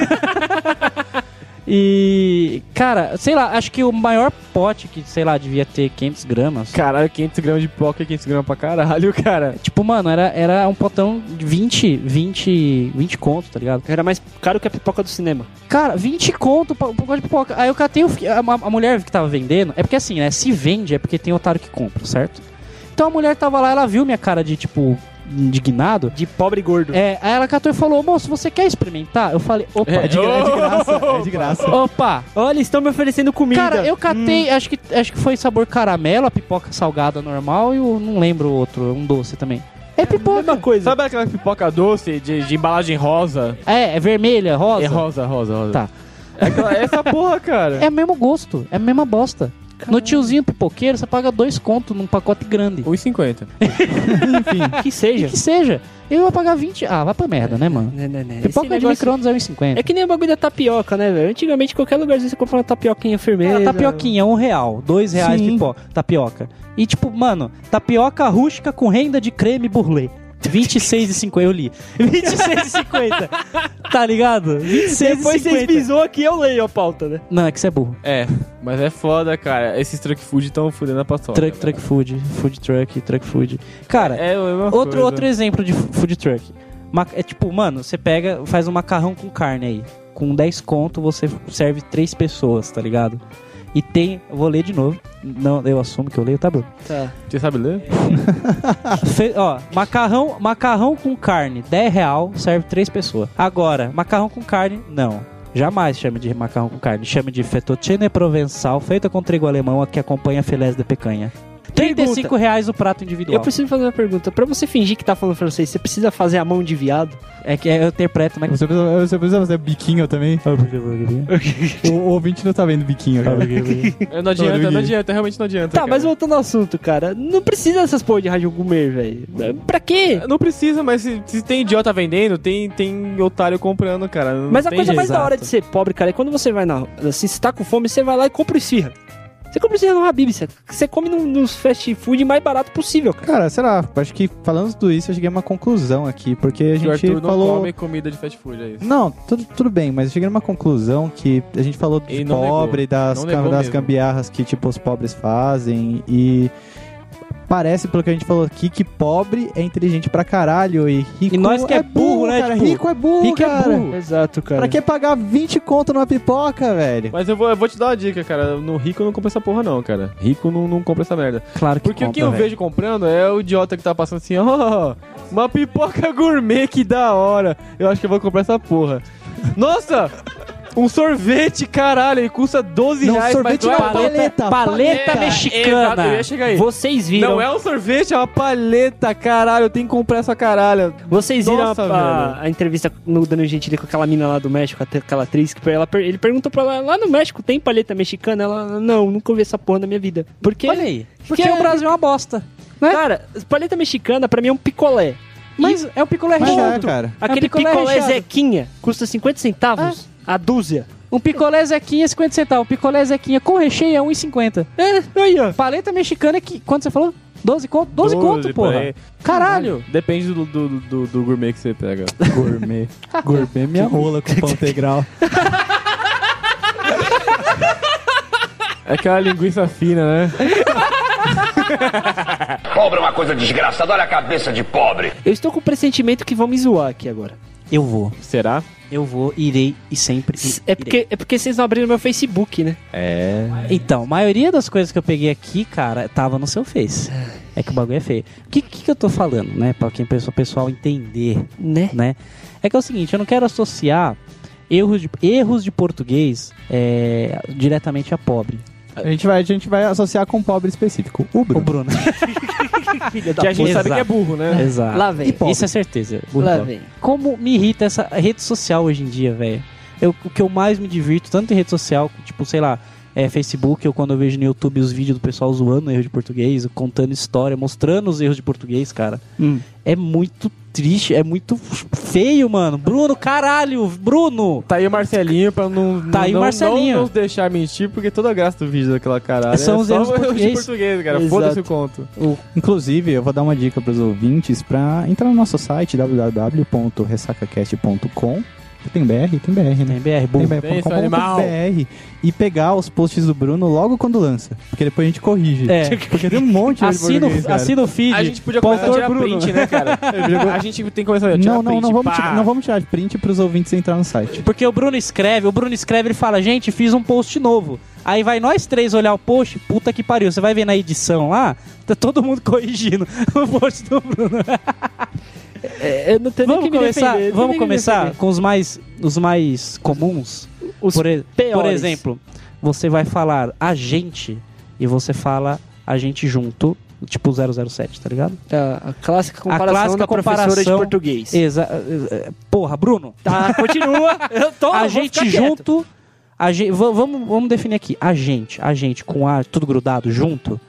Speaker 2: E, cara, sei lá, acho que o maior pote que, sei lá, devia ter 500 gramas.
Speaker 3: Caralho, 500 gramas de pipoca é 500 gramas pra caralho, cara.
Speaker 2: Tipo, mano, era, era um potão de 20, 20, 20 conto, tá ligado?
Speaker 1: Era mais caro que a pipoca do cinema.
Speaker 2: Cara, 20 conto pra- um pacote de pipoca. Aí eu catei o fi- a, a mulher que tava vendendo. É porque assim, né? Se vende é porque tem otário que compra, certo? Então a mulher tava lá, ela viu minha cara de, tipo, indignado.
Speaker 1: De pobre gordo.
Speaker 2: É, aí ela catou e falou, moço, você quer experimentar? Eu falei, opa.
Speaker 5: É de, é de graça, é
Speaker 3: Oh!
Speaker 5: de graça.
Speaker 2: Opa!
Speaker 1: Olha, estão me oferecendo comida.
Speaker 2: Cara, eu catei, acho, que, acho que foi sabor caramelo, a pipoca salgada normal e o, não lembro o outro, um doce também. É pipoca.
Speaker 1: Mesma coisa.
Speaker 3: Sabe aquela pipoca doce de, de embalagem rosa?
Speaker 2: É, é vermelha, rosa.
Speaker 3: É rosa, rosa, rosa.
Speaker 2: Tá.
Speaker 3: É, aquela- é essa porra, cara.
Speaker 2: É o mesmo gosto, é a mesma bosta. No tiozinho pipoqueiro, você paga dois conto num pacote grande.
Speaker 3: 1,50.
Speaker 1: que seja.
Speaker 2: Que seja. Eu vou pagar 20. Ah, vai pra merda, né, mano?
Speaker 1: Né, né, né.
Speaker 2: Pipoca
Speaker 1: Esse
Speaker 2: de
Speaker 1: negócio-
Speaker 2: micro-ondas é 1,50.
Speaker 1: É que nem o bagulho da tapioca, né, velho? Antigamente, qualquer lugarzinho você comprava uma tapioquinha firmeza.
Speaker 2: Era tapioquinha, um real, dois reais
Speaker 5: Sim.
Speaker 2: pipo- tapioca. E tipo, mano, tapioca rústica com renda de creme burlê. 26,50, eu li. 26,50. tá ligado? 26,50.
Speaker 1: Depois vocês pisou aqui, eu leio a pauta, né?
Speaker 2: Não, é que você é burro.
Speaker 3: É, mas é foda, cara. Esses truck food tão fudendo a paçoca. né?
Speaker 2: truck,
Speaker 3: velho.
Speaker 2: truck food. Food truck, truck food. Cara,
Speaker 3: É, a mesma
Speaker 2: outro,
Speaker 3: coisa.
Speaker 2: outro exemplo de fu- food truck. Ma- É tipo, mano, você pega, faz um macarrão com carne aí. Com 10 conto, você serve três pessoas, tá ligado? E tem. eu Vou ler de novo. Não, eu assumo que eu leio, tá bom.
Speaker 1: Tá.
Speaker 3: Você sabe ler?
Speaker 2: Fe- ó, macarrão, macarrão com carne, 10 real, serve três pessoas. Agora, macarrão com carne, não. Jamais chame de macarrão com carne. Chame de fettuccine provençal, feita com trigo alemão, a que acompanha filés de pecanha. R$ 35 reais o prato individual.
Speaker 1: Eu preciso fazer uma pergunta. Pra você fingir que tá falando francês, você precisa fazer a mão de viado?
Speaker 2: É que eu interpreto, né?
Speaker 5: Você precisa, você precisa fazer biquinho também?
Speaker 1: Ah,
Speaker 5: O, o ouvinte não tá vendo biquinho, cara.
Speaker 3: É, Não adianta,
Speaker 5: Olha,
Speaker 3: não adianta, realmente não adianta.
Speaker 1: Tá,
Speaker 3: cara.
Speaker 1: mas voltando ao assunto, cara. Não precisa dessas porra de rádio gourmet, velho. Pra quê?
Speaker 3: Não precisa, mas se, se tem idiota vendendo, tem, tem otário comprando, cara. Não
Speaker 1: Mas a
Speaker 3: tem
Speaker 1: coisa mais
Speaker 3: jeito.
Speaker 1: da hora de ser pobre, cara, é quando você vai na. Assim, você tá com fome, você vai lá e compra o esfirra. Você compra esfirra no Habib, você, você come no- nos fast food mais barato possível, cara.
Speaker 5: Cara, sei lá, acho que falando tudo isso, eu cheguei a uma conclusão aqui, porque a
Speaker 3: Que o
Speaker 5: gente
Speaker 3: Arthur não
Speaker 5: falou.
Speaker 3: come comida de fast food, é isso.
Speaker 5: Não, tudo, tudo bem, mas eu cheguei numa conclusão que a gente falou
Speaker 3: E
Speaker 5: de
Speaker 3: não
Speaker 5: pobre,
Speaker 3: negou.
Speaker 5: das,
Speaker 3: Não
Speaker 5: cam-
Speaker 3: negou
Speaker 5: das
Speaker 3: mesmo.
Speaker 5: gambiarras que, tipo, os pobres fazem e... Parece, pelo que a gente falou aqui, que pobre é inteligente pra caralho e rico
Speaker 2: E nós que é burro, né,
Speaker 5: cara?
Speaker 2: tipo,
Speaker 5: rico é burro,
Speaker 2: rico é
Speaker 5: cara.
Speaker 2: burro.
Speaker 1: Exato, cara.
Speaker 5: Pra que pagar 20 conto numa pipoca, velho?
Speaker 3: Mas eu vou, eu vou te dar uma dica, cara. No rico não compra essa porra, não, cara. Rico não, não compra essa merda.
Speaker 2: Claro que
Speaker 3: Porque o
Speaker 2: compra,
Speaker 3: que eu
Speaker 2: velho.
Speaker 3: vejo comprando é o idiota que tá passando assim, ó, uma pipoca gourmet que da hora. Eu acho que eu vou comprar essa porra. Nossa! Um sorvete, caralho, ele custa 12
Speaker 5: Não,
Speaker 3: reais,
Speaker 5: sorvete
Speaker 3: mas
Speaker 5: não,
Speaker 3: é
Speaker 5: paleta,
Speaker 2: paleta,
Speaker 5: paleta.
Speaker 2: mexicana.
Speaker 3: Exato, eu ia chegar aí.
Speaker 1: Vocês viram.
Speaker 3: Não é um sorvete, é uma paleta, caralho. Eu tenho que comprar essa caralho.
Speaker 1: Vocês viram
Speaker 3: Nossa,
Speaker 1: a, a- a entrevista no Dano Gentili com aquela mina lá do México, até aquela atriz, que ela, per- ele perguntou pra ela, lá no México tem paleta mexicana? Ela, não, nunca ouvi essa porra na minha vida. Porque,
Speaker 2: Olha aí. Porque
Speaker 1: Porque-
Speaker 2: o Brasil é uma bosta.
Speaker 1: cara, paleta mexicana pra mim é um picolé.
Speaker 2: Mas é o picolé
Speaker 5: Mas
Speaker 2: recheado.
Speaker 5: é, cara.
Speaker 1: Aquele
Speaker 2: picolé
Speaker 1: picolé,
Speaker 2: recheado.
Speaker 1: zequinha custa 50 centavos a dúzia.
Speaker 2: Um picolé Zequinha, 50 centavos. Um picolé Zequinha com recheio é 1,50.
Speaker 1: É, aí ó.
Speaker 2: Paleta mexicana que... Quanto você falou? 12 conto? 12, conto, porra.
Speaker 3: peraí.
Speaker 2: Caralho.
Speaker 3: Depende do, do, do, do gourmet que você pega.
Speaker 5: Gourmet. Gourmet minha rola com pão integral.
Speaker 3: É aquela linguiça fina, né?
Speaker 14: Pobre é uma coisa desgraçada, olha a cabeça de pobre.
Speaker 1: Eu estou com o pressentimento que vão me zoar aqui agora.
Speaker 2: Eu vou.
Speaker 3: Será?
Speaker 2: Eu vou, irei e sempre. i-
Speaker 1: É
Speaker 2: irei.
Speaker 1: porque, é porque vocês não abriram meu Facebook, né?
Speaker 4: 예.
Speaker 3: É.
Speaker 2: Então, a maioria das coisas que eu peguei aqui, cara, tava no seu Face. É que o bagulho é feio. O que, que, que eu tô falando, né? Pra quem o pessoal entender,
Speaker 1: Né?
Speaker 2: né? É que é o seguinte, eu não quero associar erros de, erros de português é, diretamente a pobre.
Speaker 5: A gente, vai, a gente vai associar com um pobre específico. O
Speaker 2: O
Speaker 5: Bruno.
Speaker 2: Bruno.
Speaker 1: Ah, Filha da
Speaker 3: Que a gente
Speaker 2: Exato.
Speaker 3: sabe que é burro, né?
Speaker 2: Exato.
Speaker 1: Lá vem.
Speaker 2: E pobre. Isso é certeza. Muito
Speaker 1: Lá
Speaker 2: pobre.
Speaker 1: vem.
Speaker 2: Como me irrita essa rede social hoje em dia, velho. Eu- O que eu mais me divirto, tanto em rede social, tipo, sei lá, é, Facebook, ou quando eu vejo no YouTube os vídeos do pessoal zoando erro de português, contando história, mostrando os erros de português, cara.
Speaker 1: Hum.
Speaker 2: É muito triste, é muito feio, mano. Bruno, caralho, Bruno!
Speaker 3: Tá aí o Marcelinho pra não,
Speaker 2: Tá aí o
Speaker 3: não,
Speaker 2: Marcelinho.
Speaker 3: não nos deixar mentir, porque toda a graça do vídeo daquela caralho
Speaker 2: São
Speaker 3: é
Speaker 2: os
Speaker 3: só
Speaker 2: erros
Speaker 3: o erro
Speaker 2: português.
Speaker 3: de português, cara.
Speaker 1: Exato.
Speaker 3: Foda-se o conto.
Speaker 5: Inclusive, eu vou dar uma dica para os ouvintes para entrar no nosso site www.ressacacast.com Tem BR? Tem BR, né?
Speaker 2: Tem BR,
Speaker 5: bom.
Speaker 2: bom.
Speaker 5: Tem
Speaker 2: Tem isso, animal.
Speaker 5: BR e pegar os posts do Bruno logo quando lança. Porque depois a gente corrige.
Speaker 2: É.
Speaker 5: Porque tem um monte de
Speaker 2: Assina o-
Speaker 5: português, cara.
Speaker 2: assina o feed.
Speaker 5: A gente podia começar a tirar print, né, cara?
Speaker 2: a gente tem que começar
Speaker 5: Não, não, não vamos, tirar, não vamos tirar print pros ouvintes entrar no site.
Speaker 2: Porque o Bruno escreve, o Bruno escreve, ele fala, gente, fiz um post novo. Aí vai nós três olhar o post, puta que pariu. Você vai ver na edição lá, tá todo mundo corrigindo o post do Bruno.
Speaker 1: É, eu não tenho
Speaker 2: vamos
Speaker 1: nem que me
Speaker 2: começar,
Speaker 1: defender,
Speaker 2: Vamos
Speaker 1: nem que me
Speaker 2: começar
Speaker 1: defender.
Speaker 2: com os mais, os mais comuns. por, e- por
Speaker 1: piores.
Speaker 2: exemplo, você vai falar a gente e você fala a gente junto, tipo 007, tá ligado?
Speaker 1: A, a clássica comparação É, da professora de português.
Speaker 2: Exa- eh, porra, Bruno.
Speaker 1: Tá, continua. Eu tô,
Speaker 2: a
Speaker 1: vou
Speaker 2: gente
Speaker 1: ficar quieto.
Speaker 2: junto. A gente, vamos, vamos definir aqui. A gente, a gente com a tudo grudado junto.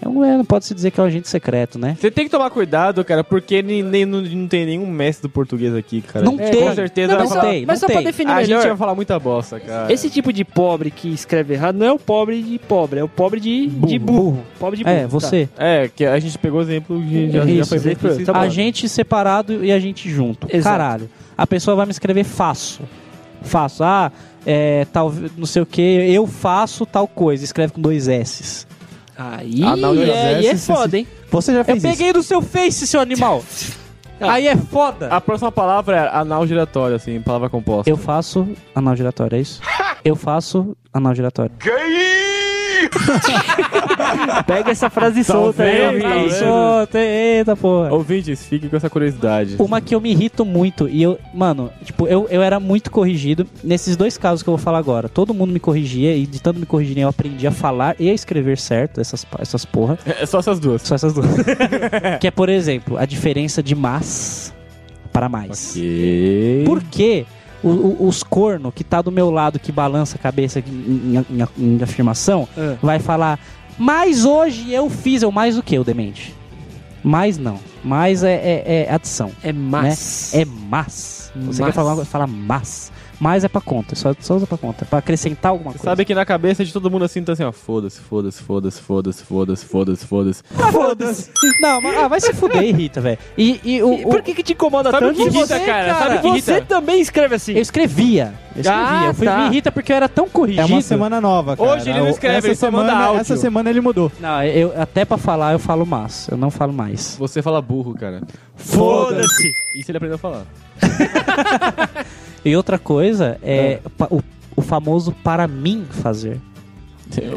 Speaker 2: é um- é, Não pode se dizer que é um agente secreto, né?
Speaker 3: Você tem que tomar cuidado, cara, porque nem, nem- não, não tem nenhum mestre do português aqui, cara. É,
Speaker 2: Não tem.
Speaker 3: Com certeza
Speaker 2: Não,
Speaker 3: vai
Speaker 2: mas
Speaker 3: falar- "Ah,
Speaker 2: só- mas só pra definir
Speaker 3: a
Speaker 1: melhor.
Speaker 3: gente vai falar muita bosta, cara.
Speaker 1: Esse tipo de pobre que escreve errado não é o pobre de pobre, é o pobre de burro. De burro. Pobre de burro. tá.
Speaker 3: É, que a gente pegou o exemplo de... Já, já
Speaker 2: Isso, tá
Speaker 3: foi
Speaker 2: exemplo,
Speaker 3: muito-
Speaker 1: tá
Speaker 2: a gente separado e a gente junto.
Speaker 3: Exato.
Speaker 2: Caralho. A pessoa vai me escrever faço. Faço. Ah, é, tal, não sei o que, eu faço tal coisa. Escreve com dois S's.
Speaker 1: Aí é, aí é foda, hein?
Speaker 5: Você já
Speaker 2: Eu peguei no seu face, seu animal.
Speaker 1: Ah.
Speaker 2: aí é foda.
Speaker 3: A próxima palavra é anal giratório, assim, palavra composta.
Speaker 2: Eu faço anal giratório, é isso? Eu faço anal giratório.
Speaker 1: Pega essa frase solta aí,
Speaker 3: vendo?
Speaker 1: amigo.
Speaker 3: Tá
Speaker 2: Solta, eita porra.
Speaker 3: Ouvintes, fiquem com essa curiosidade.
Speaker 2: Uma que eu me irrito muito e eu, mano, tipo, eu, eu era muito corrigido nesses dois casos que eu vou falar agora. Todo mundo me corrigia e de tanto me corrigirem eu aprendi a falar e a escrever certo essas, pa- essas porra.
Speaker 3: É só essas duas.
Speaker 2: Só essas duas. que é, por exemplo, a diferença de mas para mais. Por que o- o- os corno que tá do meu lado, que balança a cabeça em, em- em- em afirmação,
Speaker 1: É.
Speaker 2: vai falar, mas hoje eu fiz, eu mais o que, o demente? Mas não. Mas é, é- é adição.
Speaker 1: É mas.
Speaker 2: É mas. Você
Speaker 3: Mas.
Speaker 2: quer falar uma coisa, fala mas. Mas é pra conta, só, só usa pra conta. Pra acrescentar alguma coisa.
Speaker 3: Sabe que na cabeça de todo mundo assim tá assim, ó, foda-se, foda-se, foda-se, foda-se, foda-se, foda-se, foda-se.
Speaker 2: Foda-se. Não, mas ah, vai se fuder, irrita, velho. E, e o,
Speaker 1: Por que, que te incomoda
Speaker 2: Sabe
Speaker 1: tanto?
Speaker 2: o que irrita,
Speaker 1: Você,
Speaker 2: cara? Sabe o que
Speaker 1: Você
Speaker 2: irrita?
Speaker 1: também escreve assim.
Speaker 2: Eu escrevia. Eu escrevia.
Speaker 1: Ah,
Speaker 2: eu fui,
Speaker 1: tá.
Speaker 2: Me irrita porque eu era tão corrigido.
Speaker 5: É uma semana nova, cara.
Speaker 2: Hoje ele não escreve,
Speaker 5: essa
Speaker 2: ele só
Speaker 5: semana,
Speaker 2: manda áudio.
Speaker 5: Essa semana ele mudou.
Speaker 2: Não, eu até pra falar eu falo mas. Eu não falo mais.
Speaker 3: Você fala burro, cara.
Speaker 2: Foda-se.
Speaker 3: Isso ele aprendeu a falar.
Speaker 2: E outra coisa é
Speaker 1: Ah.
Speaker 2: pa- o, o famoso para mim fazer.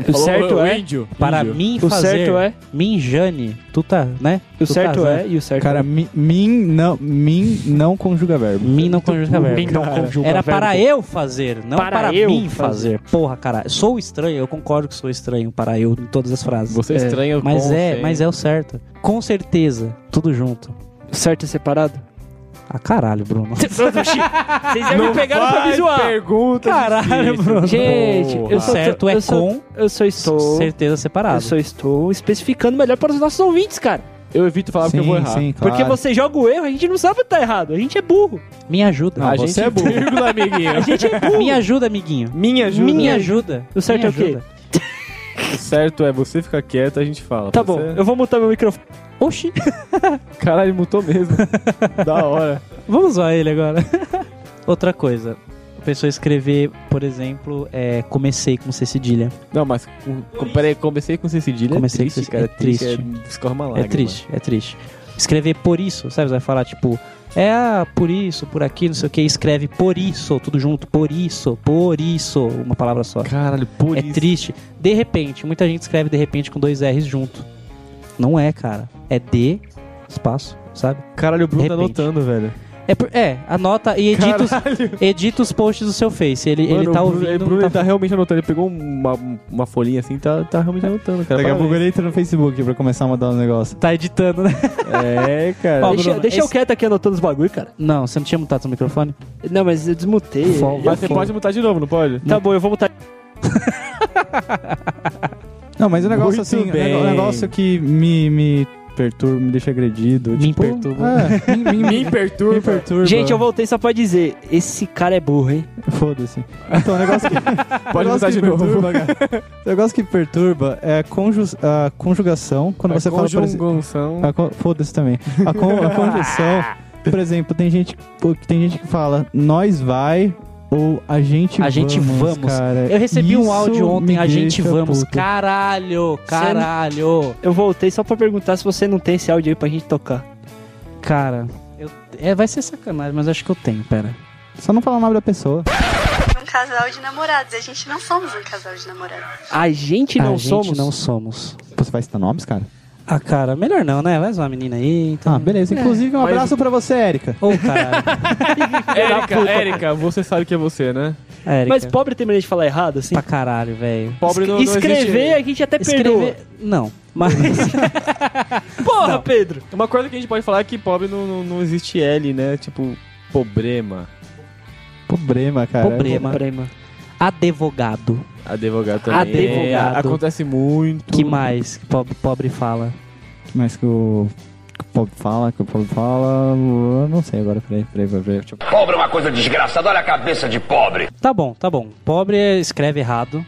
Speaker 1: O certo é.
Speaker 2: Para
Speaker 1: Índio.
Speaker 2: mim
Speaker 1: O
Speaker 2: fazer.
Speaker 1: certo é.
Speaker 2: Mim, Jane. Tu tá, né?
Speaker 1: O
Speaker 2: Tu
Speaker 1: certo
Speaker 2: tá,
Speaker 1: é e o certo
Speaker 5: Cara, mi- mim não, mim não conjuga verbo.
Speaker 2: Mim não conjuga verbo.
Speaker 5: Mim não
Speaker 2: Cara,
Speaker 5: conjuga
Speaker 2: Era
Speaker 5: verbo.
Speaker 2: para eu fazer, não para,
Speaker 1: Para eu
Speaker 2: mim fazer. Porra, cara. Sou estranho, eu concordo que sou estranho para eu em todas as frases.
Speaker 3: Você é estranho
Speaker 2: mas
Speaker 3: com,
Speaker 2: é,
Speaker 3: sem.
Speaker 2: mas é o certo. Com certeza, tudo junto.
Speaker 1: O certo é separado?
Speaker 2: Ah, caralho, Bruno.
Speaker 1: Vocês já me pegaram pra me
Speaker 3: faz
Speaker 1: zoar.
Speaker 3: pergunta
Speaker 2: Caralho, Bruno.
Speaker 1: Gente, eu
Speaker 2: O
Speaker 1: sou-
Speaker 2: certo é
Speaker 1: eu sou-
Speaker 2: com
Speaker 1: Eu só estou.
Speaker 2: certeza separado.
Speaker 1: Eu só estou especificando melhor para os nossos ouvintes, cara.
Speaker 3: Eu evito falar porque eu vou errar.
Speaker 1: Porque você joga o erro, a gente não sabe que tá errado. A gente é burro.
Speaker 2: Me ajuda.
Speaker 3: a gente é burro. Vírgula, amiguinho.
Speaker 1: A gente é burro.
Speaker 2: Me ajuda, amiguinho.
Speaker 3: Minha ajuda.
Speaker 2: Me ajuda.
Speaker 1: O certo
Speaker 2: Me
Speaker 1: é o quê?
Speaker 2: ajuda.
Speaker 3: O certo é você ficar quieto, a gente fala.
Speaker 1: Tá
Speaker 3: Você-
Speaker 1: bom, eu vou mutar meu microfone.
Speaker 2: Oxi.
Speaker 3: Caralho, mutou mesmo. da hora.
Speaker 2: Vamos zoar ele agora. Outra coisa. A pessoa escrever, por exemplo, é, comecei com C cedilha.
Speaker 3: Não, mas com, com, peraí, comecei com C cedilha.
Speaker 2: Comecei
Speaker 3: é
Speaker 2: com
Speaker 3: triste,
Speaker 2: C-
Speaker 3: cara.
Speaker 2: é triste.
Speaker 3: É, escorre uma
Speaker 2: É
Speaker 3: lágrima.
Speaker 2: triste, é triste. Escrever por isso, sabe? Você vai falar tipo, é ah, por isso, por aqui, não sei o que. Escreve por isso, tudo junto, por isso, por isso, uma palavra só.
Speaker 3: Caralho, por
Speaker 2: é
Speaker 3: isso.
Speaker 2: triste. De repente, muita gente escreve de repente com dois R's junto. Não é, cara. É de espaço, sabe?
Speaker 3: Caralho, o Bruno
Speaker 2: De
Speaker 3: tá
Speaker 2: repente.
Speaker 3: anotando, velho.
Speaker 2: É, por- é, anota e edita os, edita os posts do seu Face. Ele, ele
Speaker 3: Mano,
Speaker 2: tá
Speaker 3: o Bruno,
Speaker 2: ouvindo.
Speaker 3: O Bruno
Speaker 2: tá-
Speaker 3: ele tá realmente anotando. Ele pegou uma, uma folhinha assim e tá, tá realmente anotando, cara.
Speaker 5: Daqui a
Speaker 3: Parabéns.
Speaker 5: pouco ele entra no Facebook pra começar a mandar um uns negócios.
Speaker 2: tá editando, né?
Speaker 3: É, cara.
Speaker 2: Ó,
Speaker 1: deixa
Speaker 2: Bruno,
Speaker 1: deixa eu
Speaker 2: esse-
Speaker 1: quieto aqui anotando os bagulho, cara.
Speaker 2: Não, você não tinha mutado seu microfone?
Speaker 1: Não, mas eu desmutei.
Speaker 2: Fo-
Speaker 1: Eu-
Speaker 3: Mas você pode mutar de novo, não pode?
Speaker 1: Tá bom, eu vou mutar.
Speaker 5: Não, mas o negócio
Speaker 3: Muito
Speaker 5: assim, o
Speaker 3: bem.
Speaker 5: nego- o negócio que me, me perturba, me deixa agredido.
Speaker 2: Me
Speaker 5: tipo,
Speaker 2: perturba.
Speaker 5: É, me, me- me
Speaker 3: perturba.
Speaker 5: perturba.
Speaker 1: Gente, eu voltei só pra dizer, esse cara é burro, hein?
Speaker 5: Foda-se. Então, o negócio que.
Speaker 3: Pode
Speaker 5: o negócio
Speaker 3: mudar
Speaker 5: que
Speaker 3: de novo.
Speaker 5: perturba, cara, O negócio que perturba é a, conju- a conjugação. Quando
Speaker 3: A
Speaker 5: você fala. por exemplo-
Speaker 3: conjunção.
Speaker 5: a con- Foda-se também. A, con- a conjunção. por exemplo, tem gente, pô, que tem gente que fala, nós vai ou a gente
Speaker 2: A gente vamos.
Speaker 5: cara.
Speaker 2: Eu recebi um
Speaker 5: Isso
Speaker 2: áudio ontem,
Speaker 5: me
Speaker 2: a gente
Speaker 5: deixa
Speaker 2: vamos.
Speaker 5: puto.
Speaker 2: Caralho, caralho.
Speaker 1: Eu voltei só pra perguntar se você não tem esse áudio aí pra gente tocar.
Speaker 2: Cara, eu- é, vai ser sacanagem, mas acho que eu tenho, pera.
Speaker 5: Só não falar o nome da pessoa.
Speaker 15: Um casal de namorados. A gente não somos um casal de namorados.
Speaker 1: A gente
Speaker 2: a
Speaker 1: não
Speaker 2: gente
Speaker 1: somos.
Speaker 2: não somos.
Speaker 5: Você vai citar nomes, cara?
Speaker 2: Ah, cara, melhor não, né? Vai zoar a menina aí.
Speaker 5: Ah, beleza.
Speaker 3: É.
Speaker 5: Inclusive, um
Speaker 2: Mas-
Speaker 5: abraço pra você, Érica.
Speaker 2: Ô, caralho.
Speaker 3: Érica, Érica, você sabe que é você, né?
Speaker 1: Mas pobre tem mania de falar errado, assim?
Speaker 2: Pra caralho, velho.
Speaker 3: Pobre não- não
Speaker 1: Escrever
Speaker 3: existe-
Speaker 1: a gente até
Speaker 2: Escrever...
Speaker 1: perdoa.
Speaker 2: Não, mas...
Speaker 1: Porra, Pedro!
Speaker 3: Uma coisa que a gente pode falar é que pobre não, não, não existe L, né? Tipo, problema.
Speaker 5: Problema, cara.
Speaker 2: Problema. Advogado.
Speaker 3: Advogado também.
Speaker 2: Advogado.
Speaker 3: Acontece muito.
Speaker 2: Que mais que pobre, pobre fala?
Speaker 5: Mas que o. que o Pobre fala, que o pobre fala. Eu não sei agora, peraí, peraí, peraí. peraí. Deixa eu-
Speaker 10: Pobre é uma coisa desgraçada, olha a cabeça de pobre.
Speaker 2: Tá bom, tá bom. Pobre escreve errado,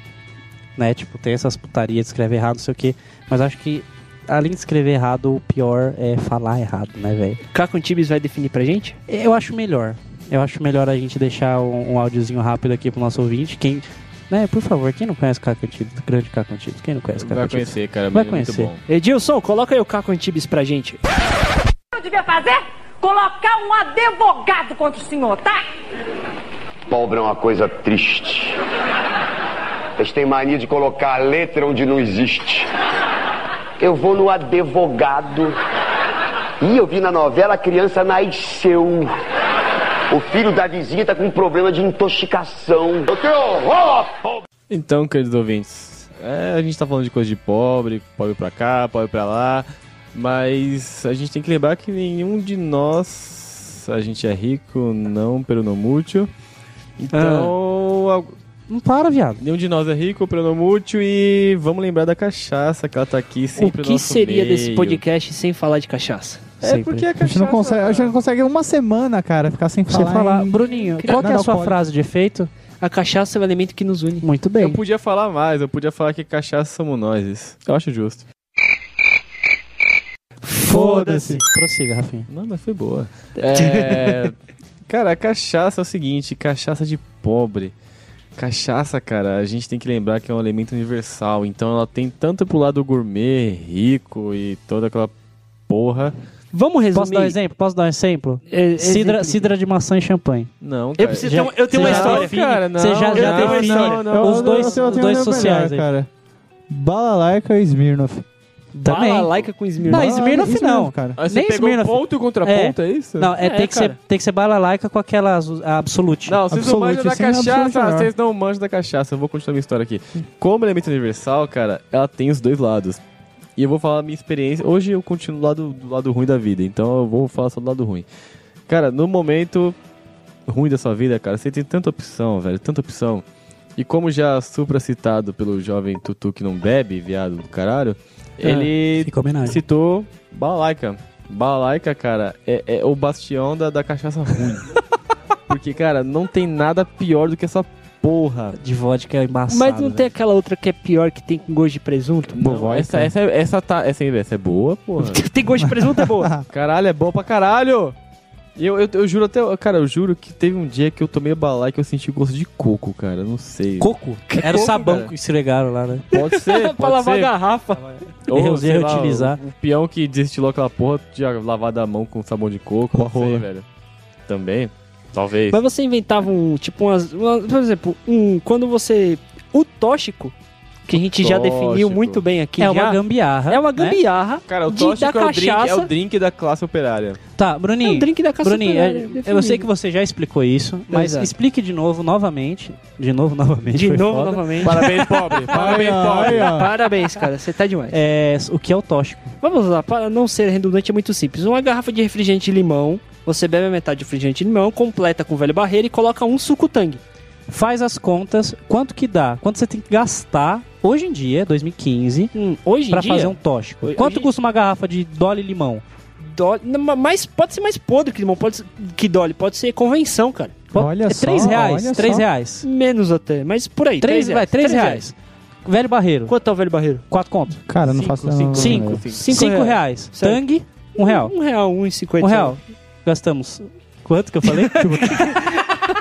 Speaker 2: né? Tipo, tem essas putarias de escrever errado, não sei o quê. Mas acho que, além de escrever errado, o pior é falar errado, né, velho?
Speaker 1: Caco Tibis vai definir pra gente?
Speaker 2: Eu acho melhor. Eu acho melhor a gente deixar um, um áudiozinho rápido aqui pro nosso ouvinte. Quem, né, por favor, quem não conhece o Caco Antibes, grande Caco Antibes, quem não conhece o Caco
Speaker 3: Vai
Speaker 2: Antibes?
Speaker 3: conhecer, cara.
Speaker 2: Vai
Speaker 3: menino,
Speaker 2: conhecer.
Speaker 3: Muito bom.
Speaker 1: Edilson, coloca aí o Caco Antibes pra gente.
Speaker 16: eu devia fazer? Colocar um advogado contra o senhor, tá?
Speaker 10: Pobre é uma coisa triste. Eles têm mania de colocar a letra onde não existe. Eu vou no advogado. Ih, eu vi na novela a criança nasceu. O filho da vizinha tá com um problema de intoxicação. Eu tenho horror, pobre.
Speaker 3: Então, queridos ouvintes, é, a gente tá falando de coisa de pobre, pobre pra cá, pobre pra lá, mas a gente tem que lembrar que nenhum de nós, a gente é rico, não pelo não mútil. Então, al-
Speaker 2: Não para, viado.
Speaker 3: nenhum de nós é rico pelo não mútil e vamos lembrar da cachaça que ela tá aqui
Speaker 1: O
Speaker 3: sempre no
Speaker 1: que
Speaker 3: nosso
Speaker 1: seria
Speaker 3: meio.
Speaker 1: desse podcast sem falar de cachaça?
Speaker 3: É porque a
Speaker 5: A gente
Speaker 3: cachaça...
Speaker 5: não consegue, a gente não consegue uma semana, cara, ficar sem
Speaker 2: Você
Speaker 5: falar.
Speaker 2: falar,
Speaker 5: em-
Speaker 2: Bruninho,
Speaker 5: Não,
Speaker 2: qual que é a
Speaker 5: não,
Speaker 2: sua
Speaker 5: pode.
Speaker 2: frase de efeito?
Speaker 1: A cachaça é o elemento que nos une.
Speaker 2: Muito bem.
Speaker 3: Eu podia falar mais, eu podia falar que cachaça somos nós. Eu acho justo.
Speaker 2: Foda-se. Prossiga, Rafinha.
Speaker 3: Não, mas foi boa. É, cara, a cachaça é o seguinte, cachaça de pobre. Cachaça, cara, a gente tem que lembrar que é um elemento universal. Então ela tem tanto pro lado gourmet, rico e toda aquela porra.
Speaker 1: Vamos resumir.
Speaker 2: Posso dar um exemplo? Posso dar um exemplo?
Speaker 1: É,
Speaker 2: Cidra,
Speaker 1: exemplo.
Speaker 2: cidra de maçã e champanhe.
Speaker 3: Não, cara.
Speaker 1: Eu, preciso ter uma- eu tenho
Speaker 2: Você
Speaker 1: uma
Speaker 2: já
Speaker 1: história.
Speaker 2: define- Você já, já
Speaker 1: tenho uma
Speaker 2: define
Speaker 3: não, não.
Speaker 2: os
Speaker 5: Eu- eu
Speaker 2: dois,
Speaker 5: tenho- eu
Speaker 2: os
Speaker 5: tenho
Speaker 2: dois
Speaker 5: uma melhor,
Speaker 2: sociais aí.
Speaker 5: cara. Balalaica ou Smirnoff?
Speaker 2: Também.
Speaker 1: Bala laica com
Speaker 2: Não,
Speaker 1: Smirnoff.
Speaker 2: Smirnoff
Speaker 5: Smirnoff,
Speaker 2: não.
Speaker 5: cara.
Speaker 3: Aí Ah, você
Speaker 2: Nem
Speaker 3: pegou
Speaker 2: Smirnoff.
Speaker 3: ponto e contraponto, é, isso?
Speaker 2: Não, é, tem, que
Speaker 1: cara.
Speaker 2: ser, tem que ser bala laica com aquela azu- a absolute.
Speaker 3: Não, vocês não
Speaker 5: Absolute,
Speaker 3: manjam da
Speaker 5: sim, é
Speaker 2: um
Speaker 5: absolute
Speaker 3: cachaça,
Speaker 5: melhor.
Speaker 3: vocês não manjam da cachaça. Eu vou continuar minha história aqui. Como elemento universal, cara, ela tem os dois lados. E eu vou falar a minha experiência. Hoje eu continuo do lado, do lado ruim da vida, então eu vou falar só do lado ruim. Cara, no momento ruim da sua vida, cara, você tem tanta opção, velho, tanta opção. E como já supracitado pelo jovem Tutu que não bebe, viado do caralho,
Speaker 2: É,
Speaker 3: ele
Speaker 2: Fica a homenagem.
Speaker 3: citou Balalaika. Balalaika, cara, é, é o bastião da, da cachaça ruim. Porque, cara, não tem nada pior do que essa porra.
Speaker 2: De vodka é embaçado.
Speaker 1: Mas não tem aquela outra que é pior, que tem com gosto de presunto?
Speaker 3: Não, essa, essa, é- essa, tá, essa, é- essa é boa, porra.
Speaker 1: tem gosto de presunto é boa.
Speaker 3: Caralho, é boa pra caralho! E Eu, eu, eu juro até. Cara, eu juro que teve um dia que eu tomei balai que eu senti gosto de coco, cara. eu Não sei.
Speaker 2: Coco? Era o
Speaker 3: coco,
Speaker 2: sabão
Speaker 3: cara.
Speaker 2: que esfregaram lá, né?
Speaker 3: Pode ser,
Speaker 1: pra
Speaker 3: pode
Speaker 1: lavar a
Speaker 3: ser.
Speaker 1: garrafa.
Speaker 3: Ou,
Speaker 2: Eu usei
Speaker 3: sei lá,
Speaker 2: reutilizar.
Speaker 3: O, o peão que destilou aquela porra tinha lavado a mão com sabão de
Speaker 5: Com
Speaker 3: coco. não
Speaker 5: a
Speaker 3: sei,
Speaker 5: rola.
Speaker 3: velho. Também. Talvez.
Speaker 1: Mas você inventava um, tipo, umas, uma- por exemplo, um, quando você... O tóxico, que a gente já
Speaker 3: Tóxico.
Speaker 1: definiu muito bem aqui
Speaker 2: é
Speaker 1: já,
Speaker 2: uma gambiarra.
Speaker 1: é uma
Speaker 2: né?
Speaker 1: gambiarra
Speaker 3: Cara, o
Speaker 1: de-
Speaker 3: tóxico
Speaker 1: da
Speaker 3: é, o drink, é
Speaker 1: cachaça.
Speaker 3: o drink da classe operária.
Speaker 2: Tá,
Speaker 1: É
Speaker 2: Bruninho.
Speaker 1: um drink da caça
Speaker 2: Bruninho,
Speaker 1: operária,
Speaker 2: é- eu
Speaker 1: definido.
Speaker 2: sei que você já explicou isso, mas
Speaker 1: Exato.
Speaker 2: explique de novo, novamente. De novo, novamente.
Speaker 1: De
Speaker 2: foi
Speaker 1: novo,
Speaker 2: foda.
Speaker 1: novamente.
Speaker 3: Parabéns, pobre. Parabéns, pobre.
Speaker 1: Parabéns, cara. Você tá demais.
Speaker 2: É, o que é o tóxico?
Speaker 1: Vamos lá, para não ser redundante, é muito simples. Uma garrafa de refrigerante de limão, você bebe a metade de refrigerante de limão, completa com velho barreira e coloca um suco tangue.
Speaker 2: Faz as contas, quanto que dá? Quanto você tem que gastar hoje em dia, 2015,
Speaker 1: Hum, hoje em
Speaker 2: pra
Speaker 1: dia.
Speaker 2: fazer um tóxico?
Speaker 1: Hoje-
Speaker 2: quanto
Speaker 1: hoje-
Speaker 2: custa uma garrafa de Dolly limão?
Speaker 1: dole- não, ma- mais, pode ser mais podre que limão, pode ser, que dole, pode ser convenção, cara.
Speaker 5: Olha
Speaker 2: é
Speaker 5: só,
Speaker 2: 3 reais,
Speaker 5: olha
Speaker 2: 3
Speaker 5: só.
Speaker 2: reais.
Speaker 1: Menos até, mas por aí.
Speaker 2: 3,
Speaker 1: três
Speaker 2: vai, 3 reais. Velho Barreiro,
Speaker 1: Quanto é o velho barreiro?
Speaker 2: 4 conto.
Speaker 5: Cara, eu não faço
Speaker 2: cinco,
Speaker 5: não,
Speaker 2: cinco.
Speaker 5: velho.
Speaker 1: Cinco
Speaker 2: 5 reais.
Speaker 1: Certo.
Speaker 2: Tangue, 1 real.
Speaker 1: Um real, um e cinquenta.
Speaker 2: 1 real. gastamos. Quanto que eu falei?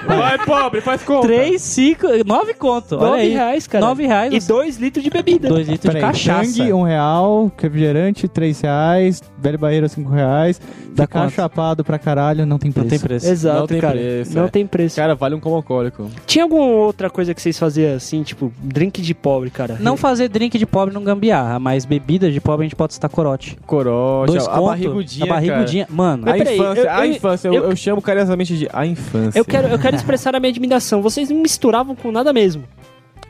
Speaker 1: Vai, pobre, faz conta.
Speaker 2: 3, 5, 9 conto.
Speaker 1: Nove
Speaker 2: olha aí.
Speaker 1: reais, cara.
Speaker 2: 9 reais.
Speaker 1: E 2 litros de bebida.
Speaker 2: 2 litros de
Speaker 5: Peraí,
Speaker 2: cachaça.
Speaker 5: Tangue, um real, refrigerante, três reais, velho barreiro, cinco reais. Da cara
Speaker 2: quanto?
Speaker 5: chapado pra caralho, não tem preço.
Speaker 2: tem preço.
Speaker 1: Exato,
Speaker 4: Não tem
Speaker 1: cara.
Speaker 4: preço,
Speaker 1: não
Speaker 4: é.
Speaker 1: tem preço.
Speaker 4: Cara, vale um como alcoólico.
Speaker 1: Tinha alguma outra coisa que vocês faziam assim, tipo, drink de pobre, cara?
Speaker 2: Não fazer drink de pobre não gambiarra, mas bebida de pobre a gente pode citar corote.
Speaker 4: Corote,
Speaker 2: Dois
Speaker 4: a
Speaker 2: conto,
Speaker 4: barrigudinha,
Speaker 2: a barrigudinha.
Speaker 4: cara.
Speaker 2: Mano,
Speaker 4: a
Speaker 1: Mas peraí,
Speaker 4: infância,
Speaker 1: eu-
Speaker 4: a
Speaker 1: eu-
Speaker 4: infância. Eu,
Speaker 1: eu-
Speaker 4: eu chamo carinhosamente de a infância.
Speaker 1: Eu quero, eu quero expressar a minha admiração. Vocês não misturavam com nada mesmo.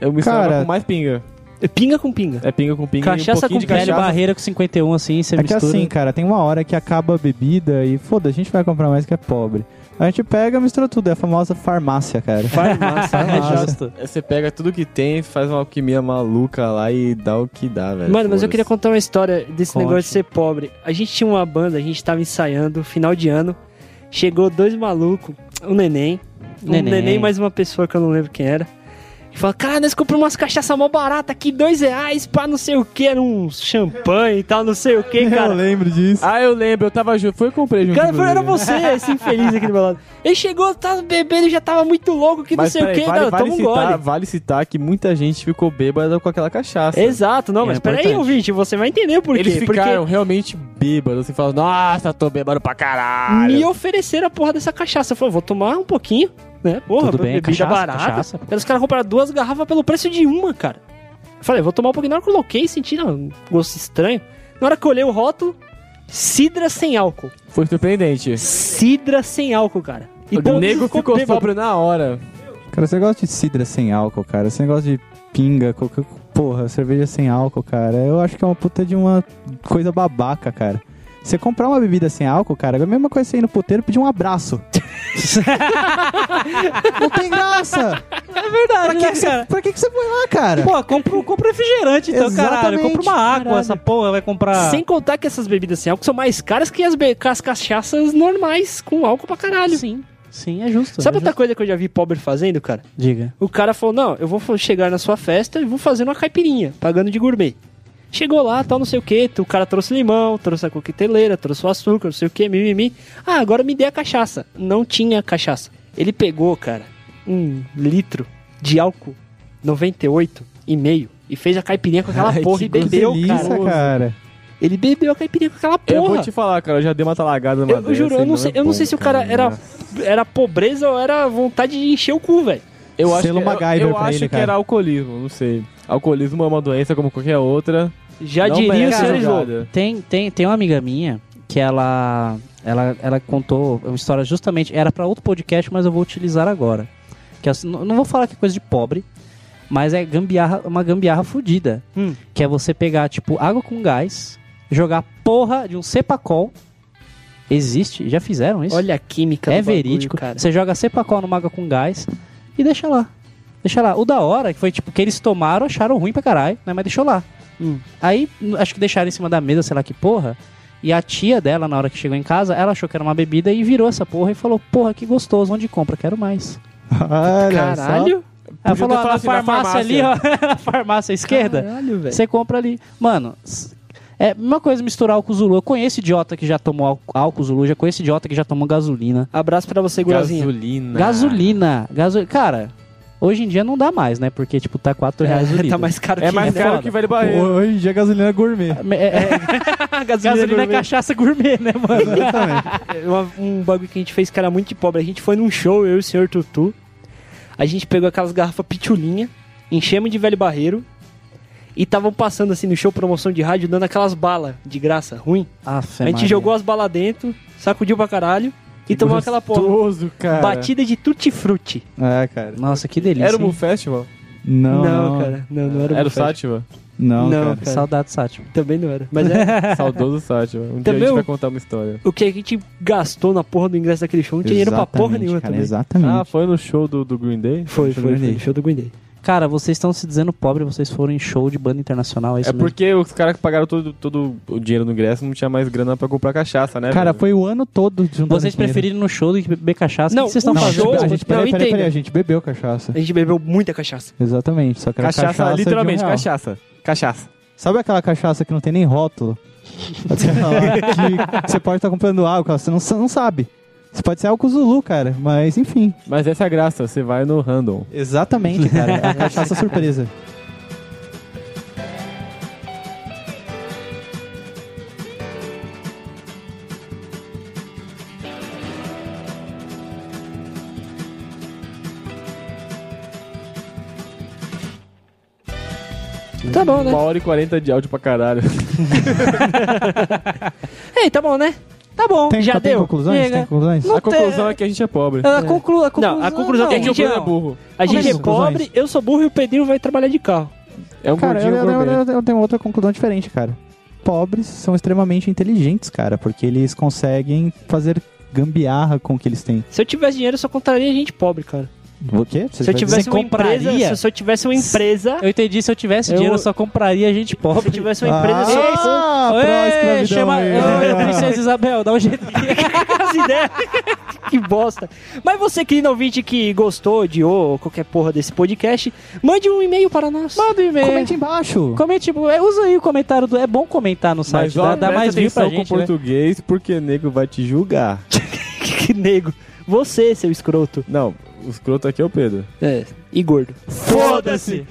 Speaker 4: Eu me
Speaker 5: Cara-
Speaker 4: cara... com mais pinga.
Speaker 1: É pinga com pinga.
Speaker 4: É pinga com pinga
Speaker 1: Cachaça
Speaker 4: e um pouquinho
Speaker 1: com
Speaker 4: de
Speaker 1: pinga.
Speaker 2: Velho
Speaker 4: cachaça.
Speaker 2: barreira com 51 assim, você
Speaker 5: É que
Speaker 2: mistura.
Speaker 5: assim, cara, tem uma hora que acaba a bebida e foda, a gente vai comprar mais que é pobre. A gente pega, mistura tudo, é a famosa farmácia, cara.
Speaker 1: Farmácia.
Speaker 2: é
Speaker 5: Farmácia.
Speaker 2: justo.
Speaker 4: É, Você pega tudo que tem, faz uma alquimia maluca lá e dá o que dá, velho.
Speaker 1: Mano, mas
Speaker 4: É,
Speaker 1: eu
Speaker 4: Foda-se.
Speaker 1: queria contar uma história desse
Speaker 2: Conte.
Speaker 1: negócio de ser pobre. A gente tinha uma banda, a gente tava ensaiando, final de ano. Chegou dois malucos, um neném,
Speaker 2: Neném.
Speaker 1: um neném mais uma pessoa que eu não lembro quem era. E falou, cara, nós compramos umas cachaça mó barata aqui, dois reais pra não sei o que, era um champanhe e tal, não sei o que,
Speaker 5: Eu
Speaker 1: cara.
Speaker 5: lembro disso.
Speaker 4: Ah, eu lembro, eu tava junto. Foi eu comprei junto.
Speaker 1: Cara,
Speaker 4: com
Speaker 1: foi- era
Speaker 4: ele, né?
Speaker 1: você, esse infeliz aqui do meu lado. Ele chegou, tava bebendo, já tava muito louco, que
Speaker 4: Mas
Speaker 1: não sei o
Speaker 4: peraí,
Speaker 1: que,
Speaker 4: vale,
Speaker 1: não,
Speaker 4: vale
Speaker 1: toma um
Speaker 4: citar,
Speaker 1: gole.
Speaker 4: Vale citar que muita gente ficou bêbada com aquela cachaça.
Speaker 1: Exato, não,
Speaker 2: É
Speaker 1: mas peraí,
Speaker 2: importante.
Speaker 1: ouvinte, você vai entender por
Speaker 4: Eles
Speaker 1: quê.
Speaker 4: ficaram realmente bêbados. Você fala, nossa, tô bêbado pra caralho.
Speaker 1: me ofereceram a porra dessa cachaça. Eu falei, vou tomar um pouquinho, né? Porra,
Speaker 2: Tudo bem,
Speaker 1: bebida
Speaker 2: cachaça,
Speaker 1: barata.
Speaker 2: cachaça.
Speaker 1: Aí Os caras compraram duas garrafas pelo preço de uma, cara. Eu falei, vou tomar um pouquinho. Na hora que eu coloquei, senti não, um gosto estranho. Na hora que eu olhei o rótulo, sidra sem álcool.
Speaker 4: Foi surpreendente.
Speaker 1: Sidra sem álcool, cara.
Speaker 4: o
Speaker 1: todo
Speaker 4: nego
Speaker 1: mundo
Speaker 4: ficou
Speaker 1: Então, bêbado.
Speaker 4: sóbrio na hora.
Speaker 5: Cara, você gosta de sidra sem álcool, cara. Você gosta de pinga, qualquer porra, cerveja sem álcool, cara. Eu acho que é uma puta de uma coisa babaca, cara. Você comprar uma bebida sem álcool, cara, é a mesma coisa você ir no puteiro e pedir um abraço. Não tem graça!
Speaker 2: É verdade,
Speaker 5: Pra que,
Speaker 2: né,
Speaker 5: que você,
Speaker 2: cara?
Speaker 5: pra que, que você foi lá, cara?
Speaker 2: Pô, compra, um, compra refrigerante então, caralho.
Speaker 5: Exatamente,
Speaker 2: Compra uma água,
Speaker 5: caralho.
Speaker 2: essa porra vai comprar...
Speaker 1: Sem contar que essas bebidas sem álcool são mais caras que as, be- que as cachaças normais, com álcool pra caralho.
Speaker 2: Sim, sim, é justo.
Speaker 1: Sabe
Speaker 2: é
Speaker 1: outra
Speaker 2: justo.
Speaker 1: coisa que eu já vi pobre fazendo, cara?
Speaker 2: Diga.
Speaker 1: O cara falou: Não, eu vou chegar na sua festa e vou fazer uma caipirinha, pagando de gourmet. Chegou lá, tal, não sei o que, o cara trouxe limão, trouxe a coqueteleira, trouxe o açúcar, não sei o que, mimimi. Ah, agora me dê a cachaça. Não tinha cachaça. Ele pegou, cara, um litro de álcool 98,5 e fez a caipirinha com aquela
Speaker 4: Ai,
Speaker 1: porra é
Speaker 4: que
Speaker 1: e bebeu,
Speaker 5: Delícia,
Speaker 1: cara.
Speaker 5: cara.
Speaker 1: Ele bebeu a caipirinha com aquela porra.
Speaker 4: Eu vou te falar, cara, eu já dei uma talagada numa
Speaker 1: Eu, eu
Speaker 4: dessa
Speaker 1: juro,
Speaker 4: e
Speaker 1: eu não, sei,
Speaker 4: é
Speaker 1: eu não
Speaker 4: bom,
Speaker 1: sei se o cara era,
Speaker 4: nossa.
Speaker 1: era pobreza ou era vontade de encher o cu, velho.
Speaker 4: Eu acho,
Speaker 5: Selo
Speaker 4: que, é,
Speaker 5: MacGyver
Speaker 4: eu, eu
Speaker 5: pra
Speaker 4: acho
Speaker 5: ele,
Speaker 4: que
Speaker 5: cara.
Speaker 4: era alcoolismo, não sei. Alcoolismo é uma doença como qualquer outra.
Speaker 1: Já
Speaker 4: Não
Speaker 1: diria o
Speaker 4: merece
Speaker 1: senhor
Speaker 4: essa
Speaker 1: Slow.
Speaker 4: jogada.
Speaker 2: Tem, tem, tem uma amiga minha que ela, ela, ela contou uma história justamente. Era pra outro podcast, mas eu vou utilizar agora. Que é assim, não, não vou falar que é coisa de pobre, mas é gambiarra, uma gambiarra fodida.
Speaker 1: Hum.
Speaker 2: Que é você pegar, tipo, água com gás, jogar porra de um cepacol. Existe, já fizeram isso?
Speaker 1: Olha a química
Speaker 2: é
Speaker 1: do bagulho,
Speaker 2: verídico.
Speaker 1: cara.
Speaker 2: Você joga cepacol numa água com gás e deixa lá. Deixa lá. O da hora que foi tipo que eles tomaram, acharam ruim pra caralho, né? Mas deixou lá.
Speaker 1: Hum.
Speaker 2: Aí n- acho que deixaram em cima da mesa, sei lá que porra. E a tia dela, na hora que chegou em casa, ela achou que era uma bebida e virou essa porra e falou: Porra, que gostoso, onde compra? Quero mais.
Speaker 1: é
Speaker 5: Olha só.
Speaker 1: Caralho.
Speaker 4: Podia
Speaker 2: Ela falou:
Speaker 4: ter falado
Speaker 2: "Ah, na,
Speaker 4: assim, na
Speaker 2: farmácia ali, ó, na farmácia à esquerda.
Speaker 1: Caralho, velho.
Speaker 2: Você compra ali. Mano, s- é a mesma coisa misturar álcool Zulu. Eu conheço idiota que já tomou álcool- álcool Zulu, já conheço idiota que já tomou gasolina.
Speaker 1: Abraço pra você, Guazinha.
Speaker 4: Gasolina.
Speaker 2: Gasolina. Gasolina. Cara, hoje em dia não dá mais, né? Porque, tipo, tá 4 reais o litro.
Speaker 1: tá mais caro
Speaker 4: É
Speaker 1: que
Speaker 4: mais
Speaker 1: isso.
Speaker 4: caro
Speaker 2: foda.
Speaker 4: que velho barreiro.
Speaker 5: Hoje em dia a gasolina é gourmet.
Speaker 2: É, é- gasolina, é cachaça gourmet, né, mano?
Speaker 5: Exatamente.
Speaker 1: É uma- um bagulho que a gente fez que era muito de pobre. A gente foi num show, eu e o senhor Tutu. A gente pegou aquelas garrafas pitulinha, enchemos de velho barreiro. E estavam passando assim no show promoção de rádio, dando aquelas balas de graça, ruim.
Speaker 2: Aff,
Speaker 1: a gente
Speaker 2: Maria.
Speaker 1: jogou as balas dentro, sacudiu pra caralho e tomou aquela porra.
Speaker 4: Gostoso,
Speaker 5: Ah.
Speaker 4: cara.
Speaker 1: Batida assim. de tutti-frutti.
Speaker 5: É, cara.
Speaker 2: Nossa, que delícia.
Speaker 4: Era o Moon
Speaker 2: hein?
Speaker 4: Festival?
Speaker 5: Não,
Speaker 1: não, cara. Não, não era,
Speaker 4: Era o
Speaker 1: Buffett.
Speaker 4: Sátiva?
Speaker 5: Não,
Speaker 1: Não,
Speaker 5: cara.
Speaker 1: cara.
Speaker 2: Saudade, Sátio.
Speaker 1: Também não era. Mas é,
Speaker 4: Saudoso Sátiva. Um dia a
Speaker 1: Também
Speaker 4: gente
Speaker 1: o-
Speaker 4: vai contar uma história.
Speaker 1: o que a gente gastou na porra do ingresso daquele show não tinha dinheiro pra porra
Speaker 5: Exatamente,
Speaker 1: nenhuma
Speaker 5: cara,
Speaker 1: também.
Speaker 5: Exatamente.
Speaker 4: Ah, foi no show do, do Green Day?
Speaker 1: Foi,
Speaker 5: Show do
Speaker 1: foi,
Speaker 5: Green
Speaker 1: foi.
Speaker 5: Day.
Speaker 1: Show do Green Day.
Speaker 2: Cara, vocês estão se dizendo pobre, vocês foram em show de banda internacional, é isso
Speaker 4: É porque os caras que pagaram todo, todo o dinheiro no ingresso não tinha mais grana pra comprar cachaça, né?
Speaker 5: Cara,
Speaker 4: velho?
Speaker 5: foi o ano todo juntando
Speaker 2: mesmo? Vocês
Speaker 5: dinheiro.
Speaker 2: preferiram ir no show do que beber cachaça?
Speaker 1: Não,
Speaker 2: o que vocês
Speaker 1: um
Speaker 5: Não,
Speaker 2: estão
Speaker 5: a
Speaker 2: fazendo?
Speaker 1: show-
Speaker 5: gente- a gente, peraí,
Speaker 1: Não,
Speaker 5: peraí,
Speaker 1: entenda.
Speaker 5: peraí, a gente bebeu cachaça.
Speaker 1: A gente bebeu muita cachaça.
Speaker 5: Exatamente, só que era
Speaker 4: Cachaça,
Speaker 5: cachaça, de um
Speaker 4: literalmente,
Speaker 5: real.
Speaker 4: cachaça. Cachaça.
Speaker 5: Sabe aquela cachaça que não tem nem rótulo? Aquela que você pode estar comprando álcool, você não, você não sabe. Isso pode ser álcool Zulu, cara, mas enfim.
Speaker 3: Mas essa é a graça, você vai no random.
Speaker 5: Exatamente, cara. É A cachaça surpresa.
Speaker 2: Tá bom, né?
Speaker 3: Uma hora e quarenta de áudio pra caralho.
Speaker 2: Ei, tá bom, né? Tá bom,
Speaker 5: Tem-
Speaker 2: já
Speaker 5: tá- tem
Speaker 2: deu.
Speaker 5: conclusões?
Speaker 2: Chega.
Speaker 5: Tem conclusões?
Speaker 2: Não
Speaker 3: a
Speaker 2: tem-
Speaker 3: conclusão é que a gente é pobre.
Speaker 2: Ah, A, conclu... a conclusão...
Speaker 1: Não, a conclusão é que a gente
Speaker 2: não.
Speaker 1: é burro. A gente é pobre, eu sou burro e o Pedrinho vai trabalhar de carro.
Speaker 3: É um
Speaker 5: Cara, eu,
Speaker 3: gordinho
Speaker 5: eu- eu-
Speaker 3: gourmet.
Speaker 5: eu- eu tenho outra conclusão diferente, cara. Pobres são extremamente inteligentes, cara, porque eles conseguem fazer gambiarra com o que eles têm.
Speaker 1: Se eu tivesse dinheiro, eu só contraria gente pobre, cara.
Speaker 5: O quê? Você
Speaker 1: Se eu
Speaker 5: vai
Speaker 1: tivesse
Speaker 5: dizer-
Speaker 1: uma
Speaker 2: compraria?
Speaker 1: empresa, se eu tivesse uma empresa,
Speaker 2: Eu entendi, se eu tivesse
Speaker 1: Eu-
Speaker 2: dinheiro, eu só compraria gente pobre.
Speaker 1: se eu tivesse uma empresa,
Speaker 5: Ah,
Speaker 1: só
Speaker 5: ah, pró-escravidão
Speaker 2: Ei, chama...
Speaker 5: aí.
Speaker 2: Ei,
Speaker 1: né?
Speaker 2: Princesa Isabel, dá um jeito.
Speaker 1: as ideias. que bosta. Mas você, querido ouvinte que gostou, odiou ou qualquer porra desse podcast, mande um e-mail para nós.
Speaker 2: Manda um e-mail.
Speaker 1: é
Speaker 5: Comente embaixo.
Speaker 2: Comente, é, usa aí o comentário do. É bom comentar no site,
Speaker 3: Mas
Speaker 2: dá, dá
Speaker 3: ó, presta
Speaker 2: mais view pra
Speaker 3: atenção com
Speaker 2: gente. né?
Speaker 3: português, porque nego vai te julgar.
Speaker 1: que nego. Você, seu escroto.
Speaker 3: Não, o escroto aqui é o Pedro.
Speaker 1: É, e gordo.
Speaker 2: Foda-se!